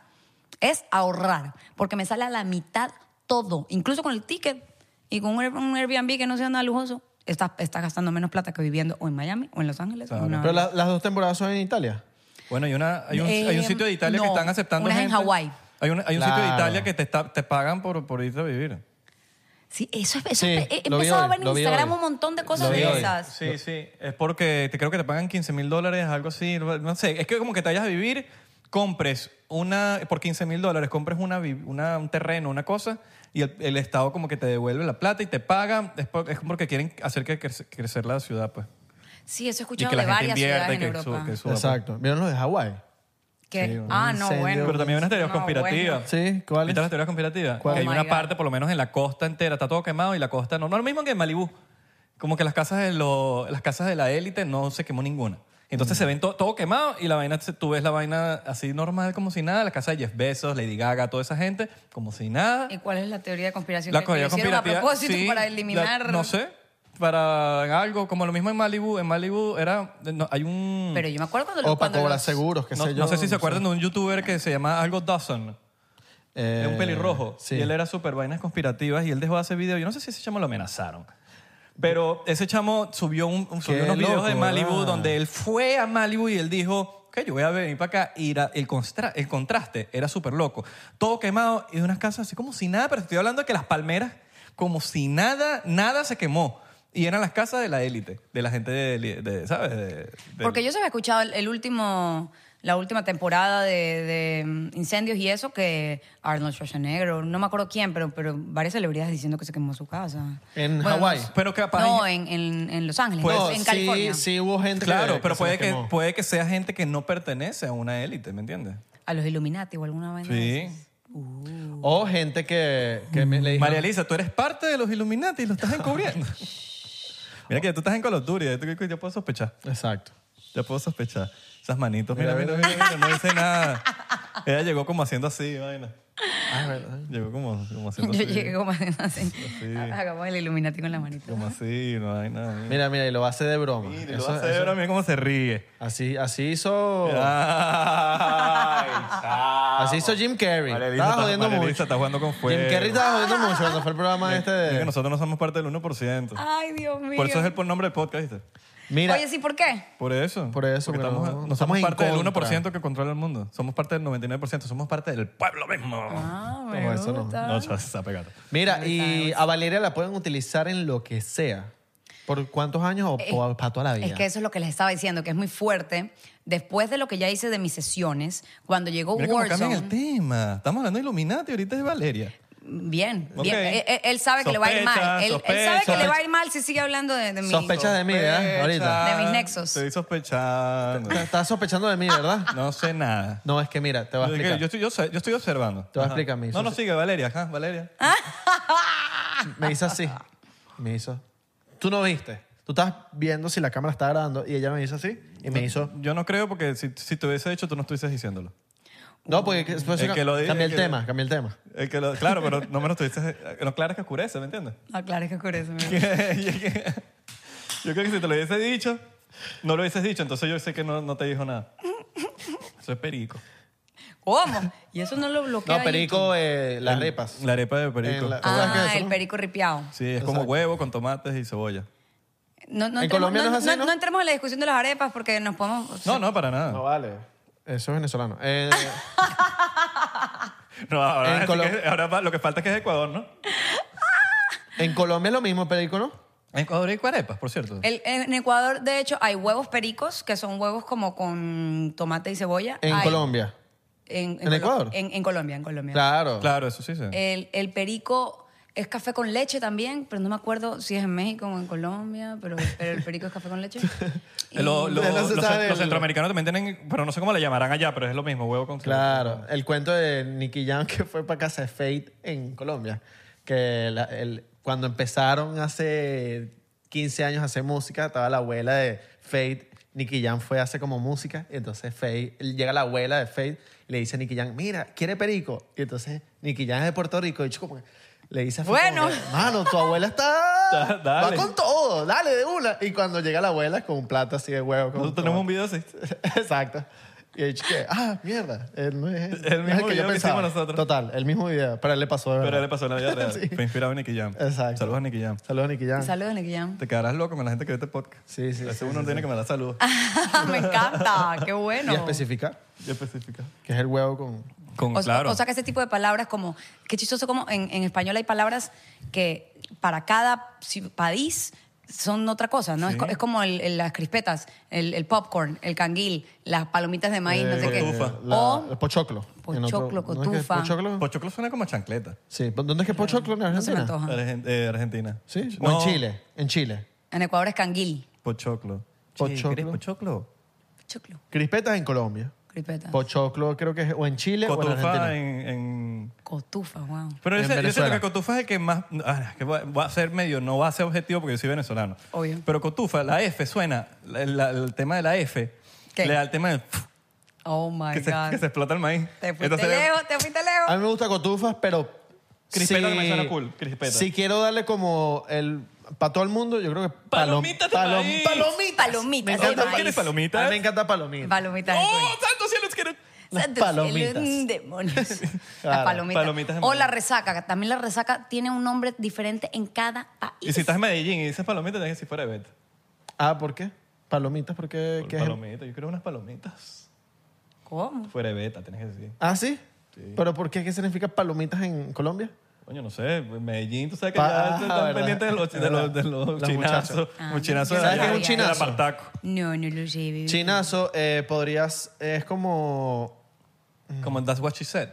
Speaker 1: Es ahorrar. Porque me sale a la mitad todo, incluso con el ticket y con un Air- un Airbnb que no sea nada lujoso. Estás, estás gastando menos plata que viviendo o en Miami o en Los Ángeles. o en
Speaker 2: Claro.
Speaker 1: Nueva
Speaker 3: Pero la- las dos temporadas son en Italia.
Speaker 2: Bueno, hay, una, hay, un, hay un
Speaker 1: Eh,
Speaker 2: sitio de Italia que
Speaker 1: no,
Speaker 2: están aceptando
Speaker 1: una es en
Speaker 2: gente.
Speaker 1: Hawái.
Speaker 2: Hay un, hay un sitio de
Speaker 3: Claro.
Speaker 2: Italia que te, está- te pagan por, por irte a vivir.
Speaker 1: Sí, eso, es- eso
Speaker 3: Sí,
Speaker 1: es- he he
Speaker 3: lo vi
Speaker 1: empezado a
Speaker 3: hoy,
Speaker 1: ver en
Speaker 3: lo vi
Speaker 1: Instagram
Speaker 3: hoy.
Speaker 1: un montón de cosas
Speaker 3: Lo vi
Speaker 1: de
Speaker 3: hoy.
Speaker 1: esas.
Speaker 2: Sí, sí. Es porque te creo que te pagan 15 mil dólares, algo así. No sé. Es que como que te vayas a vivir, compres una. Por 15 mil dólares, compres una, vi- una- un terreno, una cosa, y el, el Estado como que te devuelve la plata y te paga. Es, por- es porque quieren hacer que crece- crecer la ciudad, pues.
Speaker 1: Sí, eso he
Speaker 2: Y
Speaker 1: escuchado
Speaker 2: que la
Speaker 1: de
Speaker 2: gente
Speaker 1: varias ciudades
Speaker 2: invierta y
Speaker 1: en
Speaker 2: que,
Speaker 1: Europa.
Speaker 2: su- que suba, pues.
Speaker 3: Exacto. ¿Vieron los de Hawái?
Speaker 1: Que-
Speaker 3: Sí, un
Speaker 1: ah, no,
Speaker 3: incendio.
Speaker 1: bueno.
Speaker 2: Pero también hay unas teorías
Speaker 1: No,
Speaker 2: conspirativas.
Speaker 1: bueno.
Speaker 3: Sí, ¿cuál es?
Speaker 2: ¿Viste las teorías conspirativas?
Speaker 3: ¿Cuál?
Speaker 2: Que hay
Speaker 1: Oh my
Speaker 2: una
Speaker 1: God.
Speaker 2: parte, por lo menos en la costa entera, está todo quemado y la costa no. No lo mismo que en Malibú. Como que las casas de, lo- las casas de la élite no se quemó ninguna.
Speaker 3: Mm.
Speaker 2: Entonces se ven to- todo quemado y la vaina, se- tú ves la vaina así normal como si nada, la casa de Jeff Bezos, Lady Gaga, toda esa gente, como si nada.
Speaker 1: ¿Y cuál es la teoría de conspiración
Speaker 2: La
Speaker 1: que, que
Speaker 2: teoría
Speaker 1: hicieron a
Speaker 2: conspirativa,
Speaker 1: propósito
Speaker 2: sí,
Speaker 1: para
Speaker 2: la-
Speaker 1: eliminar?
Speaker 2: no sé, para algo, como lo mismo en Malibu. En Malibu era, no, hay un...
Speaker 1: Pero yo me acuerdo cuando
Speaker 3: O para
Speaker 1: cuando
Speaker 3: cobrar
Speaker 1: los-
Speaker 3: seguros, qué
Speaker 2: no,
Speaker 3: sé yo.
Speaker 2: no sé si se acuerdan de un youtuber que se llama algo Dawson.
Speaker 3: Eh,
Speaker 2: Es un pelirrojo.
Speaker 3: Sí.
Speaker 2: Y él era súper vainas conspirativas y él dejó de hacer videos. Yo no sé si ese chamo lo amenazaron. Pero ese chamo subió, un, un- subió
Speaker 3: Qué
Speaker 2: unos videos
Speaker 3: loco,
Speaker 2: de Malibu
Speaker 3: ¿verdad?
Speaker 2: donde él fue a Malibu y él dijo que yo voy a venir para acá. Y era- el, constra- el contraste era súper loco. Todo quemado y unas casas así como si nada, pero estoy hablando de que las palmeras, como si nada, nada se quemó. Y eran las casas de la élite, de la gente de, de- ¿sabes? De- de-
Speaker 1: Porque yo se había escuchado el, el último, la última temporada de, de, mm, incendios y eso que Arnold Schwarzenegger, o no me acuerdo quién, pero, pero varias celebridades diciendo que se quemó su casa.
Speaker 3: En
Speaker 1: Bueno,
Speaker 3: Hawái.
Speaker 1: no- eh.
Speaker 2: Pero capaz-
Speaker 1: No, en, en, en Los Ángeles,
Speaker 3: Pues,
Speaker 1: en
Speaker 3: sí,
Speaker 1: California.
Speaker 3: Sí, hubo gente que-
Speaker 2: Claro, pero
Speaker 3: se
Speaker 2: puede
Speaker 3: les
Speaker 2: que,
Speaker 3: quemó.
Speaker 2: puede que sea gente que no pertenece a una élite, ¿me entiendes?
Speaker 1: A los Illuminati o alguna vaina. de
Speaker 2: Sí.
Speaker 1: esas.
Speaker 3: O gente que, que me, le dijo.
Speaker 2: María Elisa, tú eres parte de los Illuminati y lo estás encubriendo. mira que tú estás en Call of Duty, ya tú- ya puedo sospechar.
Speaker 3: Exacto.
Speaker 2: Ya puedo sospechar. Esas manitos, mira,
Speaker 3: Mira,
Speaker 2: mira, mira, mira, no dice nada. Ella llegó como haciendo así, vaina.
Speaker 3: Ah, es verdad.
Speaker 2: Llegó como, como haciendo
Speaker 1: Yo
Speaker 2: así.
Speaker 1: llegué como así. Hagamos Ah, el Illuminati con la manita.
Speaker 2: Como así, no hay nada.
Speaker 3: Mira, mira, y lo hace de broma.
Speaker 2: Mira,
Speaker 3: Eso- Oh.
Speaker 2: lo hace
Speaker 3: eso-
Speaker 2: ahora, mira cómo se ríe.
Speaker 3: Así, así hizo.
Speaker 2: Ay, chao.
Speaker 3: Así hizo Jim Carrey.
Speaker 2: María Elisa
Speaker 3: Estaba
Speaker 2: está-
Speaker 3: jodiendo
Speaker 2: María
Speaker 3: mucho.
Speaker 2: Elisa está jugando con fuego.
Speaker 3: Jim Carrey estaba jodiendo mucho cuando fue el programa este
Speaker 2: Mira que
Speaker 3: de.
Speaker 2: nosotros no somos parte del 1%.
Speaker 1: Ay, Dios mío.
Speaker 2: Por eso es el nombre del podcast, ¿viste?
Speaker 3: Mira,
Speaker 1: Oye, ¿sí por qué?
Speaker 2: Por eso.
Speaker 3: Por eso,
Speaker 2: Porque
Speaker 3: pero
Speaker 2: estamos,
Speaker 3: no-
Speaker 2: no,
Speaker 3: estamos
Speaker 2: somos
Speaker 3: en
Speaker 2: parte del
Speaker 3: contra.
Speaker 2: 1% que controla el mundo. Somos parte del 99%. Somos parte del pueblo mismo.
Speaker 1: Ah, me
Speaker 3: No, eso no.
Speaker 1: gusta.
Speaker 2: No, chas, está pegado.
Speaker 3: mira, y a Valeria la pueden utilizar en lo que sea. ¿Por cuántos años o, o para toda la vida?
Speaker 1: Eh, Es que eso es lo que les estaba diciendo, que es muy fuerte. Después de lo que ya hice de mis sesiones, cuando llegó
Speaker 2: Mira cómo cambian el
Speaker 1: Warzone,
Speaker 2: tema. Estamos hablando de Illuminati, ahorita es Valeria.
Speaker 1: bien,
Speaker 2: Ok.
Speaker 1: bien. Él, él- él sabe que le va a ir mal. Él,
Speaker 2: Sospecha,
Speaker 1: él sabe
Speaker 2: sospecha.
Speaker 1: que le va a ir mal si sigue hablando de, de mí.
Speaker 3: Sospechas de mí, ¿verdad? Ahorita.
Speaker 1: De mis nexos.
Speaker 2: Estoy sospechando.
Speaker 3: Estás- Estás sospechando de mí, ¿verdad?
Speaker 2: No sé nada.
Speaker 3: No, es que mira, te voy a
Speaker 2: Yo,
Speaker 3: explicar.
Speaker 2: yo estoy, yo sé- yo estoy observando.
Speaker 3: Te voy a
Speaker 2: Ajá.
Speaker 3: explicar, mi
Speaker 2: No, no
Speaker 3: socio-
Speaker 2: sigue, Valeria. Ajá, Valeria.
Speaker 3: Me hizo así. Me hizo. Tú no viste. Tú estabas viendo si la cámara estaba grabando y ella me hizo así y me hizo.
Speaker 2: Yo no creo porque si, si te hubiese hecho, tú no estuvieses diciéndolo.
Speaker 3: No, porque después
Speaker 2: El que lo diga,
Speaker 3: cambié
Speaker 2: el
Speaker 3: el
Speaker 2: que
Speaker 3: tema,
Speaker 2: lo-
Speaker 3: cambié el tema.
Speaker 2: Es que lo- claro, pero no me lo estuviste. Lo claro es que oscurece, ¿me entiendes?
Speaker 1: Ah, claro, es que por eso.
Speaker 2: Que- yo creo que si te lo hubiese dicho, no lo hubieses dicho, entonces yo sé que no, no te dijo nada. Eso es perico.
Speaker 1: ¿Cómo? Y eso no lo bloquea.
Speaker 3: No, Perico, eh, las repas.
Speaker 2: La arepa de perico.
Speaker 3: En la-
Speaker 2: Todo-
Speaker 3: ¿Sabes qué es
Speaker 1: Ah,
Speaker 3: eso,
Speaker 1: el
Speaker 3: no?
Speaker 1: perico ripiado.
Speaker 2: Sí, es como huevo con tomates y cebolla.
Speaker 1: No, no
Speaker 3: En
Speaker 1: entremos-
Speaker 3: Colombia no es así, ¿no?
Speaker 1: no entremos en la discusión de las arepas porque nos podemos...
Speaker 2: No, no, para nada.
Speaker 3: No
Speaker 2: No,
Speaker 3: vale. Eso es venezolano. Eh,
Speaker 2: ahora,
Speaker 3: En
Speaker 2: así
Speaker 3: Colo-
Speaker 2: que- ahora va- lo que falta es que es Ecuador, ¿no?
Speaker 3: en Colombia es lo mismo, Perico, ¿no?
Speaker 2: En Ecuador hay arepas, por cierto.
Speaker 1: El- en Ecuador, de hecho, hay huevos pericos, que son huevos como con tomate y cebolla.
Speaker 3: En
Speaker 1: Hay-
Speaker 3: Colombia.
Speaker 1: En, en
Speaker 3: ¿En
Speaker 1: Colo-
Speaker 3: Ecuador?
Speaker 1: En, en Colombia, en Colombia.
Speaker 3: Claro.
Speaker 2: Claro, eso sí se.
Speaker 1: El, el perico es café con leche también, pero no me acuerdo si es en México o en Colombia, pero, pero el perico es café con leche. Y-
Speaker 2: Eh, Lo- lo-
Speaker 3: Ya no
Speaker 2: los,
Speaker 3: se sabe
Speaker 2: los
Speaker 3: el-
Speaker 2: centroamericanos también tienen, pero no sé cómo le llamarán allá, pero es lo mismo, huevo con cebolla.
Speaker 3: Claro. El cuento de Nicky Jam que fue para casa de Fate en Colombia. Que la- el- cuando empezaron hace 15 años a hacer música, estaba la abuela de Fate Nicky Jam fue hace como música y entonces Faye, llega la abuela de Faye y le dice a Nicky Jam, mira, ¿quiere perico? Y entonces Nicky Jam es de Puerto Rico y chico, como que le dice a Faye,
Speaker 1: Bueno.
Speaker 3: como que, mano, tu abuela
Speaker 2: Da-
Speaker 3: está... va
Speaker 2: dale.
Speaker 3: con todo, dale de una. Y cuando llega la abuela con un plato así de huevo. con
Speaker 2: Nosotros tenemos
Speaker 3: todo.
Speaker 2: un video así.
Speaker 3: Exacto. Y el chico, ah, mierda, él no es no es
Speaker 2: El mismo
Speaker 3: que
Speaker 2: video
Speaker 3: yo
Speaker 2: que
Speaker 3: pensaba.
Speaker 2: hicimos nosotros.
Speaker 3: Total, el mismo video, pero a él le pasó de
Speaker 2: Pero
Speaker 3: verdad.
Speaker 2: le pasó en la vida real.
Speaker 3: Sí.
Speaker 2: Fue inspirado en Nicky Jam.
Speaker 3: Exacto.
Speaker 2: Saludos a Nicky Jam.
Speaker 3: Saludos, Nicky Jam.
Speaker 1: Saludos, Nicky Jam.
Speaker 2: Te quedarás loco con la gente que ve este podcast.
Speaker 3: Sí, sí,
Speaker 2: A veces
Speaker 3: sí,
Speaker 2: uno
Speaker 3: sí,
Speaker 2: tiene
Speaker 3: sí.
Speaker 2: que mandar saludos.
Speaker 1: Ah. Me encanta, qué
Speaker 3: Y
Speaker 1: bueno.
Speaker 3: especificar
Speaker 2: Y específica.
Speaker 3: que es el huevo con...
Speaker 2: Con,
Speaker 1: O,
Speaker 2: Mm, claro.
Speaker 1: o sea que ese tipo de palabras como, qué chistoso como en, en español hay palabras que para cada ci- país son otra cosa, ¿no? Es,
Speaker 2: Sí.
Speaker 1: co- es como el- el- las crispetas, el, el popcorn, el canguil, las palomitas de maíz, no sé qué.
Speaker 2: Eh, cotufa.
Speaker 3: este, La,
Speaker 1: O-
Speaker 3: el pochoclo. En otro-
Speaker 1: Pochoclo,
Speaker 3: ¿no es que es
Speaker 1: cotufa.
Speaker 3: pochoclo?
Speaker 2: Pochoclo suena como a chancleta.
Speaker 3: Sí, ¿dónde es que es pochoclo en
Speaker 1: No se me
Speaker 3: Argentina?
Speaker 1: antoja.
Speaker 2: Argen- eh, Argentina.
Speaker 3: sí, o
Speaker 2: No,
Speaker 3: en Chile, en Chile.
Speaker 1: En Ecuador es canguil.
Speaker 2: Pochoclo. Che,
Speaker 3: Pochoclo.
Speaker 2: ¿querés pochoclo?
Speaker 1: Choclo,
Speaker 3: Crispetas en Colombia.
Speaker 1: crispeta.
Speaker 3: Pochoclo creo que es o en Chile o en
Speaker 2: Cotufa
Speaker 3: Argentina.
Speaker 2: en, en-
Speaker 1: Cotufa, wow.
Speaker 2: Pero
Speaker 3: En
Speaker 2: ese- yo siento
Speaker 3: Venezuela.
Speaker 2: que Cotufa es el que más... ah, que va, va a ser medio, no va a ser objetivo porque yo soy venezolano.
Speaker 1: Obvio.
Speaker 2: Pero Cotufa, la F suena, la- la- el tema de la F,
Speaker 1: ¿Qué?
Speaker 2: le da el tema del...
Speaker 1: Oh my
Speaker 2: que, se,
Speaker 1: God.
Speaker 2: que se explota el maíz.
Speaker 1: Te fuiste
Speaker 2: Entonces,
Speaker 1: lejos, te fuiste lejos.
Speaker 3: A mí me gusta cotufas, pero...
Speaker 2: Crispeta
Speaker 3: si-
Speaker 2: me suena cool, crispeta.
Speaker 3: Si quiero darle como el... Para todo el mundo, yo creo que... palom-
Speaker 2: Palomitas de
Speaker 3: palom-
Speaker 2: maíz.
Speaker 3: Palomitas.
Speaker 1: Palomitas
Speaker 3: Me
Speaker 1: de
Speaker 3: encanta
Speaker 1: maíz.
Speaker 2: ¿Quieres
Speaker 3: A
Speaker 2: palomitas?
Speaker 3: mí me encanta palomitas.
Speaker 1: Palomitas. de
Speaker 2: ¡Oh,
Speaker 1: cuello.
Speaker 2: santo cielo! quiero-
Speaker 3: las
Speaker 1: Santo cielo,
Speaker 3: palomitas.
Speaker 1: mm, Demonios.
Speaker 3: Claro,
Speaker 1: las palomitas.
Speaker 2: palomitas de
Speaker 1: o la
Speaker 2: maíz.
Speaker 1: resaca. También la resaca tiene un nombre diferente en cada país.
Speaker 2: Y si estás en Medellín y dices palomitas, tienes que decir fuera de beta.
Speaker 3: Ah, ¿por qué? Palomitas, porque... ¿qué es el-
Speaker 2: Palomitas, yo quiero unas palomitas.
Speaker 1: ¿Cómo?
Speaker 2: Fuera de beta, tienes que decir.
Speaker 3: Ah, ¿sí? ¿Pero por qué? ¿Qué significa palomitas en Colombia?
Speaker 2: Coño, no sé, en Medellín, tú sabes que
Speaker 3: Pa-
Speaker 2: ya
Speaker 3: ah,
Speaker 2: están
Speaker 3: ¿verdad?
Speaker 2: pendientes de los, de los, de los
Speaker 3: Los
Speaker 2: chinazos.
Speaker 3: muchachos.
Speaker 1: Ah,
Speaker 2: Un chinazo de
Speaker 1: ¿Sabes
Speaker 2: allá,
Speaker 1: qué es un
Speaker 2: del
Speaker 3: chinazo?
Speaker 2: apartaco.
Speaker 1: No, no lo sé, baby.
Speaker 3: Chinazo, eh, podrías... Es como...
Speaker 2: Como en That's What She Said.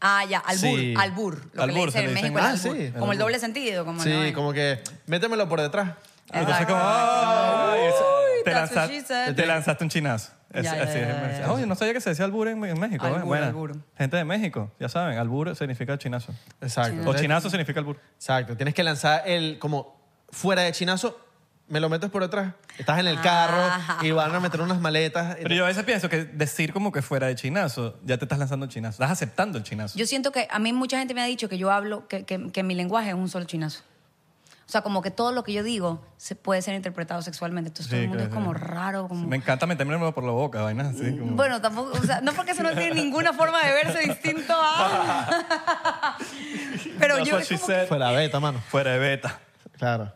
Speaker 1: Ah, ya, albur,
Speaker 3: Sí.
Speaker 1: albur. Lo que
Speaker 2: Albur,
Speaker 1: le
Speaker 2: se
Speaker 1: dicen
Speaker 2: le
Speaker 1: en
Speaker 2: dicen-
Speaker 1: México, el
Speaker 3: Ah,
Speaker 1: albur.
Speaker 3: sí,
Speaker 1: Como el doble sentido. Como eh.
Speaker 3: Sí,
Speaker 1: la vaina.
Speaker 3: como que... Métemelo por detrás.
Speaker 2: Entonces,
Speaker 1: Exacto.
Speaker 2: como, ¡ay! esa- te,
Speaker 1: that's what
Speaker 2: lanzas-
Speaker 1: she said.
Speaker 2: te lanzaste un chinazo. Es-
Speaker 1: Ya, ya,
Speaker 2: así
Speaker 1: ya,
Speaker 2: es en
Speaker 1: ya,
Speaker 2: México.
Speaker 1: ya.
Speaker 2: Oye, no sabía que se decía albur en, en México.
Speaker 1: Albur,
Speaker 2: eh, buena.
Speaker 1: albur.
Speaker 2: Gente de México, ya saben, albur significa chinazo.
Speaker 3: Exacto.
Speaker 2: O
Speaker 3: Entonces-
Speaker 2: chinazo significa albur.
Speaker 3: Exacto. Tienes que lanzar el... Como fuera de chinazo, me lo metes por detrás. Estás en el
Speaker 1: Ah.
Speaker 3: carro y van a meter unas maletas.
Speaker 2: Pero yo a veces pienso que decir como que fuera de chinazo, ya te estás lanzando el chinazo. Estás aceptando el chinazo.
Speaker 1: Yo siento que a mí mucha gente me ha dicho que yo hablo, que, que- que mi lenguaje es un solo chinazo. O sea, como que todo lo que yo digo se puede ser interpretado sexualmente. Entonces todo
Speaker 2: Sí,
Speaker 1: el mundo
Speaker 2: claro,
Speaker 1: es como
Speaker 2: sí.
Speaker 1: raro. Como...
Speaker 2: Me encanta metérmelo por la boca, vainas así. Como...
Speaker 1: Bueno, tampoco, o sea, no porque eso no tiene ninguna forma de verse distinto a. Pero
Speaker 2: That's
Speaker 1: yo.
Speaker 2: what
Speaker 1: es
Speaker 2: she
Speaker 1: como
Speaker 2: said.
Speaker 3: Fuera beta, mano.
Speaker 2: Fuera de beta.
Speaker 3: Claro.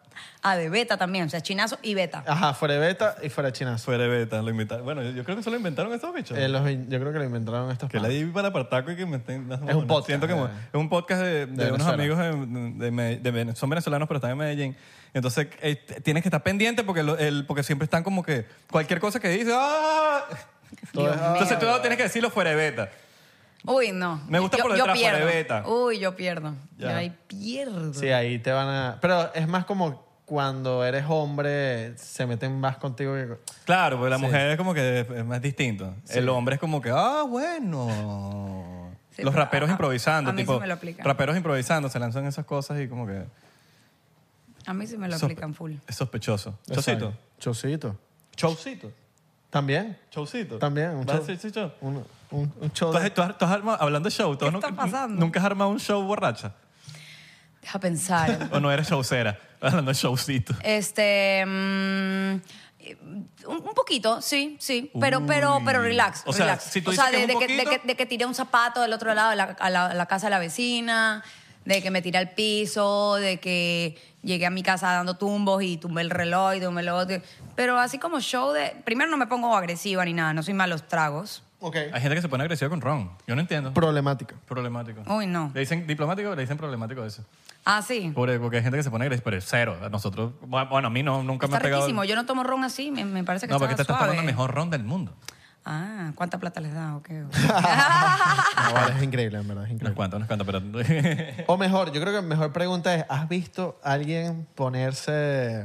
Speaker 1: Ah, de beta también, o sea, chinazo y beta.
Speaker 3: Ajá, fuera de beta y fuera de chinazo.
Speaker 2: Fuera de beta, lo inventaron. Bueno, yo, yo creo que eso lo inventaron estos bichos.
Speaker 3: Eh, los vin- yo creo que lo inventaron estos
Speaker 2: que la
Speaker 3: panas.
Speaker 2: di para Partaco y que me estén... no, bueno,
Speaker 3: podcast,
Speaker 2: Siento que
Speaker 3: eh.
Speaker 2: mo- es un podcast de, de unos amigos
Speaker 3: Venezuela.
Speaker 2: de, de Me- de Vene- son venezolanos pero están en Medellín. Entonces eh, t- tienes que estar pendiente porque, lo- el- porque siempre están como que cualquier cosa que dices... ¡ah!
Speaker 3: Todo es-
Speaker 2: Entonces tú tienes que decirlo fuera de beta.
Speaker 1: Uy, no.
Speaker 2: Me gusta
Speaker 1: yo,
Speaker 2: por
Speaker 1: yo
Speaker 2: detrás, fuera
Speaker 1: pierdo.
Speaker 2: de beta.
Speaker 1: Uy, yo pierdo.
Speaker 2: Ya.
Speaker 1: Yo ahí pierdo.
Speaker 3: Sí, ahí te van a... Pero es más como cuando eres hombre, se meten más contigo que...
Speaker 2: Claro, porque la mujer es como que es- es más distinto. El hombre es como que, ah, bueno.
Speaker 1: Sí,
Speaker 2: Los
Speaker 1: pero
Speaker 2: raperos
Speaker 1: a- a-
Speaker 2: improvisando,
Speaker 1: a mí sí
Speaker 2: tipo.
Speaker 1: me lo aplican.
Speaker 2: Raperos improvisando, se lanzan esas cosas y como que.
Speaker 1: A mí sí me lo
Speaker 2: sospe-
Speaker 1: aplican full.
Speaker 2: Es sospechoso. Chocito.
Speaker 3: Exacto. Chocito.
Speaker 2: Chocito.
Speaker 3: También.
Speaker 2: Chocito.
Speaker 3: También. Un
Speaker 2: ¿Vas a
Speaker 3: show.
Speaker 2: decir show?
Speaker 3: Un, un- un show
Speaker 2: ¿Tú
Speaker 3: de...
Speaker 2: has, tú has- tú has armado- hablando de show, ¿tú
Speaker 1: ¿Qué
Speaker 2: has nu-
Speaker 1: está pasando?
Speaker 2: ¿nunca has armado un show borracha?
Speaker 1: Deja pensar.
Speaker 2: ¿O no eres showcera? Hablando de showcito.
Speaker 1: Este. mm, un, un poquito, sí, sí. Pero, pero, pero relax.
Speaker 2: O sea,
Speaker 1: relax.
Speaker 2: si
Speaker 1: o
Speaker 2: tú dices
Speaker 1: sea,
Speaker 2: que
Speaker 1: de,
Speaker 2: es un
Speaker 1: de que, de,
Speaker 2: poquito-
Speaker 1: que, de que tiré un zapato del otro lado de la, a la, a la casa de la vecina, de que me tiré al piso, de que llegué a mi casa dando tumbos y tumbé el reloj y tumbé lo otro. Pero así como show de. Primero no me pongo agresiva ni nada, no soy malos tragos.
Speaker 3: Ok.
Speaker 2: Hay gente que se pone agresiva con ron. Yo no entiendo.
Speaker 3: Problemática.
Speaker 2: problemático.
Speaker 1: Uy, no.
Speaker 2: Le dicen diplomático, le dicen problemático a eso.
Speaker 1: Ah, sí.
Speaker 2: Pobre, porque hay gente que se pone gris, pero es cero. A Nosotros, bueno, a mí no, nunca me
Speaker 1: Está
Speaker 2: ha pegado.
Speaker 1: riquísimo. Yo no tomo ron así, me, me parece que
Speaker 2: no,
Speaker 1: está
Speaker 2: porque te estás
Speaker 1: suave.
Speaker 2: tomando el mejor ron del mundo.
Speaker 1: Ah, ¿cuánta plata les da? o qué?
Speaker 3: No, vale, es increíble, en verdad, es
Speaker 2: Unas
Speaker 3: increíble.
Speaker 2: cuantas, unas cuantas, pero.
Speaker 3: O mejor, yo creo que mejor pregunta es, ¿has visto a alguien ponerse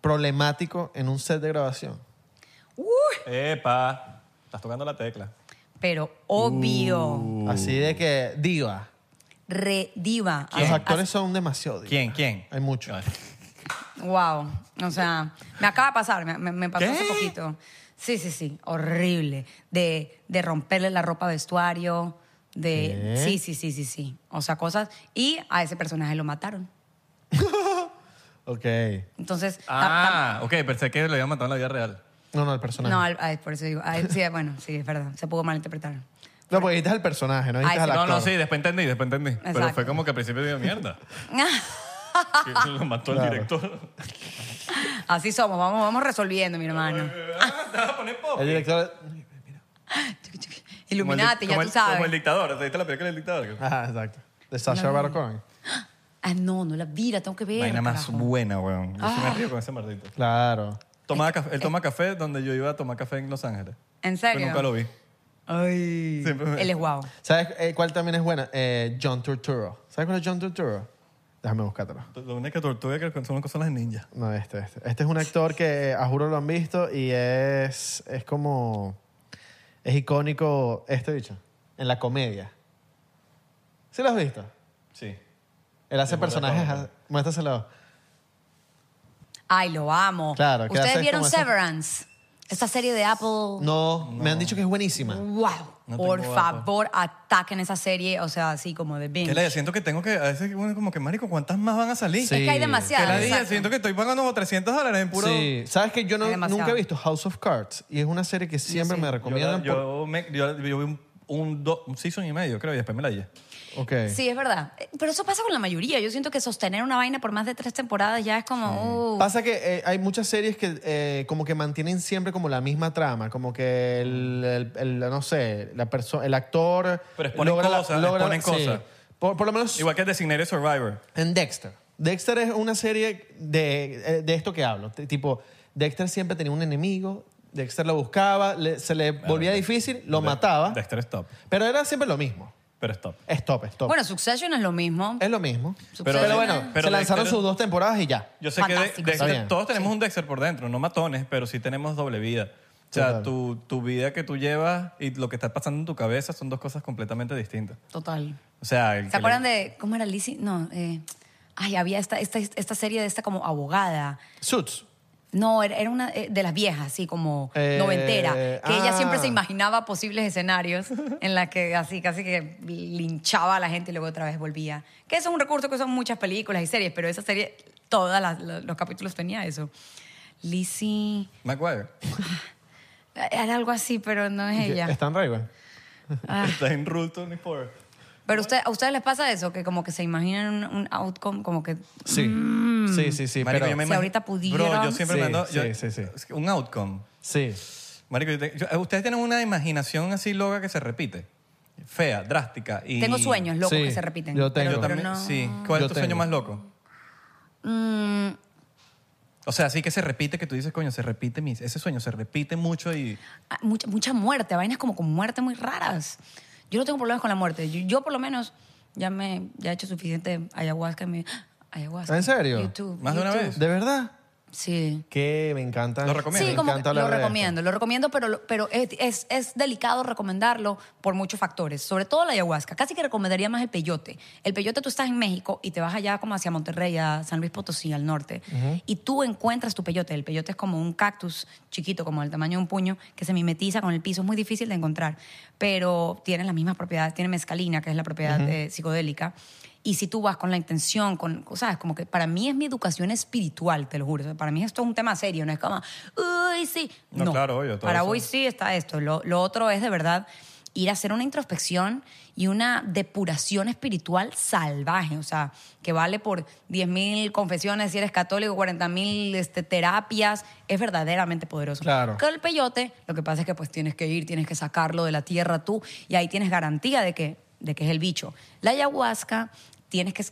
Speaker 3: problemático en un set de grabación?
Speaker 1: Uy.
Speaker 2: Epa, estás tocando la tecla.
Speaker 1: Pero obvio,
Speaker 2: Uh.
Speaker 3: Así de que diva.
Speaker 1: re diva.
Speaker 3: Los actores son demasiado divas. Eh,
Speaker 2: ¿Quién? ¿Quién?
Speaker 3: Hay mucho.
Speaker 2: Ay.
Speaker 1: Wow. O sea, me acaba de pasar, me, me- me pasó hace poquito. Sí, sí, sí. Horrible. De, de romperle la ropa vestuario. De.
Speaker 3: ¿Qué?
Speaker 1: Sí, sí, sí, sí, sí. O sea, cosas. Y a ese personaje lo mataron.
Speaker 3: Ok.
Speaker 1: Entonces. ta- ta-
Speaker 2: Ah, ok, pensé que lo habían matado en la vida real.
Speaker 3: No, no, el personaje.
Speaker 1: no,
Speaker 3: No,
Speaker 1: al- a- por eso digo. a- sí, bueno, sí, es verdad. Se pudo malinterpretar.
Speaker 3: porque pues dijiste al personaje, no dijiste
Speaker 1: Ay,
Speaker 3: al
Speaker 1: sí.
Speaker 2: No,
Speaker 3: actor.
Speaker 2: no, sí, después entendí, después entendí. Pero
Speaker 1: Exacto.
Speaker 2: fue como que al principio digo, mierda. que lo mató el
Speaker 3: Claro.
Speaker 2: director.
Speaker 1: Así somos. Vamos, vamos resolviendo, mi hermano.
Speaker 2: Ah, Te vas a poner pop.
Speaker 3: El director...
Speaker 2: Como el dic-
Speaker 1: Iluminati, ya
Speaker 2: como
Speaker 1: tú
Speaker 2: el-
Speaker 1: sabes.
Speaker 2: Como el dictador, ¿te viste la película del dictador?
Speaker 3: Ajá, exacto. De Sasha Baron Cohen.
Speaker 1: Ah, no, no la vira, tengo que ver.
Speaker 2: Vaina más
Speaker 1: carajo.
Speaker 2: buena, weón. Yo
Speaker 1: Ah.
Speaker 2: sí me río con ese maldito.
Speaker 3: Claro.
Speaker 2: Tomaba café- él toma café donde yo iba a tomar café en Los Ángeles.
Speaker 1: ¿En
Speaker 2: Pero
Speaker 1: serio?
Speaker 2: Pues nunca lo vi.
Speaker 1: Ay.
Speaker 2: Siempre me-
Speaker 1: Él es guau.
Speaker 3: ¿Sabes eh, cuál también es buena? Eh, John Turturro. ¿Sabes cuál es John Turturro? Déjame buscártelo.
Speaker 2: Lo único tortuga que son cosas las ninjas.
Speaker 3: No, este, este. Este es un actor que a juro lo han visto y es, es como... Es icónico este bicho. En la comedia. ¿Sí lo has visto?
Speaker 2: Sí.
Speaker 3: Él hace
Speaker 2: Sí,
Speaker 3: personajes...
Speaker 2: bueno.
Speaker 3: Muéstraselo.
Speaker 1: Ay, lo amo.
Speaker 3: Claro, que
Speaker 1: ¿Ustedes
Speaker 3: haces
Speaker 1: vieron
Speaker 3: como esa-
Speaker 1: Severance? Esta serie de Apple.
Speaker 3: No, me han dicho que es buenísima.
Speaker 1: Wow.
Speaker 2: No
Speaker 1: Por
Speaker 2: tengo Apple.
Speaker 1: favor, ataquen esa serie, o sea, así como de binge.
Speaker 2: Que la siento que tengo que. A veces uno como que, marico, ¿cuántas más van a salir?
Speaker 1: Es que hay
Speaker 2: Que la
Speaker 1: demasiadas.
Speaker 2: dije,
Speaker 1: exacto.
Speaker 2: siento que estoy pagando como 300 dólares en puro.
Speaker 3: Sí. ¿Sabes que yo no,
Speaker 1: Hay demasiado.
Speaker 3: nunca he visto House of Cards? Y es una serie que siempre
Speaker 1: sí.
Speaker 3: me
Speaker 2: Yo, la-
Speaker 3: recomiendan.
Speaker 2: yo, me- yo- yo vi un, un, do- un season y medio, creo, y después me la llevé.
Speaker 3: por- Ok.
Speaker 1: Sí, es verdad. Eh, Pero eso pasa con la mayoría. Yo siento que sostener una vaina por más de tres temporadas ya es como. uh,
Speaker 3: Pasa que eh, hay muchas series que eh, como que mantienen siempre como la misma trama, como que el, el- el- no sé, la perso- el actor
Speaker 2: Pero exponen
Speaker 3: la-
Speaker 2: cosas, exponen cosas.
Speaker 3: Por, por lo menos
Speaker 2: Igual que Designated Survivor.
Speaker 3: en Dexter. Dexter es una serie de, eh, de esto que hablo, t- tipo Dexter siempre tenía un enemigo, Dexter lo buscaba, le- se le volvía difícil, lo
Speaker 2: De-
Speaker 3: mataba,
Speaker 2: Dexter es top.
Speaker 3: pero era siempre lo mismo.
Speaker 2: Pero es top.
Speaker 3: Stop, stop.
Speaker 1: Bueno, Succession es lo mismo.
Speaker 3: es lo mismo.
Speaker 1: Pero-
Speaker 3: Pero, bueno,
Speaker 2: pero
Speaker 3: se lanzaron
Speaker 2: Dexter-
Speaker 3: sus dos temporadas y ya.
Speaker 2: Yo sé que de-
Speaker 1: Fantástico,
Speaker 2: Dexter-
Speaker 3: está bien.
Speaker 2: todos tenemos un Dexter por dentro, no matones, pero sí tenemos doble vida. O sea,
Speaker 3: Total.
Speaker 2: tu, tu vida que tú llevas y lo que está pasando en tu cabeza son dos cosas completamente distintas.
Speaker 1: Total.
Speaker 2: O sea, el que
Speaker 1: ¿Se acuerdan
Speaker 2: le-
Speaker 1: de. ¿Cómo era Lizzie? No. eh, ay, había esta, esta, esta serie de esta como abogada.
Speaker 3: Suits.
Speaker 1: No, era era una eh, de las viejas, así como
Speaker 3: Eh,
Speaker 1: noventera, que ella siempre
Speaker 3: ah.
Speaker 1: se imaginaba posibles escenarios en las que así casi que linchaba a la gente y luego otra vez volvía. Que eso es un recurso que usan muchas películas y series, pero esa serie, todos los capítulos tenía eso. Lizzie, eh,
Speaker 2: Maguire.
Speaker 1: era algo así, pero no es ella.
Speaker 3: Están Raven.
Speaker 1: Ah.
Speaker 2: Está en Rule 24.
Speaker 1: Pero usted, a ustedes les pasa eso, que como que se imaginan un, un outcome, como que...
Speaker 3: Sí.
Speaker 1: Mm.
Speaker 3: Sí, sí, sí.
Speaker 2: Marico,
Speaker 3: pero,
Speaker 2: yo me
Speaker 1: Si
Speaker 2: imag-
Speaker 1: ahorita
Speaker 2: Bro, yo
Speaker 1: pudieran-
Speaker 2: siempre
Speaker 3: Sí,
Speaker 2: me ando-
Speaker 3: sí,
Speaker 2: yo-
Speaker 3: sí, sí.
Speaker 2: es que Un outcome.
Speaker 3: Sí.
Speaker 2: Marico, yo te- yo- ustedes tienen una imaginación así loca que se repite. Fea, drástica. Y
Speaker 1: Tengo sueños locos
Speaker 3: Sí,
Speaker 1: que se repiten. pero-
Speaker 3: yo tengo.
Speaker 2: Yo
Speaker 1: pero
Speaker 2: también,
Speaker 1: no-
Speaker 2: sí. ¿Cuál
Speaker 3: Yo
Speaker 2: es tu sueño
Speaker 3: tengo.
Speaker 2: más loco?
Speaker 1: Mm,
Speaker 2: O sea, así que se repite, que tú dices, coño, se repite, mi- ese sueño se repite mucho y...
Speaker 1: Ah, mucha, mucha muerte, vainas como con muerte muy raras. Yo no tengo problemas con la muerte. Yo, yo por lo menos ya me ya he hecho suficiente ayahuasca en mi ayahuasca.
Speaker 3: ¿En serio?
Speaker 1: YouTube,
Speaker 2: ¿Más de una
Speaker 1: YouTube.
Speaker 2: vez?
Speaker 3: ¿De verdad?
Speaker 1: Sí.
Speaker 3: Que me encanta.
Speaker 2: Lo recomiendo.
Speaker 1: Sí,
Speaker 3: me
Speaker 1: como
Speaker 3: encanta
Speaker 1: que lo
Speaker 3: hablar de esto.
Speaker 1: recomiendo, lo recomiendo, pero, lo- pero es, es- es delicado recomendarlo por muchos factores, sobre todo la ayahuasca. Casi que recomendaría más el peyote. El peyote tú estás en México y te vas allá como hacia Monterrey, a San Luis Potosí, al norte, y tú encuentras tu peyote. El peyote es como un cactus chiquito, como el tamaño de un puño, que se mimetiza con el piso. Es muy difícil de encontrar, pero tiene las mismas propiedades. Tiene mescalina, que es la propiedad eh, psicodélica. Y si tú vas con la intención, con, ¿sabes? Como que para mí es mi educación espiritual, te lo juro. O sea, Para mí esto es un tema serio, no es como, uy, sí.
Speaker 2: No, claro, obvio, todo
Speaker 1: Para
Speaker 2: eso.
Speaker 1: hoy sí está esto. Lo, lo otro es de verdad ir a hacer una introspección y una depuración espiritual salvaje, o sea, que vale por 10.000 confesiones si eres católico, 40.000 este, terapias, es verdaderamente poderoso.
Speaker 3: Claro.
Speaker 1: Con el peyote, lo que pasa es que pues tienes que ir, tienes que sacarlo de la tierra tú y ahí tienes garantía de que, de que es el bicho. La ayahuasca tienes que,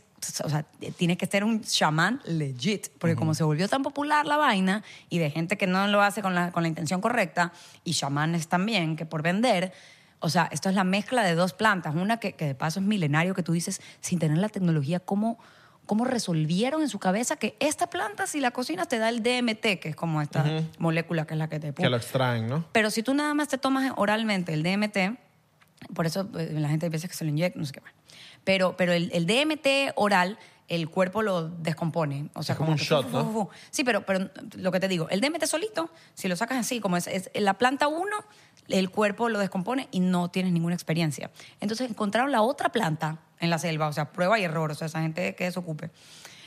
Speaker 1: o sea, tienes que ser un chamán legit, porque como se volvió tan popular la vaina y de gente que no lo hace con la, con la intención correcta y chamanes también, que por vender... O sea, esto es la mezcla de dos plantas. Una que, que de paso es milenario, que tú dices, sin tener la tecnología, ¿cómo, cómo resolvieron en su cabeza que esta planta, si la cocinas, te da el DMT, que es como esta molécula que es la que te
Speaker 3: Que lo extraen, ¿no?
Speaker 1: pero si tú nada más te tomas oralmente el DMT, pues, por eso eh, la gente hay veces que se lo inyecta, no sé qué bueno. Pero, pero el, el DMT oral el cuerpo lo descompone. O sea,
Speaker 3: Es como un
Speaker 1: que
Speaker 3: shot, ¿no?
Speaker 1: Sí, pero, pero lo que te digo, el DMT solito, si lo sacas así, como es, es la planta 1, el cuerpo lo descompone y no tienes ninguna experiencia. Entonces encontraron la otra planta en la selva, o sea, prueba y error, o sea, esa gente que desocupe.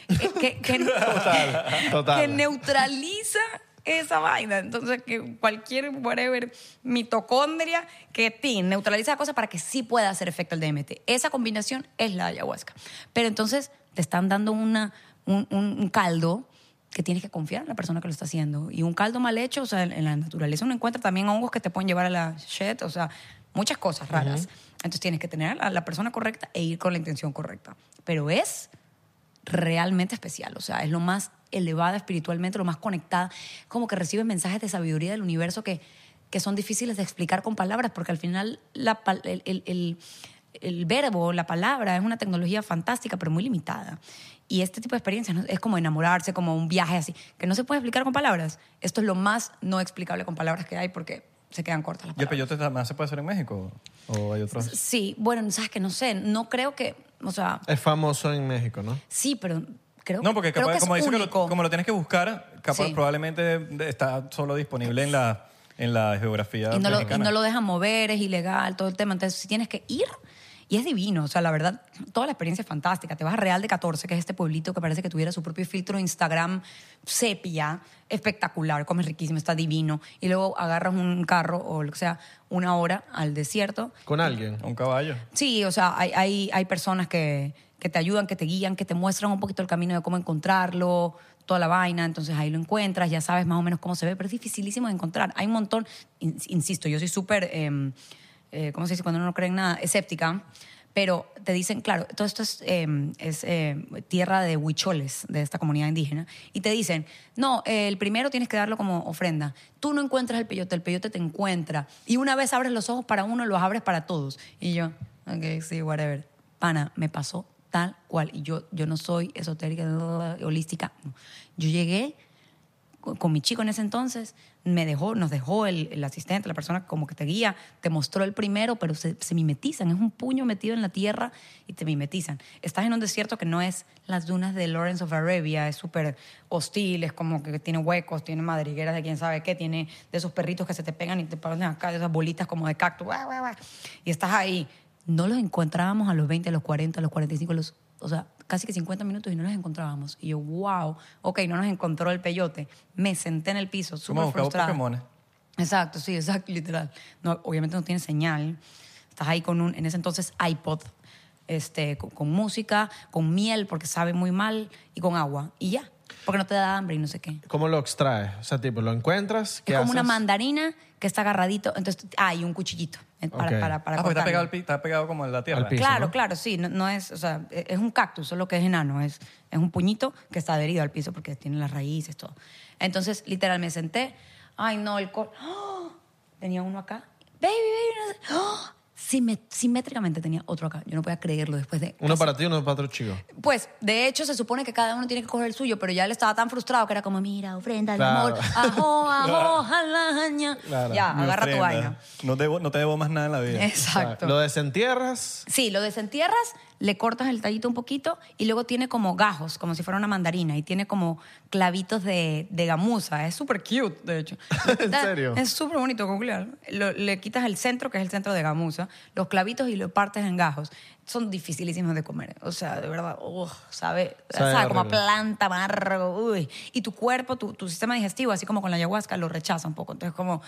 Speaker 1: Eh, Que, que-
Speaker 3: total.
Speaker 1: que neutraliza esa vaina. Entonces, que cualquier, whatever, mitocondria que ti neutraliza la cosa para que sí pueda hacer efecto el DMT. Esa combinación es la ayahuasca. Pero entonces te están dando una, un, un- un caldo que tienes que confiar en la persona que lo está haciendo. Y un caldo mal hecho, o sea, en, en la naturaleza uno encuentra también hongos que te pueden llevar a la shit, o sea, muchas cosas raras. Entonces tienes que tener a la- la persona correcta e ir con la intención correcta. Pero es realmente especial. O sea, es lo más elevada espiritualmente, lo más conectada. Como que recibes mensajes de sabiduría del universo que, que son difíciles de explicar con palabras, porque al final la pal- el, el- el- el verbo, la palabra, es una tecnología fantástica, pero muy limitada. Y este tipo de experiencias ¿no? es como enamorarse, como un viaje así, que no se puede explicar con palabras. Esto es lo más no explicable con palabras que hay porque se quedan cortas las
Speaker 2: ¿Y el
Speaker 1: palabras.
Speaker 2: peyote también se puede hacer en México? ¿O hay otros?
Speaker 1: Sí, bueno, sabes que no sé, no creo que, o sea,
Speaker 3: Es famoso en México, ¿no?
Speaker 1: sí, pero creo,
Speaker 2: No, porque
Speaker 1: creo
Speaker 2: capaz-
Speaker 1: que es
Speaker 2: como dice que lo,
Speaker 1: único.
Speaker 2: como lo tienes que buscar, capaz
Speaker 1: Sí.
Speaker 2: probablemente está solo disponible en la, en la geografía
Speaker 1: y no, lo, y
Speaker 2: mexicana.
Speaker 1: no lo dejan mover, es ilegal, todo el tema. Entonces, si tienes que ir, y es divino, o sea, la verdad, toda la experiencia es fantástica. Te vas a Real de 14, que es este pueblito que parece que tuviera su propio filtro Instagram sepia, espectacular, comes riquísimo, está divino. Y luego agarras un carro o lo que sea, una hora al desierto
Speaker 3: Con alguien.
Speaker 2: Un caballo.
Speaker 1: Sí, o sea, hay, hay, hay personas que, que te ayudan, que te guían, que te muestran un poquito el camino de cómo encontrarlo, toda la vaina, entonces ahí lo encuentras, ya sabes más o menos cómo se ve, pero es dificilísimo de encontrar. Hay un montón, in- insisto, yo soy súper, em, eh, ¿cómo se dice? Cuando uno no cree en nada, escéptica, pero te dicen, claro, todo esto es, em, es, em, tierra de huicholes, de esta comunidad indígena, y te dicen, no, eh, el primero tienes que darlo como ofrenda. Tú no encuentras el peyote, el peyote te encuentra. Y una vez abres los ojos para uno, los abres para todos. Y yo, ok, sí, whatever. Pana, me pasó tal cual. Y yo, yo no soy esotérica, holística. no. Yo llegué con, con mi chico en ese entonces, me dejó, nos dejó el, el asistente, la persona como que te guía, te mostró el primero, pero se, se mimetizan, es un puño metido en la tierra y te mimetizan. Estás en un desierto que no es las dunas de Lawrence of Arabia, es súper hostil, es como que tiene huecos, tiene madrigueras de quién sabe qué, tiene de esos perritos que se te pegan y te paran acá, de esas bolitas como de cactus, guau, guau, guau, y estás ahí. No los encontrábamos a los 20, a los 40, a los 45, a los o sea, casi que 50 minutos y no nos encontrábamos. Y yo, wow, ok, no nos encontró el peyote. Me senté en el piso,
Speaker 2: Como
Speaker 1: súper
Speaker 2: buscar
Speaker 1: frustrada.
Speaker 2: Pokémon. Ah,
Speaker 1: Exacto, sí, exacto, literal. No, obviamente no tiene señal. Estás ahí con un, en ese entonces, iPod, este, con, con música, con miel, porque sabe muy mal, y con agua. Y ya, porque no te da hambre y no sé qué.
Speaker 3: ¿Cómo lo extraes? O sea, tipo, lo encuentras. ¿Qué
Speaker 1: Es como una
Speaker 3: haces?
Speaker 1: mandarina que está agarradito. Entonces, ah, y un cuchillito eh, para, para,
Speaker 3: Ok.
Speaker 1: para
Speaker 2: Ah, porque está
Speaker 1: cortarlo.
Speaker 2: pegado, al pi- está pegado como en la tierra.
Speaker 3: Al piso.
Speaker 1: Claro,
Speaker 3: ¿no?
Speaker 1: claro, sí. No, no es, o sea, e- es un cactus, solo que es enano. Es, es un puñito que está adherido al piso porque tiene las raíces, todo. Entonces, literal, me senté. Ay, no, el col. ¡Ah! Tenía uno acá. Baby, baby. No sé- ¡Ah! Sime- simétricamente tenía otro acá. Yo no podía creerlo después de.
Speaker 3: Uno para ti, uno para otro chico.
Speaker 1: Pues, de hecho, se supone que cada uno tiene que coger el suyo, pero ya él estaba tan frustrado que era como, mira, ofrenda, mi
Speaker 3: Claro.
Speaker 1: amor, ajo, ajo, jalaña.
Speaker 3: Claro.
Speaker 1: Ya,
Speaker 2: Mi
Speaker 1: agarra tu
Speaker 2: ofrenda.
Speaker 1: vaina.
Speaker 2: No, debo- no te debo más nada en la vida.
Speaker 1: Exacto.
Speaker 3: Lo desentierras.
Speaker 1: Sí, lo desentierras, le cortas el tallito un poquito y luego tiene como gajos, como si fuera una mandarina y tiene como clavitos de, de gamuza. Es súper cute, de hecho. Le quitas-
Speaker 3: serio?
Speaker 1: Es súper bonito, googlear. Lo- le quitas el centro, que es el centro de gamuza, los clavitos y lo partes en gajos. Son dificilísimos de comer. O sea, de verdad, uf, sabe,
Speaker 3: Sabe
Speaker 1: sabe como a
Speaker 3: horrible.
Speaker 1: planta, amargo. uy. Y tu cuerpo, tu, tu sistema digestivo, así como con la ayahuasca, lo rechaza un poco. Entonces, como...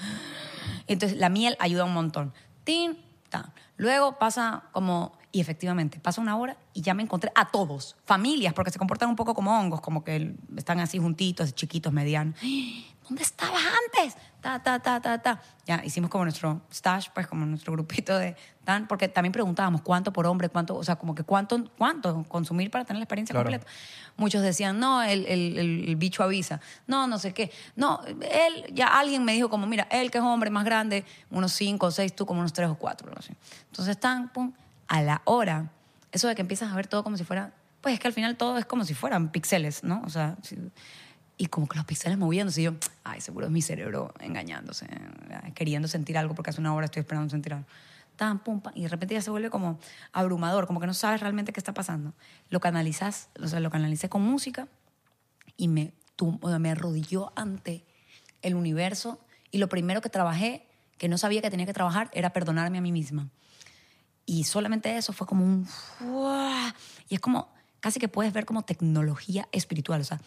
Speaker 1: Entonces, la miel ayuda un montón. Tin, tan. Luego pasa como, y efectivamente, pasa una hora y ya me encontré a todos, familias, porque se comportan un poco como hongos, como que están así juntitos, chiquitos, medianos. ¿Dónde estabas antes? Ta, ta, ta, ta, ta. Ya hicimos como nuestro stash, pues como nuestro grupito de tan, porque también preguntábamos cuánto por hombre, cuánto, o sea, como que cuánto, cuánto consumir para tener la experiencia
Speaker 2: Claro.
Speaker 1: completa. Muchos decían, no, el, el- el- el bicho avisa. No, no sé qué. No, él, ya alguien me dijo como, mira, él que es hombre más grande, unos cinco o seis, tú como unos tres o cuatro. No sé. Entonces tan, pum, a la hora. Eso de que empiezas a ver todo como si fuera, pues es que al final todo es como si fueran píxeles, ¿no? O sea, si- y como que los píxeles moviéndose. Y yo, ay, seguro es mi cerebro engañándose, eh, queriendo sentir algo porque hace una hora estoy esperando sentir algo. tan, pum, pam, y de repente ya se vuelve como abrumador, como que no sabes realmente qué está pasando. Lo canalizas, o sea, lo canalicé con música y me, tum- o sea, me arrodilló ante el universo y lo primero que trabajé, que no sabía que tenía que trabajar, era perdonarme a mí misma. Y solamente eso fue como un... ¡fua! Y es como, casi que puedes ver como tecnología espiritual. O sea,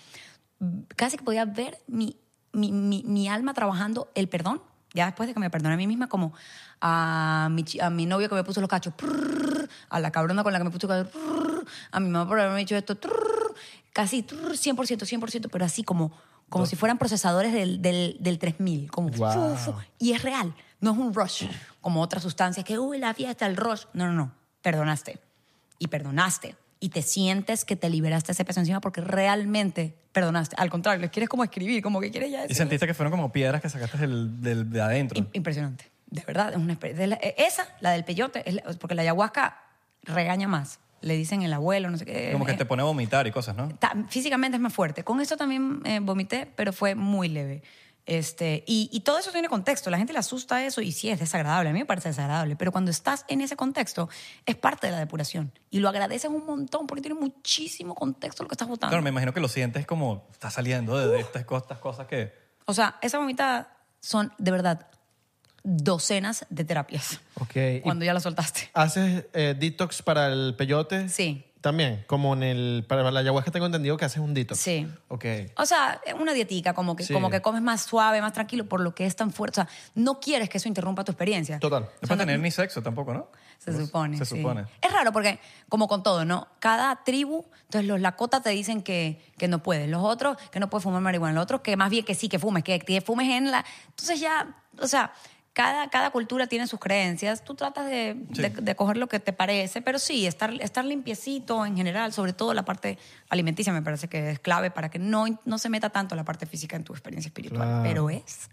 Speaker 1: m- casi que podía ver mi, mi, mi, mi alma trabajando el perdón, ya después de que me perdoné a mí misma, como a mi, chi- a mi novio que me puso los cachos, prrr, a la cabrona con la que me puso los cachos, prrr, a mi mamá por haberme dicho esto, prrr, casi prrr, 100%, 100%, pero así como, como si fueran procesadores del, del, del 3000, como
Speaker 3: Wow.
Speaker 1: fu, fu, y es real, no es un rush como otras sustancias que, uy, la fiesta, el rush. No, no, no, perdonaste. Y perdonaste. Y te sientes que te liberaste ese peso encima porque realmente perdonaste. Al contrario, les quieres como escribir, como que quieres ya
Speaker 2: Y
Speaker 1: decir.
Speaker 2: sentiste que fueron como piedras que sacaste del, del- de adentro.
Speaker 1: Im- Impresionante. De verdad, es una experiencia. Es la- eh, Esa, la del peyote, es la- porque la ayahuasca regaña más. Le dicen el abuelo, no sé qué.
Speaker 2: como que
Speaker 1: Eh,
Speaker 2: te pone a vomitar y cosas, ¿no?
Speaker 1: ta- físicamente es más fuerte. Con eso también eh, vomité, pero fue muy leve. Este, y, y todo eso tiene contexto. La gente le asusta eso y sí es desagradable. A mí me parece desagradable. Pero cuando estás en ese contexto, es parte de la depuración. Y lo agradeces un montón porque tiene muchísimo contexto lo que estás votando.
Speaker 2: Claro, me imagino que lo sientes como está saliendo de, de estas, co- estas cosas que...
Speaker 1: O sea, esa vomitada son, de verdad, docenas de terapias.
Speaker 3: Ok. ¿Y
Speaker 1: Cuando ya la soltaste.
Speaker 3: ¿Haces eh, detox para el peyote?
Speaker 1: Sí.
Speaker 3: También, como en el. Para la ayahuasca tengo entendido que haces un detox.
Speaker 1: Sí.
Speaker 3: Ok.
Speaker 1: O sea, una dietica, como que,
Speaker 3: Sí.
Speaker 1: como que comes más suave, más tranquilo, por lo que es tan fuerte. O sea, no quieres que eso interrumpa tu experiencia.
Speaker 3: Total.
Speaker 2: No puedes tener ni sexo tampoco, ¿no?
Speaker 1: Se supone.
Speaker 2: Se
Speaker 1: sí.
Speaker 2: supone.
Speaker 1: Es raro porque, como con todo, ¿no? Cada tribu, entonces los lakotas te dicen que, que no puedes, los otros que no puedes fumar marihuana, los otros que más bien que sí, que fumes, que te fumes en la. Entonces ya, o sea. Cada, cada cultura tiene sus creencias. Tú tratas de, de- de coger lo que te parece, pero sí, estar, estar limpiecito en general, sobre todo la parte alimenticia, me parece que es clave para que no, no se meta tanto la parte física en tu experiencia espiritual.
Speaker 3: Claro.
Speaker 1: Pero es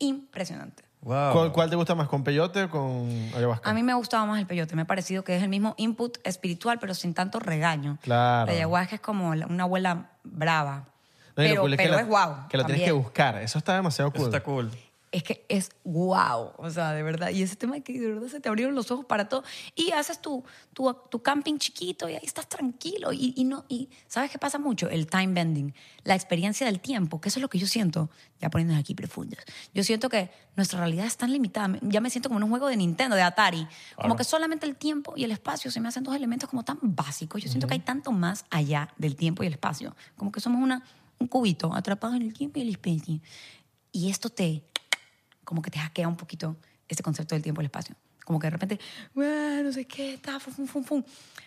Speaker 1: impresionante.
Speaker 2: Wow.
Speaker 3: ¿Cuál, cuál te gusta más, con peyote o con ayahuasca?
Speaker 1: A mí me ha gustado más el peyote. Me ha parecido que es el mismo input espiritual, pero sin tanto regaño.
Speaker 3: Claro.
Speaker 1: La ayahuasca es como la- una abuela brava.
Speaker 3: No, y lo
Speaker 1: pero
Speaker 3: cool es que
Speaker 1: pero
Speaker 3: la-
Speaker 1: es guau.
Speaker 3: Que la tienes
Speaker 1: también.
Speaker 3: que buscar. Eso está demasiado cool.
Speaker 2: Eso está cool.
Speaker 1: Es que es guau. O sea, de verdad. Y ese tema que de verdad se te abrieron los ojos para todo. Y haces tu, tu, tu camping chiquito y ahí estás tranquilo. Y, y no, y ¿sabes qué pasa mucho? El time bending. La experiencia del tiempo, que eso es lo que yo siento. Ya poniéndonos aquí profundos. Yo siento que nuestra realidad es tan limitada. Ya me siento como en un juego de Nintendo, de Atari. Como que solamente el tiempo y el espacio se me hacen dos elementos como tan básicos. Yo siento que hay tanto más allá del tiempo y el espacio. Como que somos una, un cubito atrapado en el tiempo y el espacio. Y esto te como que te hackea un poquito este concepto del tiempo y el espacio. Como que de repente, "Uah, no sé qué, está, fum, fum, fum, fum".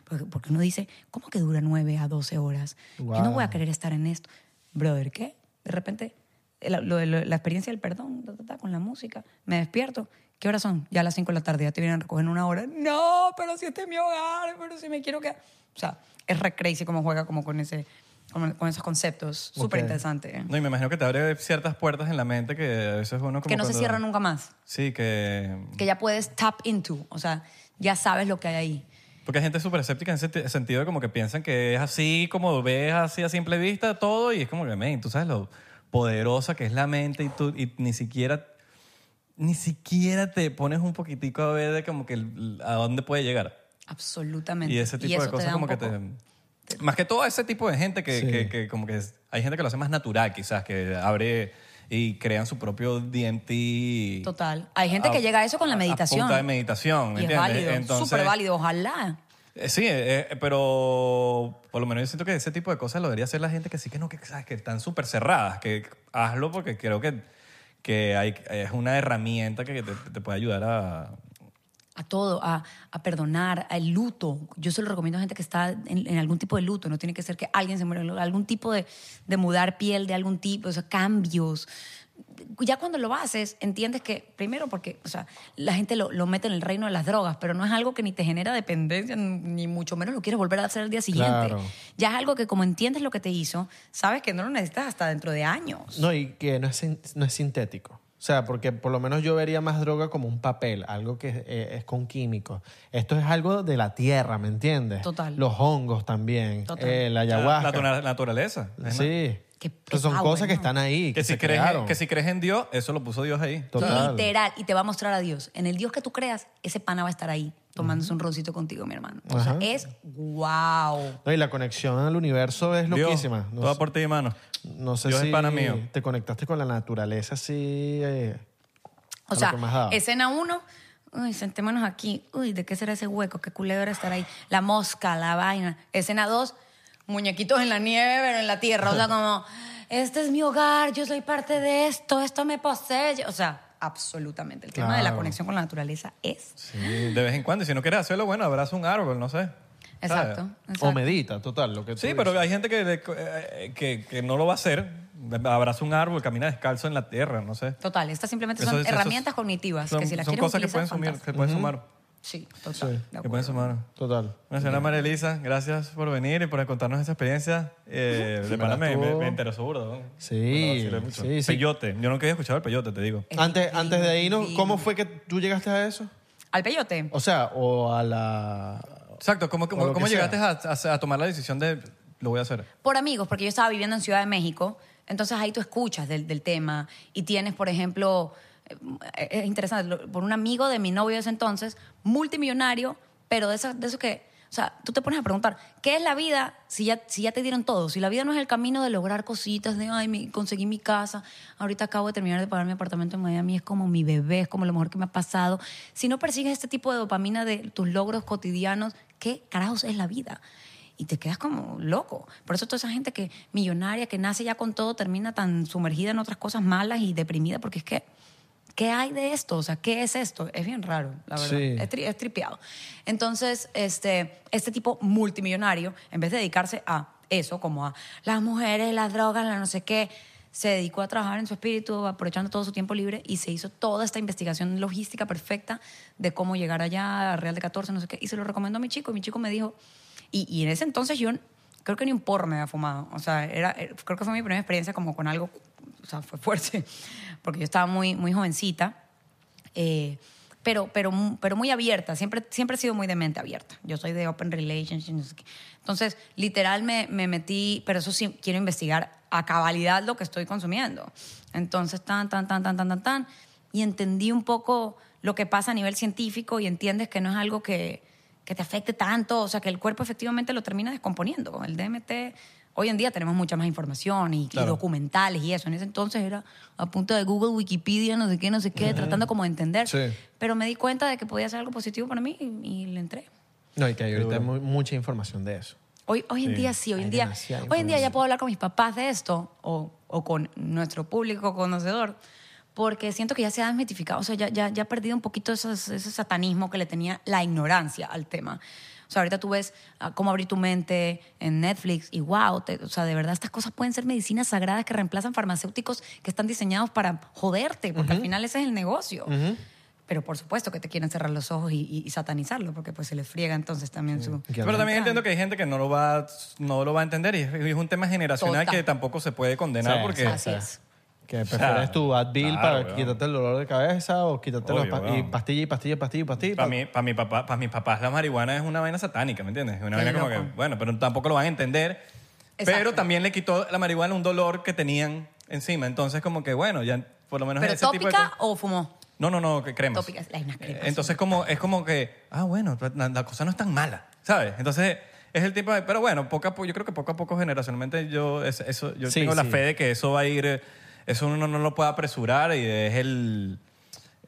Speaker 1: Porque, porque uno dice, ¿cómo que dura 9 a 12 horas? Yo no voy a querer estar en esto. Brother, ¿qué? De repente, la, lo de- lo- la experiencia del perdón, ta, ta, ta, con la música, me despierto. ¿Qué horas son? Ya a las 5 de la tarde, ya te vienen a recoger en una hora. No, pero si este es mi hogar, pero si me quiero quedar. O sea, es re crazy cómo juega como con, ese, con, con esos conceptos. Súper interesante.
Speaker 2: No, y me imagino que te abre ciertas puertas en la mente que a veces uno como
Speaker 1: Que no se
Speaker 2: cuando-
Speaker 1: cierra nunca más.
Speaker 2: Sí, que...
Speaker 1: que ya puedes tap into, o sea, ya sabes lo que hay ahí.
Speaker 2: Porque hay gente súper escéptica en ese t- sentido de como que piensan que es así, como ves así a simple vista todo y es como que, men, tú sabes lo poderosa que es la mente y tú y ni siquiera ni siquiera te pones un poquitico a ver de como que el- a dónde puede llegar.
Speaker 1: Absolutamente.
Speaker 2: Y ese tipo
Speaker 1: eso
Speaker 2: de cosas
Speaker 1: da
Speaker 2: como
Speaker 1: un
Speaker 2: que
Speaker 1: poco-
Speaker 2: te... Más que todo ese tipo de gente que,
Speaker 3: Sí.
Speaker 2: que- que como que es- hay gente que lo hace más natural quizás, que abre y crean su propio DMT.
Speaker 1: Total. Hay gente que llega a eso con la
Speaker 2: a- a
Speaker 1: meditación.
Speaker 2: punta de meditación,
Speaker 1: Y es
Speaker 2: ¿entiendes?
Speaker 1: válido,
Speaker 2: Entonces-
Speaker 1: súper válido, ojalá.
Speaker 2: Eh, Sí, eh, eh, pero por lo menos yo siento que ese tipo de cosas lo debería hacer la gente que sí que no, que sabes que están súper cerradas, que hazlo porque creo que, que hay, es una herramienta que te, te puede ayudar a...
Speaker 1: A todo, a, a perdonar, al luto. Yo se lo recomiendo a gente que está en, en algún tipo de luto. No tiene que ser que alguien se muera, algún tipo de, de mudar piel de algún tipo, o sea, cambios. Ya cuando lo haces, entiendes que, primero, porque, o sea, la gente lo, lo mete en el reino de las drogas, pero no es algo que ni te genera dependencia, ni mucho menos lo quieres volver a hacer al día siguiente.
Speaker 3: Claro.
Speaker 1: Ya es algo que, como entiendes lo que te hizo, sabes que no lo necesitas hasta dentro de años.
Speaker 3: No, y que no es, sin- no es sintético. O sea, porque por lo menos yo vería más droga como un papel, algo que eh, es con químicos. Esto es algo de la tierra, ¿me entiendes?
Speaker 1: Total.
Speaker 3: Los hongos también,
Speaker 1: Total.
Speaker 3: eh, la
Speaker 2: La,
Speaker 3: ayahuasca.
Speaker 2: la tona- naturaleza. Es
Speaker 3: Sí.
Speaker 1: Que que,
Speaker 3: Esas son
Speaker 1: ah,
Speaker 3: cosas que
Speaker 1: bueno.
Speaker 3: están ahí, que,
Speaker 2: Que si,
Speaker 3: se
Speaker 2: crees,
Speaker 3: crearon.
Speaker 2: que si crees en Dios, eso lo puso Dios ahí.
Speaker 3: Total.
Speaker 1: Literal. Y te va a mostrar a Dios. En el Dios que tú creas, ese pana va a estar ahí tomándose un roncito contigo, mi hermano. O sea,
Speaker 3: Ajá.
Speaker 1: es wow.
Speaker 3: No, y la conexión al universo es
Speaker 2: Dios,
Speaker 3: loquísima. No,
Speaker 2: toda
Speaker 3: sé-
Speaker 2: por ti, mano.
Speaker 3: no sé
Speaker 2: Dios es
Speaker 3: si
Speaker 2: pana mío.
Speaker 3: te conectaste con la naturaleza así. eh, a
Speaker 1: O
Speaker 3: lo
Speaker 1: sea,
Speaker 3: que más da.
Speaker 1: escena uno, uy, sentémonos aquí. Uy, ¿de qué será ese hueco? ¿Qué culebra estará ahí? La mosca, la vaina. Escena dos, muñequitos en la nieve, pero en la tierra. O sea, como, este es mi hogar, yo soy parte de esto, esto me posee. O sea, absolutamente. El tema de la
Speaker 3: Claro.
Speaker 1: conexión con la naturaleza es.
Speaker 2: Sí, de vez en cuando. Y si no quieres hacerlo, bueno, abraza un árbol, no sé. ¿Sabes?
Speaker 1: Exacto.
Speaker 3: O
Speaker 1: exacto.
Speaker 3: medita, total. Lo que tú
Speaker 2: Sí,
Speaker 3: dices.
Speaker 2: pero hay gente que, le- eh, que, que no lo va a hacer. Abraza un árbol, camina descalzo en la tierra, no sé.
Speaker 1: Total, estas simplemente son
Speaker 2: Eso- eso-
Speaker 1: herramientas cognitivas
Speaker 2: son,
Speaker 1: que si las
Speaker 2: son
Speaker 1: quieres
Speaker 2: cosas que pueden,
Speaker 1: utilizar,
Speaker 2: sumir,
Speaker 1: fantástico.
Speaker 2: que pueden sumar.
Speaker 1: Sí, total. de
Speaker 2: Que
Speaker 1: acuerdo.
Speaker 2: pueden sumar.
Speaker 3: Total.
Speaker 2: Bueno, señora María Elisa, gracias por venir y por contarnos esa experiencia. Eh, de pana me, me,
Speaker 3: tuvo-
Speaker 2: me interesó burda, ¿no?
Speaker 3: Sí,
Speaker 2: Me lo vacilé mucho.
Speaker 3: sí, sí.
Speaker 2: Peyote. Yo nunca había escuchado el peyote, te digo.
Speaker 1: Es
Speaker 3: Antes, antes de ahí, ¿no?
Speaker 1: divino.
Speaker 3: ¿cómo fue que tú llegaste a eso?
Speaker 1: Al peyote.
Speaker 3: O sea, o a la...
Speaker 2: Exacto. ¿Cómo,
Speaker 3: O
Speaker 2: cómo,
Speaker 3: lo
Speaker 2: cómo
Speaker 3: que
Speaker 2: llegaste a, a- a tomar la decisión de lo voy a hacer?
Speaker 1: por amigos, porque yo estaba viviendo en Ciudad de México, entonces ahí tú escuchas del, del tema y tienes, por ejemplo, eh, es interesante, lo- por un amigo de mi novio de ese entonces, multimillonario, pero de esos, de esos que, o sea, tú te pones a preguntar, ¿qué es la vida si ya, si ya te dieron todo? Si la vida no es el camino de lograr cositas, de, ay, mi- conseguí mi casa, ahorita acabo de terminar de pagar mi apartamento en Miami, es como mi bebé, es como lo mejor que me ha pasado. Si no persigues este tipo de dopamina de tus logros cotidianos, ¿qué carajos es la vida? y te quedas como loco. Por eso toda esa gente que millonaria, que nace ya con todo, termina tan sumergida en otras cosas malas y deprimida, porque es que, ¿qué hay de esto? O sea, ¿qué es esto? Es bien raro, la verdad.
Speaker 3: Sí.
Speaker 1: Es, tri- es tripeado. Entonces, este, este tipo multimillonario, en vez de dedicarse a eso, como a las mujeres, las drogas, la no sé qué, se dedicó a trabajar en su espíritu, aprovechando todo su tiempo libre y se hizo toda esta investigación logística perfecta de cómo llegar allá a Real de 14, no sé qué. Y se lo recomendó a mi chico y mi chico me dijo, y, y en ese entonces yo creo que ni un porro me había fumado. O sea, era, eh, creo que fue mi primera experiencia como con algo, o sea, fue fuerte, porque yo estaba muy, muy jovencita. Eh, pero, pero, mu- pero muy abierta, siempre, siempre he sido muy de mente abierta. Yo soy de open relationship. no sé qué. Entonces, literal me, me metí, pero eso sí, quiero investigar a cabalidad lo que estoy consumiendo. Entonces, tan, tan, tan, tan, tan, tan, tan. Y entendí un poco lo que pasa a nivel científico y entiendes que no es algo que, que te afecte tanto, o sea, que el cuerpo efectivamente lo termina descomponiendo. El DMT, hoy en día tenemos mucha más información y, y documentales y eso. En ese entonces era a punta de Google, Wikipedia, no sé qué, no sé qué, tratando como de entender.
Speaker 3: Sí.
Speaker 1: Pero me di cuenta de que podía ser algo positivo para mí y, y le entré.
Speaker 3: No, y que hay ahorita mu- mucha información de eso.
Speaker 1: Hoy, hoy en día sí, hoy en
Speaker 3: Hay
Speaker 1: día,
Speaker 3: demasiada
Speaker 1: hoy en día ya
Speaker 3: información.
Speaker 1: puedo hablar con mis papás de esto o, o con nuestro público conocedor, porque siento que ya se ha desmitificado, o sea, ya, ya, ya ha perdido un poquito esos- ese satanismo que le tenía la ignorancia al tema. O sea, ahorita tú ves ah, cómo abrir tu mente en Netflix y wow, te- o sea, de verdad estas cosas pueden ser medicinas sagradas que reemplazan farmacéuticos que están diseñados para joderte, porque al final ese es el negocio. Pero por supuesto que te quieren cerrar los ojos y, y- y satanizarlo, porque pues se les friega entonces también su...
Speaker 2: Pero también entiendo que hay gente que no lo va, a- no lo va a entender y es, y es un tema generacional
Speaker 1: Total.
Speaker 2: que tampoco se puede condenar
Speaker 3: Sí,
Speaker 2: porque...
Speaker 1: Así es.
Speaker 3: Que prefieres tu Advil
Speaker 2: claro,
Speaker 3: para
Speaker 2: weón.
Speaker 3: quitarte el dolor de cabeza o quitarte
Speaker 2: Obvio,
Speaker 3: las pa- y
Speaker 2: weón.
Speaker 3: pastilla y pastilla y pastilla y pastilla.
Speaker 2: Para, mí, para, mi papá, para mis papás la marihuana es una vaina satánica, ¿me entiendes? Es Una vaina como que,
Speaker 1: loco.
Speaker 2: bueno, pero tampoco lo van a entender.
Speaker 1: Exacto.
Speaker 2: Pero también le quitó la marihuana un dolor que tenían encima. Entonces, como que, bueno, ya por lo menos
Speaker 1: ¿Pero
Speaker 2: ese tipo de
Speaker 1: tópica
Speaker 2: cosas-
Speaker 1: o fumó?
Speaker 2: No, no, no, que cremas.
Speaker 1: Tópicas, las mismas cremas.
Speaker 2: Eh, Entonces, como, es como que, ah, bueno, la, la cosa no es tan mala, ¿sabes? Entonces, es el tipo de. Pero bueno, poco a poco, yo creo que poco a poco, generacionalmente, yo, es- eso, yo
Speaker 3: Sí,
Speaker 2: tengo la
Speaker 3: sí.
Speaker 2: fe de que eso va a ir. eh, Eso uno no lo puede apresurar y es el.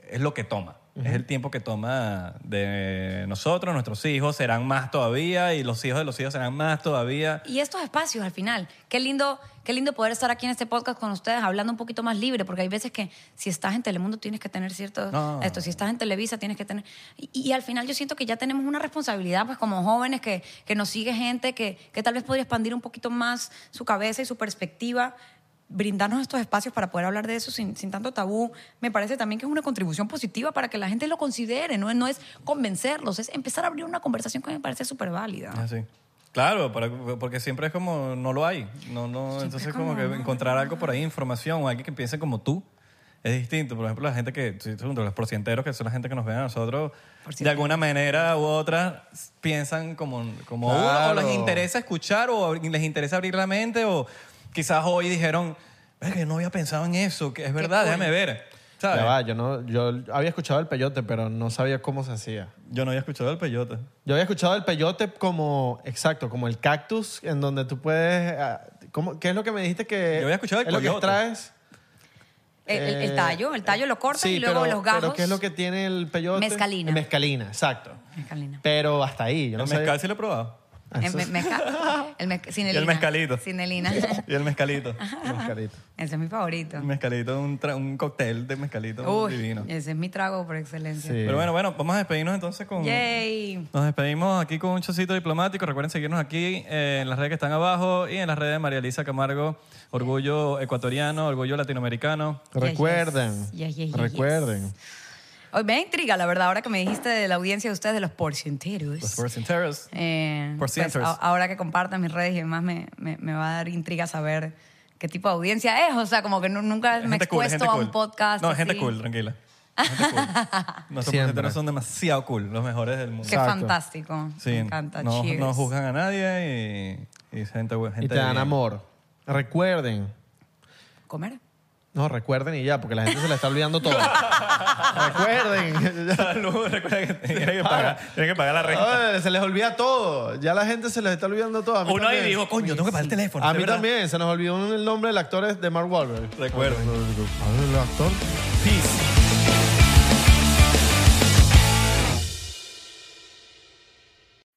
Speaker 2: Es lo que toma. Es el tiempo que toma de nosotros, nuestros hijos serán más todavía y los hijos de los hijos serán más todavía.
Speaker 1: Y estos espacios al final, qué lindo, qué lindo poder estar aquí en este podcast con ustedes hablando un poquito más libre, porque hay veces que si estás en Telemundo tienes que tener cierto
Speaker 2: No.
Speaker 1: esto, si estás en Televisa tienes que tener y, y al final yo siento que ya tenemos una responsabilidad pues como jóvenes que, que nos sigue gente que, que tal vez podría expandir un poquito más su cabeza y su perspectiva brindarnos estos espacios para poder hablar de eso sin, sin tanto tabú, me parece también que es una contribución positiva para que la gente lo considere, no, no es convencerlos, es empezar a abrir una conversación que me parece súper válida.
Speaker 2: Ah, sí. Claro, para- porque siempre es como no lo hay. No, no, entonces como, que encontrar algo por ahí, información, o alguien que piense como tú, es distinto. Por ejemplo, la gente que, si te pregunto, los porcienteros, que son la gente que nos ven a nosotros, de alguna manera u otra, s- piensan como, como uno, o
Speaker 3: Claro.
Speaker 2: les interesa escuchar, o abri- les interesa abrir la mente, o quizás hoy dijeron, que no había pensado en eso, que es verdad,
Speaker 1: cool.
Speaker 2: déjame ver. ¿Sabes?
Speaker 3: Ya va, yo, no, yo había escuchado el peyote, pero no sabía cómo se hacía.
Speaker 2: Yo no había escuchado el peyote.
Speaker 3: Yo había escuchado el peyote como, exacto, como el cactus, en donde tú puedes... ah, ¿cómo- ¿Qué es lo que me dijiste que...
Speaker 2: Yo había escuchado el
Speaker 3: es lo que
Speaker 2: coyote.
Speaker 3: extraes?
Speaker 1: El, el- el
Speaker 3: Eh,
Speaker 1: tallo, el tallo lo cortas
Speaker 3: sí,
Speaker 1: y luego
Speaker 3: pero-
Speaker 1: los gajos.
Speaker 3: Pero ¿qué es lo que tiene el peyote?
Speaker 1: Mezcalina.
Speaker 3: Mezcalina, exacto.
Speaker 1: Mezcalina.
Speaker 3: Pero hasta ahí, yo no
Speaker 2: el
Speaker 3: sabía-
Speaker 2: mezcal sí lo he probado.
Speaker 3: Ah,
Speaker 1: El,
Speaker 3: eso
Speaker 1: me-
Speaker 3: es-
Speaker 1: mezca- el mezca- sinelina.
Speaker 2: mezcalito.
Speaker 1: Sinelina.
Speaker 2: Y el mezcalito.
Speaker 3: el mezcalito.
Speaker 1: Ese es mi favorito.
Speaker 2: El mezcalito, un, tra- un cóctel de mezcalito
Speaker 1: Uy,
Speaker 2: divino.
Speaker 1: ese es mi trago por excelencia.
Speaker 3: Sí.
Speaker 2: Pero bueno, bueno, vamos a despedirnos entonces con...
Speaker 1: Yay.
Speaker 2: Nos despedimos aquí con un chocito diplomático. Recuerden seguirnos aquí eh, en las redes que están abajo y en las redes de María Elisa Camargo, Orgullo Ecuatoriano, Orgullo Latinoamericano.
Speaker 3: Recuerden,
Speaker 1: Yes, yes, yes, yes,
Speaker 3: recuerden.
Speaker 1: Hoy me da intriga, la verdad, ahora que me dijiste de la audiencia de ustedes, de los porcienteros.
Speaker 2: Los Forest Terrace.
Speaker 1: Eh,
Speaker 2: Por
Speaker 1: pues,
Speaker 2: cientos.
Speaker 1: a- ahora que compartan mis redes y demás, me, me- me va a dar intriga saber qué tipo de audiencia es. O sea, como que nu- nunca me he
Speaker 2: Gente cool,
Speaker 1: expuesto
Speaker 2: gente
Speaker 1: a un
Speaker 2: cool.
Speaker 1: podcast.
Speaker 2: No, gente
Speaker 1: así.
Speaker 2: cool, tranquila. Gente cool. Nuestros
Speaker 3: Siempre.
Speaker 2: porcenteros son demasiado cool, los mejores del mundo.
Speaker 1: Qué
Speaker 3: Exacto.
Speaker 1: fantástico.
Speaker 2: Sí,
Speaker 1: me encanta.
Speaker 2: no,
Speaker 1: Cheers.
Speaker 2: no juzgan a nadie y, y es gente, bu- gente
Speaker 3: Y te dan
Speaker 2: bien.
Speaker 3: amor. Recuerden.
Speaker 1: ¿Comer?
Speaker 3: No, recuerden y ya, porque la gente se la está olvidando todo. recuerden.
Speaker 2: Salud, recuerda que tiene que pagar, tiene que pagar la renta.
Speaker 3: Ay, se les olvida todo. Ya la gente se les está olvidando todo. A mí
Speaker 2: Uno ahí
Speaker 3: también.
Speaker 2: dijo, coño, tengo que pagar el teléfono.
Speaker 3: A
Speaker 2: ¿de
Speaker 3: mí
Speaker 2: verdad?
Speaker 3: también. Se nos olvidó el nombre del actor es de Mark Wahlberg. Ah,
Speaker 2: Recuerden.
Speaker 3: El actor.
Speaker 2: Peace.